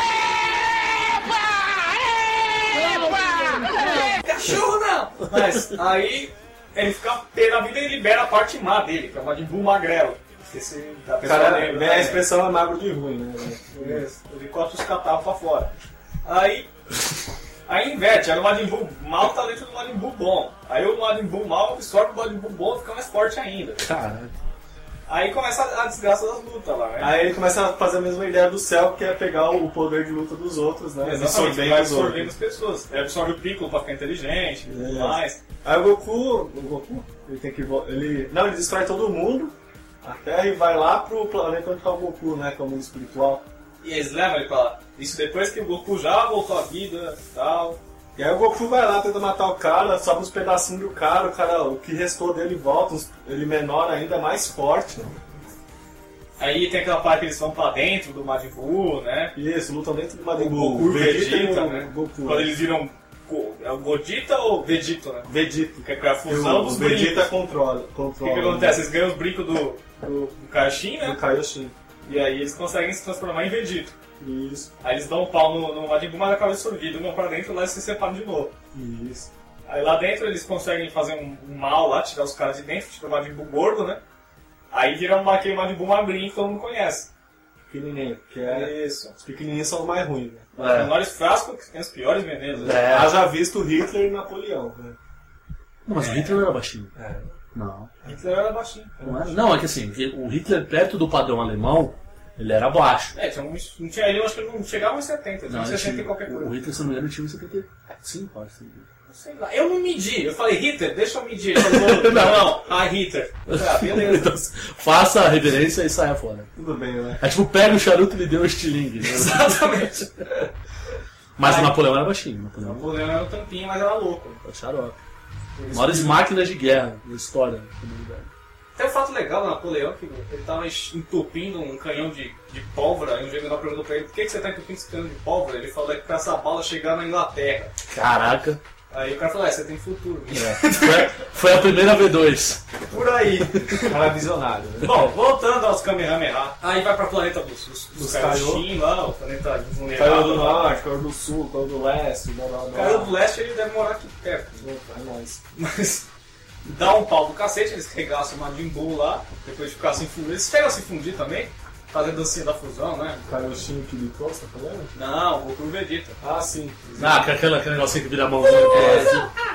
Speaker 1: não!
Speaker 4: Cachorro não! Mas aí ele fica pé na vida e libera a parte má dele, que é o Majin Buu magrelo. Esqueci da
Speaker 2: O
Speaker 4: pessoa
Speaker 2: cara,
Speaker 4: dele,
Speaker 2: né,
Speaker 4: né?
Speaker 2: a expressão é magro de ruim, né?
Speaker 4: Ele corta os catarros pra fora. Aí. Aí inverte, era o Majin Buu mal o talento do Majin Buu bom. Aí o Majin Buu mal absorve o Majin Buu bom e fica mais forte ainda.
Speaker 1: Caralho.
Speaker 4: Aí começa a, a desgraça das lutas lá, né?
Speaker 2: Aí ele começa a fazer a mesma ideia do céu, que é pegar o poder de luta dos outros, né?
Speaker 4: Exatamente,
Speaker 2: Absorver
Speaker 4: vai
Speaker 2: os
Speaker 4: absorvendo
Speaker 2: outros.
Speaker 4: as pessoas. Ele absorve o Piccolo pra ficar inteligente e tudo
Speaker 2: É.
Speaker 4: mais.
Speaker 2: Aí o Goku, o Goku, ele tem que vo- ele não, ele destrói todo mundo. A Terra e vai lá pro planeta onde tá o Goku, né? Que é o mundo espiritual.
Speaker 4: E eles levam ele pra lá. Isso depois que o Goku já voltou à vida e tal.
Speaker 2: E aí o Goku vai lá, tenta matar o cara, sobe uns pedacinhos do cara, o cara, o que restou dele volta, uns- ele menor ainda, mais forte.
Speaker 4: Aí tem aquela parte que eles vão pra dentro do Majin Buu, né?
Speaker 2: Isso, lutam dentro do
Speaker 4: O
Speaker 2: Majin Buu.
Speaker 4: Goku e o
Speaker 2: Vegeta e o
Speaker 4: Vegeta, né?
Speaker 2: Goku.
Speaker 4: Quando eles viram. Go- É o Godita ou Vegeta, né?
Speaker 2: Vegeta.
Speaker 4: Que é a
Speaker 2: E
Speaker 4: fusão
Speaker 2: O, o
Speaker 4: dos
Speaker 2: Vegeta né?
Speaker 4: brincos.
Speaker 2: controla.
Speaker 4: O que,
Speaker 2: controla
Speaker 4: que acontece? Eles ganham os brincos do, do, do Kaioshin,
Speaker 2: Do
Speaker 4: né?
Speaker 2: Kaioshin.
Speaker 4: E aí eles conseguem se transformar em Vegeta.
Speaker 2: Isso,
Speaker 4: Aí eles dão um pau no, no Majin Buu, mas acaba absorvido. Vão pra dentro lá eles se separam de novo.
Speaker 2: isso.
Speaker 4: Aí lá dentro eles conseguem fazer um, um mal lá, tirar os caras de dentro, tirar o Majin Buu gordo, né? Aí vira uma, aquele Majin Buu magrinho que todo mundo conhece.
Speaker 2: Pequenininho. Que é...
Speaker 4: Isso.
Speaker 2: Os pequenininhos são os mais ruins, né?
Speaker 4: Os menores frascos que tem os piores venenos. né?
Speaker 1: É.
Speaker 2: Haja visto Hitler e Napoleão, né?
Speaker 1: Não, mas o Hitler não era baixinho. Não.
Speaker 4: Hitler era baixinho.
Speaker 1: Não, era. não, é que assim, o Hitler perto do padrão alemão, ele era baixo.
Speaker 4: É, tinha um, não tinha, eu acho que ele não chegava em 70, tinha
Speaker 1: Não,
Speaker 4: uns
Speaker 1: ele
Speaker 4: 60 e
Speaker 1: tinha,
Speaker 4: qualquer
Speaker 1: o
Speaker 4: coisa.
Speaker 1: Hitler, se não me engano, tinha uns 75, acho. assim.
Speaker 4: Sei lá, eu não medi. Eu falei, Hitler, deixa eu medir. Ele falou, não, não, ah, Hitler. Ah, beleza.
Speaker 1: [LAUGHS] Então, faça a reverência e saia fora.
Speaker 2: Tudo bem, né?
Speaker 1: É tipo, pega o charuto e lhe deu o estilingue. né?
Speaker 4: [LAUGHS] Exatamente.
Speaker 1: Mas o Napoleão era baixinho. O Napoleão
Speaker 4: O Leão era um tampinho, mas era louco.
Speaker 1: era xarope. Maiores máquinas de guerra na história da humanidade.
Speaker 4: Tem um fato legal do Napoleão, que ele tava entupindo um canhão de, de pólvora, e o general perguntou pra ele, por que, que você tá entupindo esse canhão de pólvora? Ele falou, é que pra essa bala chegar na Inglaterra.
Speaker 1: Caraca.
Speaker 4: Aí o cara falou, é, você tem futuro.
Speaker 1: Foi, foi a primeira V2.
Speaker 4: Por aí.
Speaker 2: Cara visionário, né?
Speaker 4: Bom, voltando aos Kamehameha, aí vai pra planeta dos, dos, dos
Speaker 2: Dos
Speaker 4: Kaioshin lá, o planeta
Speaker 2: Caiu do
Speaker 4: vulnerável. lá.
Speaker 2: norte, caiu do sul, caiu do leste, blá blá
Speaker 4: O
Speaker 2: blá.
Speaker 4: cara do leste, ele deve morar aqui perto.
Speaker 2: É nóis.
Speaker 4: Mas [LAUGHS] dá um pau do cacete, eles regaçam o Majin Buu lá, depois de ficar se fundir. Eles chegam a se fundir também, fazer dancinha da fusão, né?
Speaker 2: Kaioshin e Kiriko, você tá falando?
Speaker 4: Não, vou pro Vegeta.
Speaker 2: Ah, sim.
Speaker 1: Ah, com aquela, aquele negocinho que vira a mãozinha.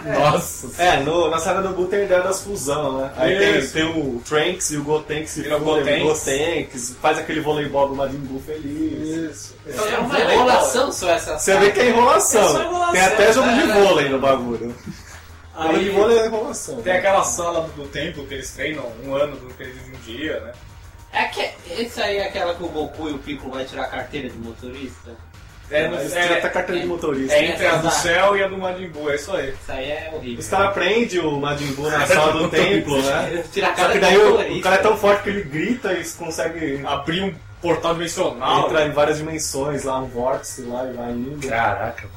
Speaker 1: É. Nossa.
Speaker 2: É, no, na saga do Buu tem a ideia das fusão, né? Aí tem,
Speaker 4: Isso.
Speaker 2: tem o Tranks e o Gotenks se
Speaker 4: Vira
Speaker 2: fundem,
Speaker 4: Gotenks.
Speaker 2: Gotenks, faz aquele voleibol do Majin Buu feliz.
Speaker 4: Isso. Então,
Speaker 3: É uma enrolação só essa
Speaker 2: Você vê que é
Speaker 4: É
Speaker 2: enrolação.
Speaker 4: só enrolação,
Speaker 2: Tem até jogo de
Speaker 3: né?
Speaker 2: vôlei no bagulho. Bola de vôlei é enrolação.
Speaker 4: Tem aquela sala do templo que eles treinam um ano, do que eles de um dia, né?
Speaker 3: É que, esse aí é aquela que o Goku e o Piccolo vai tirar a carteira de motorista?
Speaker 4: É, no-
Speaker 2: Mas
Speaker 4: é-
Speaker 2: tira a carteira de tá motorista.
Speaker 4: é entre a do
Speaker 3: Exato.
Speaker 4: céu e a do Majin Buu, é isso aí.
Speaker 3: Isso aí é horrível.
Speaker 2: Os caras aprendem o Majin
Speaker 4: [LAUGHS]
Speaker 2: Buu na sala do templo, né?
Speaker 3: Tirar a
Speaker 2: Só
Speaker 3: cara
Speaker 2: que
Speaker 3: tá- de
Speaker 2: daí o,
Speaker 3: motorista.
Speaker 2: o cara é tão forte que ele grita e consegue
Speaker 4: Abrir um portal dimensional.
Speaker 2: entrar em várias dimensões lá, um vórtice lá e vai indo.
Speaker 11: Caraca,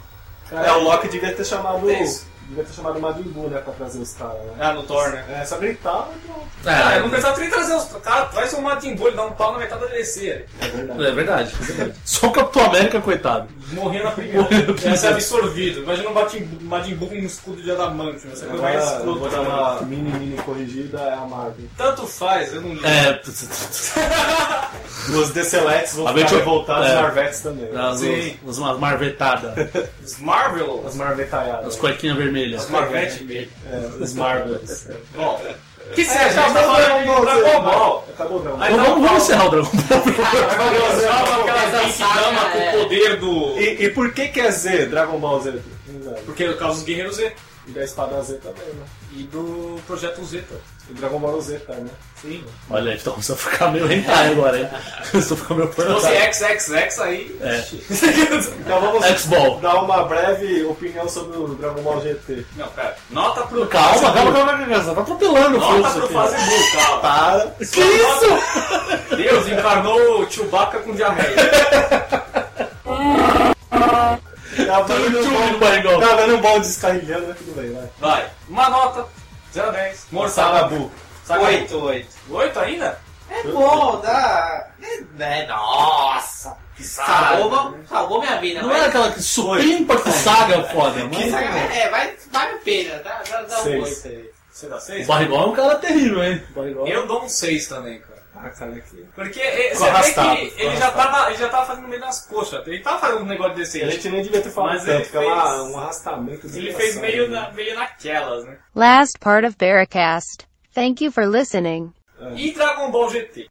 Speaker 11: mano.
Speaker 2: É, o Loki devia ter chamado.
Speaker 4: É isso.
Speaker 2: Devia ter chamado o Majin Buu, né, pra trazer os caras, né?
Speaker 4: Ah, no Thor, né?
Speaker 2: É, só gritava e pronto.
Speaker 1: É,
Speaker 4: Ah,
Speaker 11: Ah,
Speaker 4: eu não pensava nem trazer os. Cara, traz um Majin Buu, ele dá um pau na metade da DLC.
Speaker 2: É verdade.
Speaker 11: é verdade, é verdade.
Speaker 1: Só o Capitão América, coitado.
Speaker 4: Morrer na primeira. Ia ser absorvido. Imagina um Majin Buu- Majin Buu com um escudo de adamantium. Essa coisa mais
Speaker 2: Agora, É eu vou
Speaker 4: escrota.
Speaker 2: dar
Speaker 4: né?
Speaker 2: uma mini, mini corrigida, é a Marvel.
Speaker 4: Tanto faz, eu não ligo.
Speaker 1: É,
Speaker 2: Os Deceletes vão
Speaker 1: A
Speaker 2: ficar
Speaker 1: gente-
Speaker 2: revoltados,
Speaker 1: é.
Speaker 2: os Marvetes também. né?
Speaker 1: as,
Speaker 4: Sim.
Speaker 1: as, as marvetadas,
Speaker 4: Os Marvel,
Speaker 2: As
Speaker 4: as
Speaker 1: as
Speaker 2: Marvetaiadas.
Speaker 1: cuequinhas vermelhas.
Speaker 4: Marvete mesmo.
Speaker 2: É, os
Speaker 1: [LAUGHS]
Speaker 2: Marvels.
Speaker 1: É.
Speaker 4: Bom, que seja, a gente tá
Speaker 2: acabou
Speaker 4: falando
Speaker 2: o
Speaker 4: de
Speaker 2: um Dragon Ball, né?
Speaker 4: Dragon Ball.
Speaker 2: Acabou o Dragon
Speaker 4: Aí
Speaker 2: Ball. tá,
Speaker 1: Então
Speaker 4: tá
Speaker 1: vamos,
Speaker 4: bom.
Speaker 1: vamos encerrar o Dragon Ball.
Speaker 4: Salva aquelas né?
Speaker 3: Mas a saga,
Speaker 4: Genkidama
Speaker 3: é.
Speaker 4: com o poder do.
Speaker 2: E, e por que que é Z, Dragon Ball Z?
Speaker 4: Porque no caso dos Guerreiros Z.
Speaker 2: E da Espada Z também, né?
Speaker 4: E do Projeto tá? Zeta.
Speaker 2: E Dragon Ball Z, tá, né?
Speaker 4: Sim.
Speaker 1: [LAUGHS] Olha aí, então começou a ficar meio hentai agora, hein? Começou a ficar meio
Speaker 4: Se fosse
Speaker 1: pornográfico.
Speaker 4: XXX aí.
Speaker 2: Então vamos
Speaker 1: X-Ball.
Speaker 2: dar uma breve opinião sobre o Dragon Ball GT.
Speaker 4: Não, pera. Nota pro.
Speaker 1: Calma, calma, calma, calma, calma, você tá atropelando o
Speaker 4: Nota
Speaker 1: fluxo
Speaker 4: pro
Speaker 1: aqui.
Speaker 4: Facebook, calma.
Speaker 2: Para!
Speaker 1: Que isso?
Speaker 4: Deus encarnou o Chewbacca com diarreia.
Speaker 2: Tá dando um
Speaker 1: Tchum,
Speaker 2: bom-
Speaker 1: barrigão.
Speaker 2: tá dando um bom descarrilhando, mas tudo bem, vai.
Speaker 4: Vai. Uma nota. 0 a 10.
Speaker 2: Sarabu.
Speaker 4: Oito.
Speaker 3: 8, 8.
Speaker 4: 8 ainda?
Speaker 3: É bom, dá. É, é- nossa!
Speaker 4: né? Que é
Speaker 3: Salvou, salvou minha vida,
Speaker 1: Não
Speaker 3: mas-
Speaker 1: era aquela que supimpa que saga foda,
Speaker 3: Que
Speaker 1: mas...
Speaker 3: saga- É, vai, vale a pena, dá, dá, dá um
Speaker 2: Seis.
Speaker 3: 8 aí.
Speaker 4: Você dá
Speaker 1: O
Speaker 4: 6?
Speaker 1: Barrigol é um cara terrível, hein?
Speaker 4: Eu dou um 6 também, cara.
Speaker 2: Ah, cara, aqui.
Speaker 4: Porque eh,
Speaker 2: Ficou
Speaker 4: você vê
Speaker 2: arrastado,
Speaker 4: que
Speaker 2: ficou
Speaker 4: ele já,
Speaker 2: arrastado.
Speaker 4: tava, ele já tava fazendo meio nas coxas. Ele tava fazendo um negócio
Speaker 2: A
Speaker 4: decente.
Speaker 2: gente nem devia ter falado
Speaker 4: Mas ele
Speaker 2: tanto, que é uma-
Speaker 4: fez-
Speaker 2: um arrastamento.
Speaker 4: Ele fez
Speaker 2: desgraçado,
Speaker 4: meio,
Speaker 2: né?
Speaker 4: na, meio naquelas, né?
Speaker 6: Last part of Barracast. Thank you for listening.
Speaker 4: E Dragon Ball GT?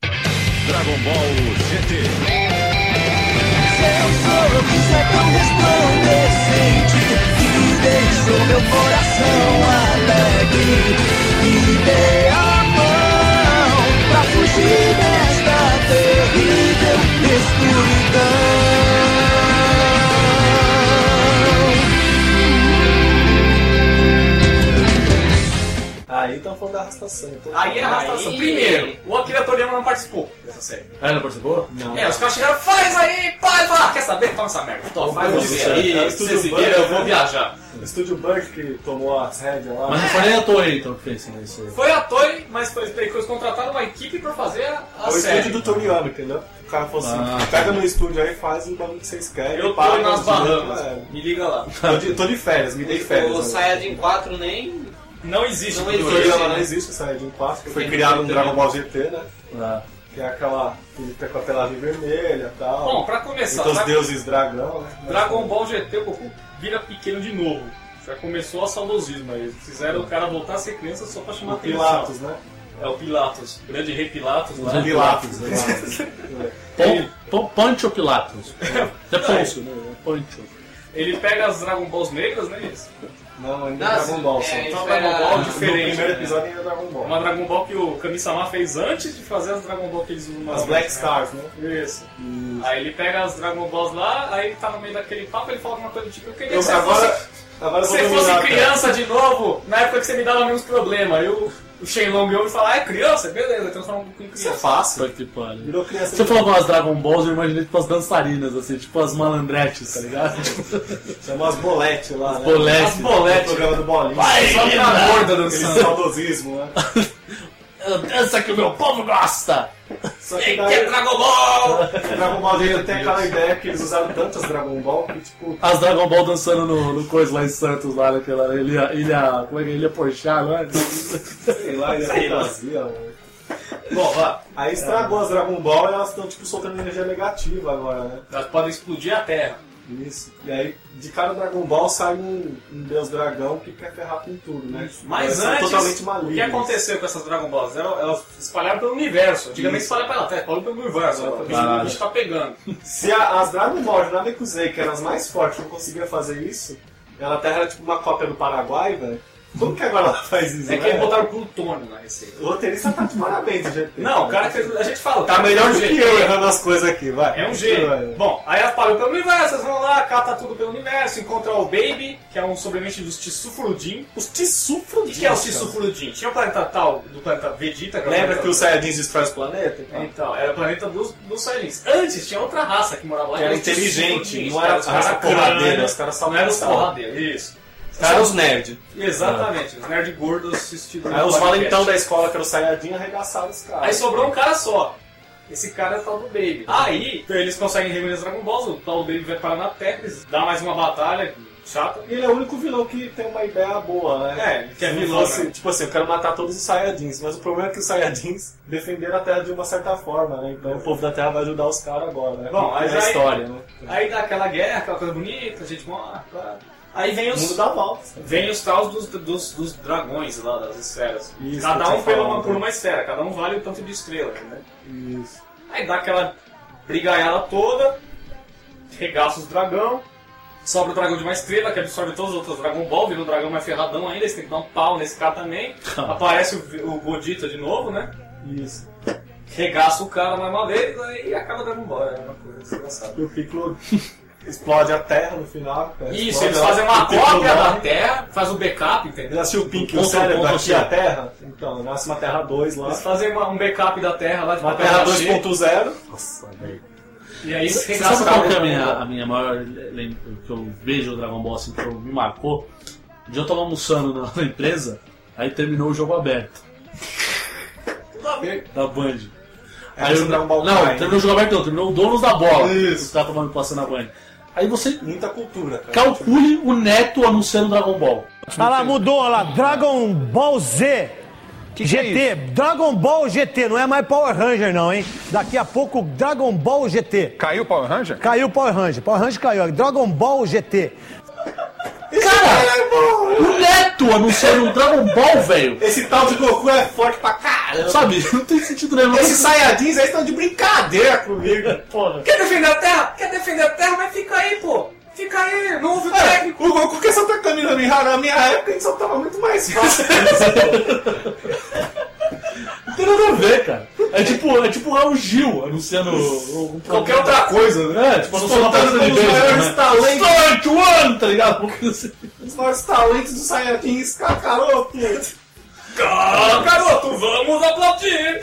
Speaker 2: Aí então falando da arrastação. então-
Speaker 4: Aí é arrastação.
Speaker 3: Aí-
Speaker 4: Primeiro, o Akira Toriyama não participou dessa série.
Speaker 1: Ah, ele não participou?
Speaker 2: Não.
Speaker 4: É, os caras chegaram, faz aí, pai, vai. Quer saber? Toma essa merda. Toma, faz
Speaker 2: Deus
Speaker 4: você
Speaker 2: do céu, cara,
Speaker 4: aí.
Speaker 2: tudo
Speaker 4: Vocês se
Speaker 2: bom,
Speaker 4: viram, eu
Speaker 2: né?
Speaker 4: vou viajar.
Speaker 2: O Estúdio Bug que tomou as rédeas lá.
Speaker 1: Mas não foi nem a Toei, então, que fez isso. aí.
Speaker 4: Foi a Toei, mas foi, eles contrataram uma equipe pra fazer a, a
Speaker 2: Foi É o
Speaker 4: série.
Speaker 2: estúdio do Toriyama, entendeu? O cara falou assim,
Speaker 1: Ah,
Speaker 2: pega no estúdio aí, faz o bagulho que vocês querem.
Speaker 4: tá. Eu tô
Speaker 2: paga
Speaker 4: nas
Speaker 2: os direitos,
Speaker 4: Bahamas.
Speaker 2: é.
Speaker 4: Me liga lá.
Speaker 2: Tô de, tô de férias, me dei férias.
Speaker 3: O
Speaker 2: né?
Speaker 3: Saiyajin 4 nem.
Speaker 4: Não existe.
Speaker 3: Não
Speaker 4: Toriyama.
Speaker 2: O Toriyama
Speaker 3: né?
Speaker 2: não existe, o Saiyajin 4, que foi criado no Dragon Ball GT, né?
Speaker 1: Ah.
Speaker 2: Que é aquela que tá com a pelagem vermelha e tal.
Speaker 4: Bom, pra começar,
Speaker 2: então os
Speaker 4: Dra-
Speaker 2: deuses dragão, né? Mas-
Speaker 4: É Dragon Ball GT, o Goku vira pequeno de novo. Já começou a saudosismo aí. Fizeram o cara voltar a ser criança só pra chamar
Speaker 2: O
Speaker 4: atenção.
Speaker 2: Pilatos, né?
Speaker 4: É o Pilatos. O grande rei Pilatos lá.
Speaker 1: Grande-
Speaker 2: Pilatos,
Speaker 1: Pilatos,
Speaker 4: [LAUGHS]
Speaker 2: né?
Speaker 1: Pon- Pon- Poncho Pilatos. É Poncho, né? Poncho.
Speaker 4: Ele pega as Dragon Balls negras, né? isso?
Speaker 2: Não, ainda é
Speaker 3: Nas-
Speaker 2: Dragon Ball,
Speaker 3: é,
Speaker 2: só.
Speaker 3: isso
Speaker 4: Então
Speaker 3: era-
Speaker 4: Dragon Ball
Speaker 2: No
Speaker 4: diferente.
Speaker 2: primeiro
Speaker 4: né?
Speaker 2: episódio ainda é Dragon Ball.
Speaker 4: Uma Dragon Ball que o Kami-sama fez antes de fazer as Dragon Ball que eles usam
Speaker 2: As
Speaker 4: normalmente,
Speaker 2: Black
Speaker 4: né?
Speaker 2: Stars, né?
Speaker 4: Isso. Aí ele pega as Dragon Balls lá, aí ele tá no meio daquele papo, ele fala alguma coisa do tipo, eu queria
Speaker 2: Eu,
Speaker 4: que você
Speaker 2: agora,
Speaker 4: fosse,
Speaker 2: agora eu vou
Speaker 4: você fosse
Speaker 2: dominar, cara.
Speaker 4: criança de novo, na época que você me dava menos problema. Aí o, o Shenlong ouve e fala, ah, é criança? Beleza, transforma um pouco em
Speaker 2: Isso é
Speaker 4: criança.
Speaker 2: fácil.
Speaker 1: Puta que pariu.
Speaker 2: Virou criança né?
Speaker 1: Você falou com as Dragon Balls, eu imaginei tipo as dançarinas, assim, tipo as malandretes, tá ligado? Tipo,
Speaker 2: Chamou as bolete lá, né?
Speaker 1: bolete.
Speaker 4: As boletes.
Speaker 2: O programa do bolinho.
Speaker 1: Vai,
Speaker 4: Só que na
Speaker 1: menina.
Speaker 4: gorda
Speaker 2: Aquele
Speaker 4: dançando.
Speaker 2: saudosismo, né?
Speaker 1: Dança que o meu povo gosta!
Speaker 2: Só que
Speaker 4: Tem
Speaker 2: daí,
Speaker 4: que ter Dragon Ball!
Speaker 2: [LAUGHS] Dragon Ball Z tem aquela ideia que eles usaram tantas Dragon Ball que, tipo,
Speaker 1: As Dragon Ball dançando no, no coisa lá em Santos, lá naquela ilha. ilha como é que é? Ilha Porchá, não é?
Speaker 2: sei lá, ele
Speaker 4: Sei lá.
Speaker 2: fantasia, né? mano.
Speaker 4: Bom, vá.
Speaker 2: Aí estragou as Dragon Ball e elas estão, tipo, soltando energia negativa agora, né?
Speaker 4: Elas podem explodir a Terra.
Speaker 2: Isso. E aí, de cara Dragon Ball sai um, um deus dragão que quer ferrar com tudo, né? Elas
Speaker 4: Mas
Speaker 2: são
Speaker 4: antes,
Speaker 2: totalmente
Speaker 4: o
Speaker 2: malignas.
Speaker 4: que aconteceu com essas Dragon Balls? Elas, elas espalharam pelo universo. Antigamente espalharam pela Terra, espalharam pelo universo. agora, porque O
Speaker 1: Caralho.
Speaker 4: bicho tá pegando.
Speaker 2: Se a- as Dragon Ball de Namekusei, que eram as mais fortes, não conseguia fazer isso, ela até era tipo uma cópia do Paraguai, velho. Como que agora ela [LAUGHS] faz isso?
Speaker 4: É que eles
Speaker 2: né?
Speaker 4: botaram plutônio na receita.
Speaker 2: O roteirista tá de parabéns, do jeito que-
Speaker 4: Não, o cara que fez. A gente fala.
Speaker 2: Tá melhor
Speaker 4: é um
Speaker 2: do que
Speaker 4: gênio.
Speaker 2: eu errando as coisas aqui, vai.
Speaker 4: É um gênio.
Speaker 2: Vai.
Speaker 4: Bom, aí elas param pelo universo, elas vão lá, cata tudo pelo universo, encontra o Baby, que é um sobremente dos Tissufrudin. Os Tissufrudin? O que é os Tissufrudin? Tinha o planeta tal do planeta Vegeta, que era o
Speaker 2: Lembra
Speaker 4: planeta-
Speaker 2: que os Saiyajins destroem o planeta? Então?
Speaker 4: Então, era o planeta dos, dos Saiyajins. Antes tinha outra raça que morava lá.
Speaker 2: Que era
Speaker 4: os
Speaker 2: inteligente,
Speaker 4: Tissufrudins,
Speaker 2: não era
Speaker 4: os caras
Speaker 2: raça porradeira,
Speaker 4: crânio,
Speaker 2: os caras só
Speaker 4: não eram os
Speaker 2: pensavam.
Speaker 4: porradeiros. Isso.
Speaker 2: Os caras eram os nerds.
Speaker 4: Exatamente, os nerd gordos assistindo.
Speaker 2: Aí É, os valentão da escola que eram os Saiyajin arregaçaram os caras.
Speaker 4: Aí sobrou um cara só. Esse cara é o tal do Baby. Aí eles conseguem reunir os Dragon Balls, o tal do Baby vai parar na Terra, eles dá mais uma batalha chata.
Speaker 2: E ele é o único vilão que tem uma ideia boa, né?
Speaker 4: É, que é
Speaker 2: Se não
Speaker 4: vilão,
Speaker 2: fosse-
Speaker 4: né?
Speaker 2: Tipo assim, eu quero matar todos os Saiyajins, mas o problema é que os Saiyajins defenderam a Terra de uma certa forma, né? Então o povo da Terra vai ajudar os caras agora, né?
Speaker 4: Bom,
Speaker 2: é
Speaker 4: mas
Speaker 2: a
Speaker 4: aí-
Speaker 2: história, né?
Speaker 4: Aí dá aquela guerra, aquela coisa bonita, a gente morre. pá. Aí vem
Speaker 2: O mundo
Speaker 4: os.
Speaker 2: dá volta.
Speaker 4: Vem os taus dos, dos, dos dragões lá, das esferas.
Speaker 2: Isso,
Speaker 4: cada
Speaker 2: que eu
Speaker 4: um
Speaker 2: tinha
Speaker 4: pela
Speaker 2: falado.
Speaker 4: uma, por uma esfera, cada um vale o tanto de estrela, né?
Speaker 2: Isso.
Speaker 4: Aí dá aquela brigaiada toda, regaça os dragão, sobra o dragão de uma estrela que absorve todos os outros Dragon Ball, vira um dragão mais ferradão ainda, eles tem que dar um pau nesse cara
Speaker 2: [LAUGHS]
Speaker 4: também. Aparece o, o Godita de novo, né?
Speaker 2: Isso.
Speaker 4: Regaça o cara mais uma vez e acaba o Dragon Ball, é uma coisa engraçada.
Speaker 2: E o Piccolo explode a Terra no final. cara.
Speaker 4: Isso,
Speaker 2: Explode
Speaker 4: eles
Speaker 2: ela,
Speaker 4: fazem uma
Speaker 2: o Piccolo
Speaker 4: cópia da
Speaker 2: morre.
Speaker 4: Terra, faz o backup, entendeu?
Speaker 2: Já assistiu o Pink, o
Speaker 4: Ponto,
Speaker 2: cérebro
Speaker 4: ponto,
Speaker 2: aqui, a
Speaker 4: ponto.
Speaker 2: Terra? Então, nasce uma Terra 2 lá.
Speaker 4: Eles fazem uma- um backup da Terra lá de
Speaker 2: Uma
Speaker 4: papel
Speaker 2: Terra
Speaker 4: machê,
Speaker 2: 2.0.
Speaker 4: E aí
Speaker 1: Você
Speaker 4: regaça
Speaker 1: sabe
Speaker 4: o cara
Speaker 1: qual que é a
Speaker 4: de
Speaker 1: minha,
Speaker 4: novo.
Speaker 1: a minha maior lem- que eu vejo o Dragon Ball assim, que eu- me marcou? Um dia eu tava almoçando na, na empresa, aí terminou o jogo aberto da Band.
Speaker 4: É,
Speaker 2: Aí
Speaker 1: eu,
Speaker 2: o Dragon Ball
Speaker 1: não,
Speaker 2: cai.
Speaker 1: terminou o jogo aberto não, terminou o donos da bola.
Speaker 2: Isso.
Speaker 1: Os caras tomando posse na Band. Aí você
Speaker 2: Muita cultura, cara.
Speaker 1: calcule o neto anunciando o Dragon Ball.
Speaker 5: Olha Tá lá, mudou, olha lá. Dragon Ball Z.
Speaker 9: é
Speaker 5: GT, Dragon Ball GT, não é mais Power Ranger não, hein? Daqui a pouco Dragon Ball GT.
Speaker 9: Caiu o Power Ranger?
Speaker 5: Caiu Power Ranger, Power Ranger caiu, é Dragon Ball GT.
Speaker 1: O neto anunciando o Dragon Ball, velho.
Speaker 2: Esse tal de Goku é forte pra caramba.
Speaker 1: Sabe, não tem sentido nenhum.
Speaker 2: Esses Saiyajins aí estão de brincadeira comigo. Porra.
Speaker 4: Quer defender a Terra? Quer defender a Terra? Mas fica aí, pô! Fica aí, não ouve o
Speaker 2: É,
Speaker 4: técnico!
Speaker 2: o Goku que só tá caminhando em Hara, na minha época a gente só tava muito mais [LAUGHS] fácil.
Speaker 1: Não tem nada a ver, cara. É tipo, é tipo o Raul Gil anunciando o- o-
Speaker 2: Qualquer outra coisa, né?
Speaker 1: É, tipo,
Speaker 2: Os
Speaker 1: não sou uma
Speaker 2: fantasmas
Speaker 1: parada de
Speaker 2: dos
Speaker 1: beijo,
Speaker 2: maiores
Speaker 1: né?
Speaker 2: talentos.
Speaker 1: Start one, tá ligado? Porque você-
Speaker 2: Os maiores talentos do Saiyajins, Kakaroto.
Speaker 4: Ah, garoto, vamos aplaudir!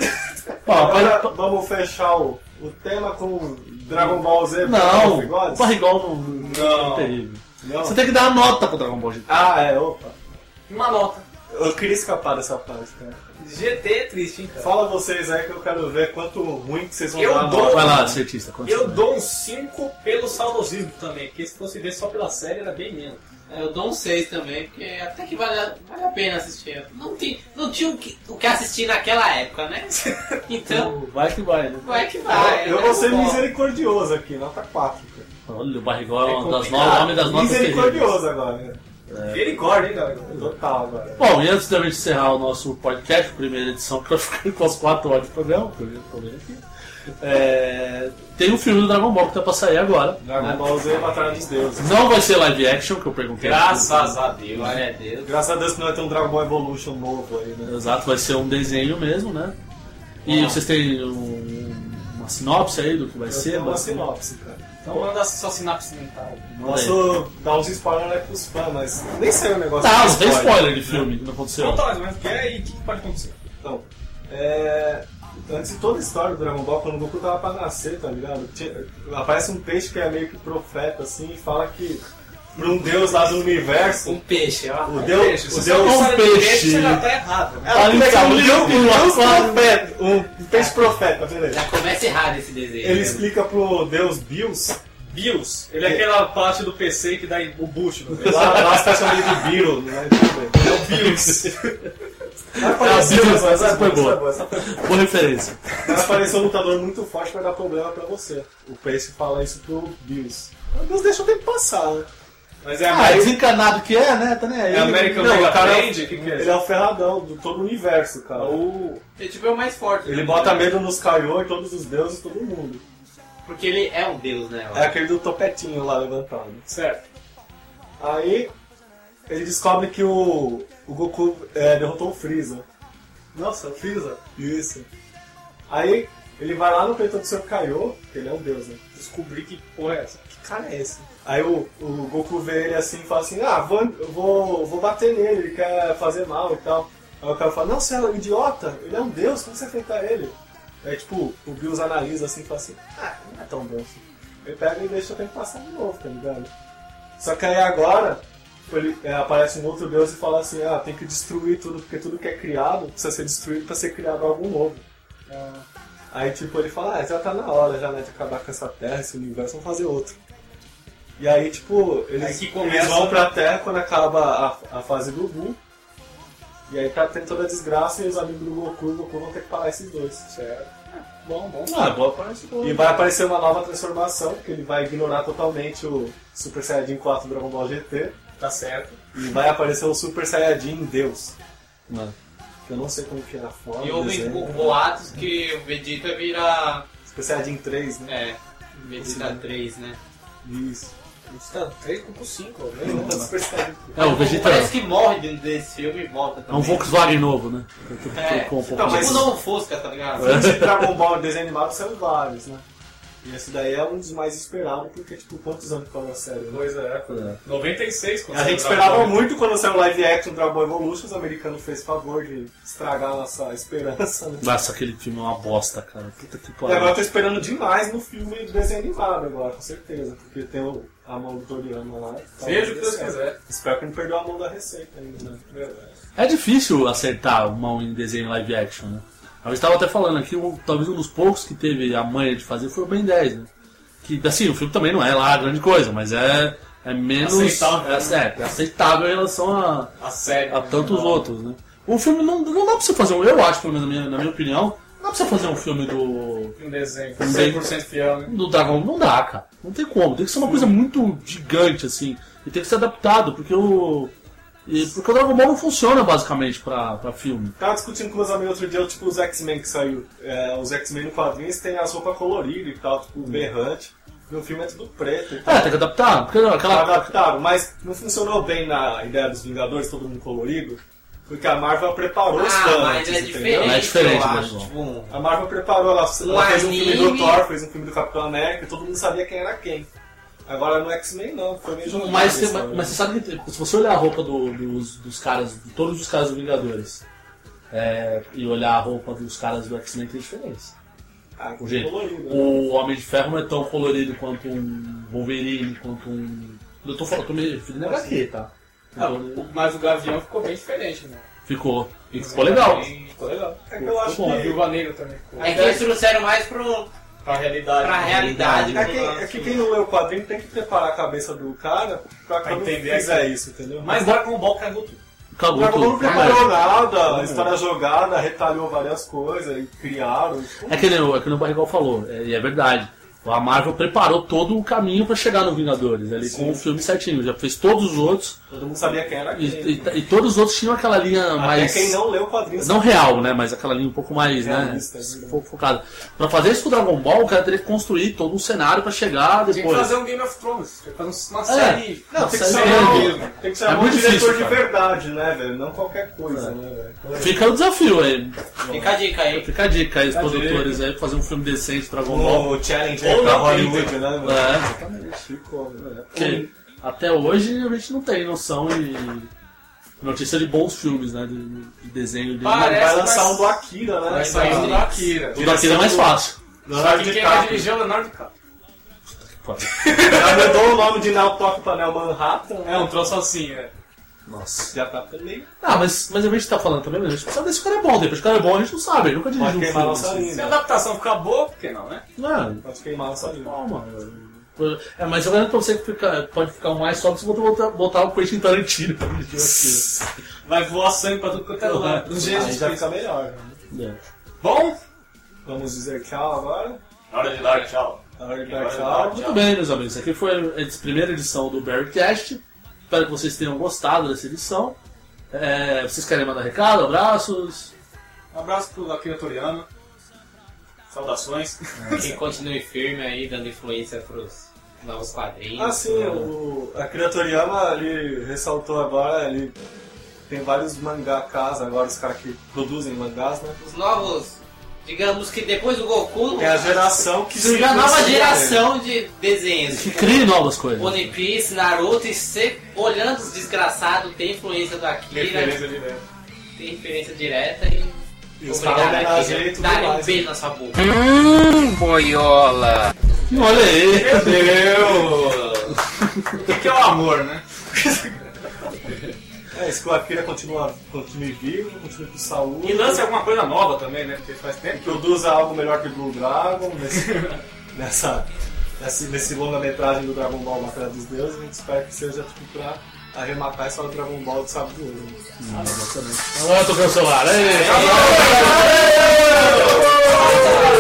Speaker 2: Agora vamos fechar o, o tema com Dragon Ball Z.
Speaker 1: Não,
Speaker 2: Bigodes?
Speaker 1: barrigol não, não é terrível.
Speaker 2: Não.
Speaker 1: Você tem que dar a nota pro Dragon Ball GT.
Speaker 2: Ah, é, opa.
Speaker 4: Uma nota.
Speaker 2: Eu queria escapar dessa parte, cara.
Speaker 4: GT é triste, hein, cara?
Speaker 2: Fala vocês aí que eu quero ver quanto ruim que vocês vão
Speaker 4: Eu
Speaker 2: dar.
Speaker 4: dou-
Speaker 2: agora.
Speaker 1: Vai lá, cientista. conta.
Speaker 4: Eu dou um 5 pelo saudosismo também, porque se fosse ver só pela série era bem menos.
Speaker 3: Eu dou um 6 também, porque até que vale a, vale a pena assistir. Não, tem, não tinha o que, o que assistir naquela época, né? [LAUGHS] Então,
Speaker 1: Vai que vai, né?
Speaker 3: vai que
Speaker 4: Ah,
Speaker 3: vai.
Speaker 2: Ah, Eu, eu
Speaker 3: né?
Speaker 2: vou ser
Speaker 3: Bom,
Speaker 2: misericordioso aqui, nota 4. cara.
Speaker 1: Olha, o barrigol é um das
Speaker 4: complicado.
Speaker 1: novas, o nome das notas terríveis.
Speaker 2: Misericordioso agora.
Speaker 1: É.
Speaker 4: Misericórdia, hein, galera?
Speaker 2: Total agora.
Speaker 1: Bom, e antes da gente encerrar o nosso podcast, primeira edição, pra ficar com as quatro horas de programa, porque eu tô vendo aqui, é, tem um filme do Dragon Ball que tá pra sair agora.
Speaker 2: Dragon Ball Z é Batalha dos Deuses.
Speaker 1: Não vai ser live action, que eu perguntei.
Speaker 4: Graças a Deus.
Speaker 3: Glória a Deus.
Speaker 2: Graças a Deus que não vai ter um Dragon Ball Evolution novo aí, né?
Speaker 1: Exato, vai ser um desenho mesmo, né? E vocês têm um- uma sinopse aí do que vai
Speaker 2: Eu
Speaker 1: ser?
Speaker 2: tenho uma
Speaker 1: Mas-
Speaker 2: sinopse, cara.
Speaker 4: Então manda só sinapse mental.
Speaker 2: Posso dar uns spoilers aí pros fãs, mas nem sei o negócio.
Speaker 1: Tá,
Speaker 2: de
Speaker 1: você tem spoiler de filme que não aconteceu.
Speaker 4: Conta mais ou menos o que é e o que pode acontecer.
Speaker 2: Então, é... Antes de toda a história do Dragon Ball, quando o Goku tava pra nascer, tá ligado? Tinha- Aparece um texto que é meio que profeta, assim, e fala que pra um deus lá do universo...
Speaker 3: Um peixe, ó.
Speaker 2: O deus, o
Speaker 1: é
Speaker 2: deus,
Speaker 1: um peixe.
Speaker 4: Você já tá errado.
Speaker 1: É,
Speaker 2: Ah, que legal,
Speaker 1: tá,
Speaker 2: um deus, um deus
Speaker 1: Claro.
Speaker 2: profeta, um peixe profeta, beleza.
Speaker 3: Já começa errado esse desenho.
Speaker 2: Ele
Speaker 3: né?
Speaker 2: explica pro deus Bills
Speaker 4: BIOS, ele é aquela parte do PC que dá o boost né? no PC.
Speaker 2: Lá, lá você tá chamando ele de Beatle, né? É o Beatles.
Speaker 1: [LAUGHS]
Speaker 2: Apareceu,
Speaker 1: Beatles,
Speaker 2: mas essa
Speaker 1: Ah, essa
Speaker 2: foi
Speaker 1: foi
Speaker 2: boa. essa foi boa.
Speaker 1: Boa referência.
Speaker 2: Mas Apareceu um lutador muito forte, vai dar problema pra você. O Pace fala isso pro Bills. Mas Deus deixa o tempo passar, né?
Speaker 4: Mas é a
Speaker 1: Ah,
Speaker 4: Ameri-
Speaker 1: desencanado que é, né? Tá nem aí.
Speaker 4: é a American
Speaker 2: Não,
Speaker 4: Mega
Speaker 2: o cara-
Speaker 1: um
Speaker 4: Trend? O que, que é?
Speaker 2: Ele é o ferradão do todo o universo, cara.
Speaker 4: O...
Speaker 3: Ele, tipo, é o mais forte.
Speaker 2: Ele
Speaker 3: né?
Speaker 2: bota medo nos Kaiô e todos os deuses, todo mundo.
Speaker 3: Porque ele é um deus, né? ó.
Speaker 2: É aquele do topetinho lá levantado.
Speaker 4: Certo.
Speaker 2: Aí ele descobre que o, o o Goku é, derrotou o Freeza. Nossa, o Freeza? Isso. Aí ele vai lá no peito do seu Kaiô, que ele é um deus, né? Descobrir que porra é essa. Que cara é esse? Aí o, o Goku vê ele assim e fala assim, ah, vou, eu vou, vou bater nele, ele quer fazer mal e tal. Aí o cara fala, não, você é um idiota, ele é um deus, como você enfrentar ele? Aí tipo, o Bills analisa assim e fala assim, ah, não é tão bom assim. Ele pega e deixa o tempo passar de novo, tá ligado? Só que aí agora, tipo, ele, é, aparece um outro deus e fala assim, ah, tem que destruir tudo, porque tudo que é criado precisa ser destruído pra ser criado algo novo.
Speaker 4: É.
Speaker 2: Aí tipo, ele fala, ah, já tá na hora já, né, de acabar com essa terra, esse universo, vamos fazer outro. E aí, tipo, eles,
Speaker 4: Aí que começa-
Speaker 2: eles vão pra terra quando acaba a, a fase do Buu. E aí tá tendo toda a desgraça e os amigos do Goku e o Goku vão ter que parar esses dois. Certo. Bom, bom.
Speaker 1: Ah, boa parte boa.
Speaker 2: E vai aparecer uma nova transformação, que ele vai ignorar totalmente o Super Saiyajin 4 Dragon Ball GT. Tá certo. E vai aparecer o Super Saiyajin Deus.
Speaker 1: Mano.
Speaker 2: Que eu não sei como que era a forma.
Speaker 3: E
Speaker 2: o
Speaker 3: houve
Speaker 2: desenho, né?
Speaker 3: boatos que o Vegeta vira.
Speaker 2: Super Saiyajin 3, né?
Speaker 3: É, Vegeta 3, né?
Speaker 2: Isso.
Speaker 4: É. Tá 3 com 5,
Speaker 2: Ele tá [LAUGHS] Super Saiyajin.
Speaker 1: É, o Vegeta
Speaker 3: Tipo, Parece que morre dentro desse filme e volta
Speaker 1: é
Speaker 3: também.
Speaker 1: um Volkswagen novo, né?
Speaker 3: É,
Speaker 1: Ficou um pouco
Speaker 3: não,
Speaker 1: mais-
Speaker 3: mas não Fusca, tá ligado?
Speaker 2: Antes de Dragon Ball desenho animado saiu vários, né? E esse daí é um dos mais esperados, porque, tipo, quantos anos ficou na série? né?
Speaker 4: Pois é, foi. 96 quando
Speaker 2: A gente
Speaker 4: saiu o
Speaker 2: esperava
Speaker 4: Dragon Ball.
Speaker 2: muito quando saiu o live action do Dragon Ball Evolution, os americanos fez favor de estragar a nossa esperança, né?
Speaker 1: Nossa, aquele filme é uma bosta, cara. Puta que
Speaker 2: E agora eu
Speaker 1: pariu.
Speaker 2: tô esperando demais no filme de desenho animado agora, com certeza, porque tem o, a mão do Toriyama lá. Tá
Speaker 4: Seja o que
Speaker 2: dando
Speaker 4: Deus
Speaker 2: certo.
Speaker 4: quiser.
Speaker 2: Espero que não perdeu a mão da receita ainda, né?
Speaker 1: É difícil acertar a mão em desenho live action, né? Eu estava até falando aqui, um- talvez um dos poucos que teve a manha de fazer foi o Ben 10, né? Que, assim, o filme também não é lá grande coisa, mas é, é menos...
Speaker 4: Aceitável.
Speaker 1: É, é aceitável em relação a...
Speaker 4: A série.
Speaker 1: a tantos outros, né? O filme não, não dá pra você fazer um, eu acho, pelo menos na minha, na minha opinião, não dá pra você fazer um filme do.
Speaker 4: Um desenho.
Speaker 1: Um desenho.
Speaker 4: 100% fiel, né?
Speaker 1: do Dragon não dá, cara. Não tem como. Tem que ser uma coisa muito gigante, assim. E tem que ser adaptado, porque o. e- porque o Dragon Ball não funciona basicamente pra, pra filme.
Speaker 2: Tava discutindo com meus amigos outro dia, tipo, os X-Men que saiu. É, os X-Men no quadrinhos tem as roupas coloridas e tal,
Speaker 4: Hum.
Speaker 2: tipo, berrante. No filme é tudo preto e tal.
Speaker 1: É, tem que adaptar. Porque não,
Speaker 4: tá-
Speaker 1: aquela.
Speaker 2: adaptaram, mas não funcionou bem na ideia dos Vingadores, todo mundo colorido, porque a Marvel preparou os
Speaker 3: Ah,
Speaker 2: Thanos,
Speaker 3: mas é
Speaker 2: entendeu?
Speaker 3: diferente,
Speaker 1: É diferente
Speaker 3: eu
Speaker 1: mesmo.
Speaker 3: acho. Tipo, um-
Speaker 2: A Marvel preparou, ela, ela fez um filme do
Speaker 3: anime.
Speaker 2: Thor, fez um filme do Capitão América, todo mundo sabia quem era quem. Agora no X-Men não, foi meio jogado.
Speaker 1: Mas,
Speaker 2: isso,
Speaker 1: você-
Speaker 2: né?
Speaker 1: mas, mas você sabe que se você olhar a roupa do- dos, dos caras, de todos os caras do Vingadores, é, e olhar a roupa dos caras do X-Men, tem diferença.
Speaker 2: Ah,
Speaker 1: O jeito.
Speaker 2: colorido, né?
Speaker 1: O Homem de Ferro não é tão colorido quanto um Wolverine, quanto um. Eu tô falando, tô me referindo a HQ, tá?
Speaker 4: Ah, o- mas o Gavião ficou bem diferente, né?
Speaker 1: Ficou. E ficou legal.
Speaker 4: Ficou legal.
Speaker 2: É que eu acho
Speaker 1: Ficou bom.
Speaker 4: E
Speaker 2: que
Speaker 4: o Vaneiro também ficou.
Speaker 3: É que eles trouxeram mais pro,
Speaker 4: Pra realidade.
Speaker 3: pra realidade.
Speaker 2: É que, é que quem não leu o quadrinho tem que preparar a cabeça do cara pra, quando
Speaker 4: entender
Speaker 2: fizer isso, entendeu?
Speaker 4: Mas Dragon Ball cagou tudo.
Speaker 2: o
Speaker 1: Cagou
Speaker 2: Dragon Ball não
Speaker 1: tudo.
Speaker 2: preparou nada, a história é jogada, retalhou várias coisas e criaram.
Speaker 1: É que, nem, o- é que nem o Barrigal falou, é, e é verdade. A Marvel preparou todo o caminho pra chegar no Vingadores, ali com o filme certinho. Já fez todos os outros,
Speaker 2: Todo mundo sabia quem era
Speaker 1: e,
Speaker 2: quem.
Speaker 1: e- e todos os outros tinham aquela linha
Speaker 2: Até
Speaker 1: mais.
Speaker 2: quem não leu o quadrinho
Speaker 1: Não real, né? Mas aquela linha um pouco mais, né?
Speaker 2: Realista, né?
Speaker 1: fo- Focada. Pra fazer isso com o Dragon Ball, o cara teria que construir todo um cenário pra chegar
Speaker 4: Tinha que
Speaker 1: depois.
Speaker 4: fazer um Game of Thrones. Tinha que fazer um- uma
Speaker 1: É.
Speaker 4: série.
Speaker 2: Não, tem que
Speaker 1: Nossa,
Speaker 2: chamar,
Speaker 1: é
Speaker 2: um-
Speaker 1: mesmo.
Speaker 2: tem que chamar
Speaker 1: É
Speaker 2: um
Speaker 1: muito
Speaker 2: diretor
Speaker 1: difícil,
Speaker 2: de
Speaker 1: cara. É.
Speaker 2: verdade, né, velho? Não qualquer coisa, né, velho?
Speaker 1: Fica o desafio aí.
Speaker 3: Fica a dica aí.
Speaker 1: Fica a dica aí, os
Speaker 4: a
Speaker 1: produtores aí, pra fazer um filme decente do Dragon Ball.
Speaker 2: O challenge
Speaker 1: Ou
Speaker 2: é pra
Speaker 1: não,
Speaker 2: Hollywood,
Speaker 1: tem-
Speaker 2: né, velho?
Speaker 1: É,
Speaker 2: Ficou, né?
Speaker 1: porque até hoje a gente não tem noção e notícia de bons filmes, né? De, de desenho de.
Speaker 4: Parece,
Speaker 2: Vai lançar
Speaker 4: mas-
Speaker 2: um do Akira, né? um
Speaker 4: Vai
Speaker 2: Essa-
Speaker 4: sair um do Akira.
Speaker 1: o daqui é mais fácil.
Speaker 4: Só
Speaker 2: Leonardo
Speaker 4: que quem vai
Speaker 2: DiCaprio.
Speaker 4: dirigir é o Leonardo DiCaprio.
Speaker 2: Já mudou o nome de Neo Tóquio pra Neo Manhattan,
Speaker 4: É um troço assim, é.
Speaker 1: Nossa.
Speaker 2: Já tá também.
Speaker 1: Ah, mas, mas a gente tá falando também, mas a gente precisa ver se o cara é bom. Depois que o cara é bom, a gente não sabe, ele nunca dirigiu
Speaker 2: Pode
Speaker 1: um
Speaker 2: queimar
Speaker 1: filme.
Speaker 2: nossa
Speaker 1: Assim.
Speaker 4: Se a
Speaker 2: língua.
Speaker 4: adaptação ficar boa, por que não, né?
Speaker 1: Não,
Speaker 2: Pode queimar nossa língua.
Speaker 1: calma. É, mas eu garanto pra você que fica- pode ficar um mais só se você botar, botar o Quentin Tarantino pra dirigir aquilo.
Speaker 4: Vai voar sangue pra tudo quanto é lado. Do jeito
Speaker 2: Aí
Speaker 4: que
Speaker 2: já
Speaker 4: fez.
Speaker 2: fica melhor. né?
Speaker 1: É.
Speaker 4: Bom?
Speaker 2: Vamos dizer é tchau agora.
Speaker 4: Hora de dar tchau.
Speaker 2: Na hora de dar tchau.
Speaker 1: Muito bem, meus amigos. Aqui foi a primeira edição do Barrycast. Espero que vocês tenham gostado dessa edição. É, vocês querem mandar recado, abraços?
Speaker 4: Um abraço pro Akira Toriyama. Saudações.
Speaker 3: Que continue firme aí, dando influência pros novos quadrinhos.
Speaker 2: Ah, sim, o, a Criatoriama, ele ressaltou agora, ele Tem vários mangakas agora, os caras que produzem mangás, né?
Speaker 3: Os novos, digamos que depois do Goku,
Speaker 2: É a geração que
Speaker 3: surgiu a nova geração de desenhos.
Speaker 1: Que crie novas coisas.
Speaker 3: One Piece, Naruto e você olhando os desgraçados, tem influência do Akira,
Speaker 2: Referência direta.
Speaker 3: tem referência direta e.
Speaker 2: E os caras homenageiam e tudo
Speaker 3: Dá-lhe um
Speaker 2: mais.
Speaker 3: beijo na sua boca.
Speaker 1: Olha aí.
Speaker 4: Meu Deus! o [LAUGHS] que é o amor, né?
Speaker 2: É, isso que o Akira continua, continue vivo, continue com
Speaker 4: E
Speaker 2: saúde.
Speaker 4: lance alguma coisa nova também, né? Porque faz tempo que eu...
Speaker 2: Produza algo melhor que o Blue Dragon, nesse, [LAUGHS] nessa, nesse, nesse longa-metragem do Dragon Ball Batalha dos Deuses. A gente espera que seja tipo pra arrematar essa do Dragon Ball de sábado do ouro. né?
Speaker 1: Agora eu tô com o celular. Ei.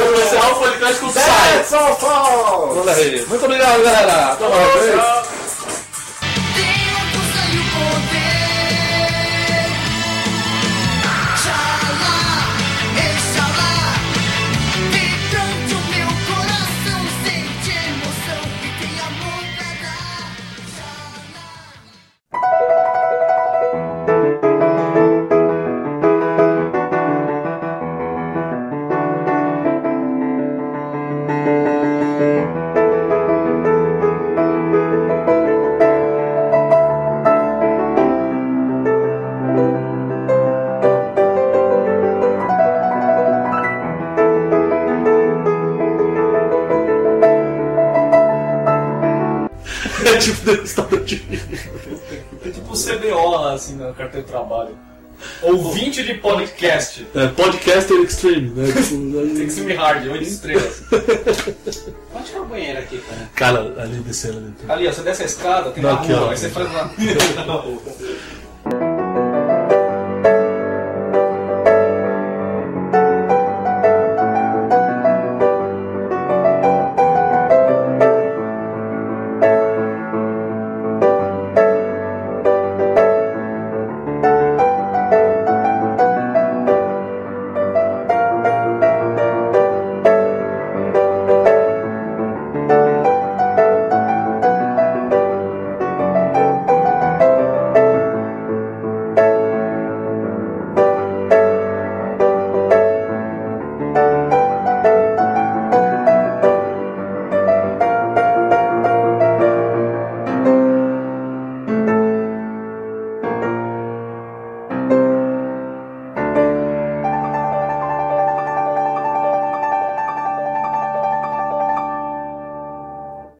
Speaker 4: Começar o podcast com sai!
Speaker 1: Olha aí. Muito obrigado, galera. Até uma vez.
Speaker 6: Deus e o poder. Xalá, exalá, vibrante o meu coração, sente emoção que tem amor pra dar. Xalá.
Speaker 1: [LAUGHS] É tipo degustador de vinho.
Speaker 4: É tipo o CBO lá, assim, na carteira de trabalho. Ouvinte de podcast.
Speaker 1: É, podcaster extreme, [LAUGHS] né? Tipo,
Speaker 4: Tem que
Speaker 1: aí-
Speaker 4: ser hard, 8 estrelas.
Speaker 3: Onde que é o banheiro aqui, cara?
Speaker 1: Cara, ali descendo ali.
Speaker 4: Ali, ó, você desce a escada, tem
Speaker 1: Não,
Speaker 4: uma
Speaker 1: aqui, ó.
Speaker 3: [LAUGHS]
Speaker 4: rua, aí você faz uma...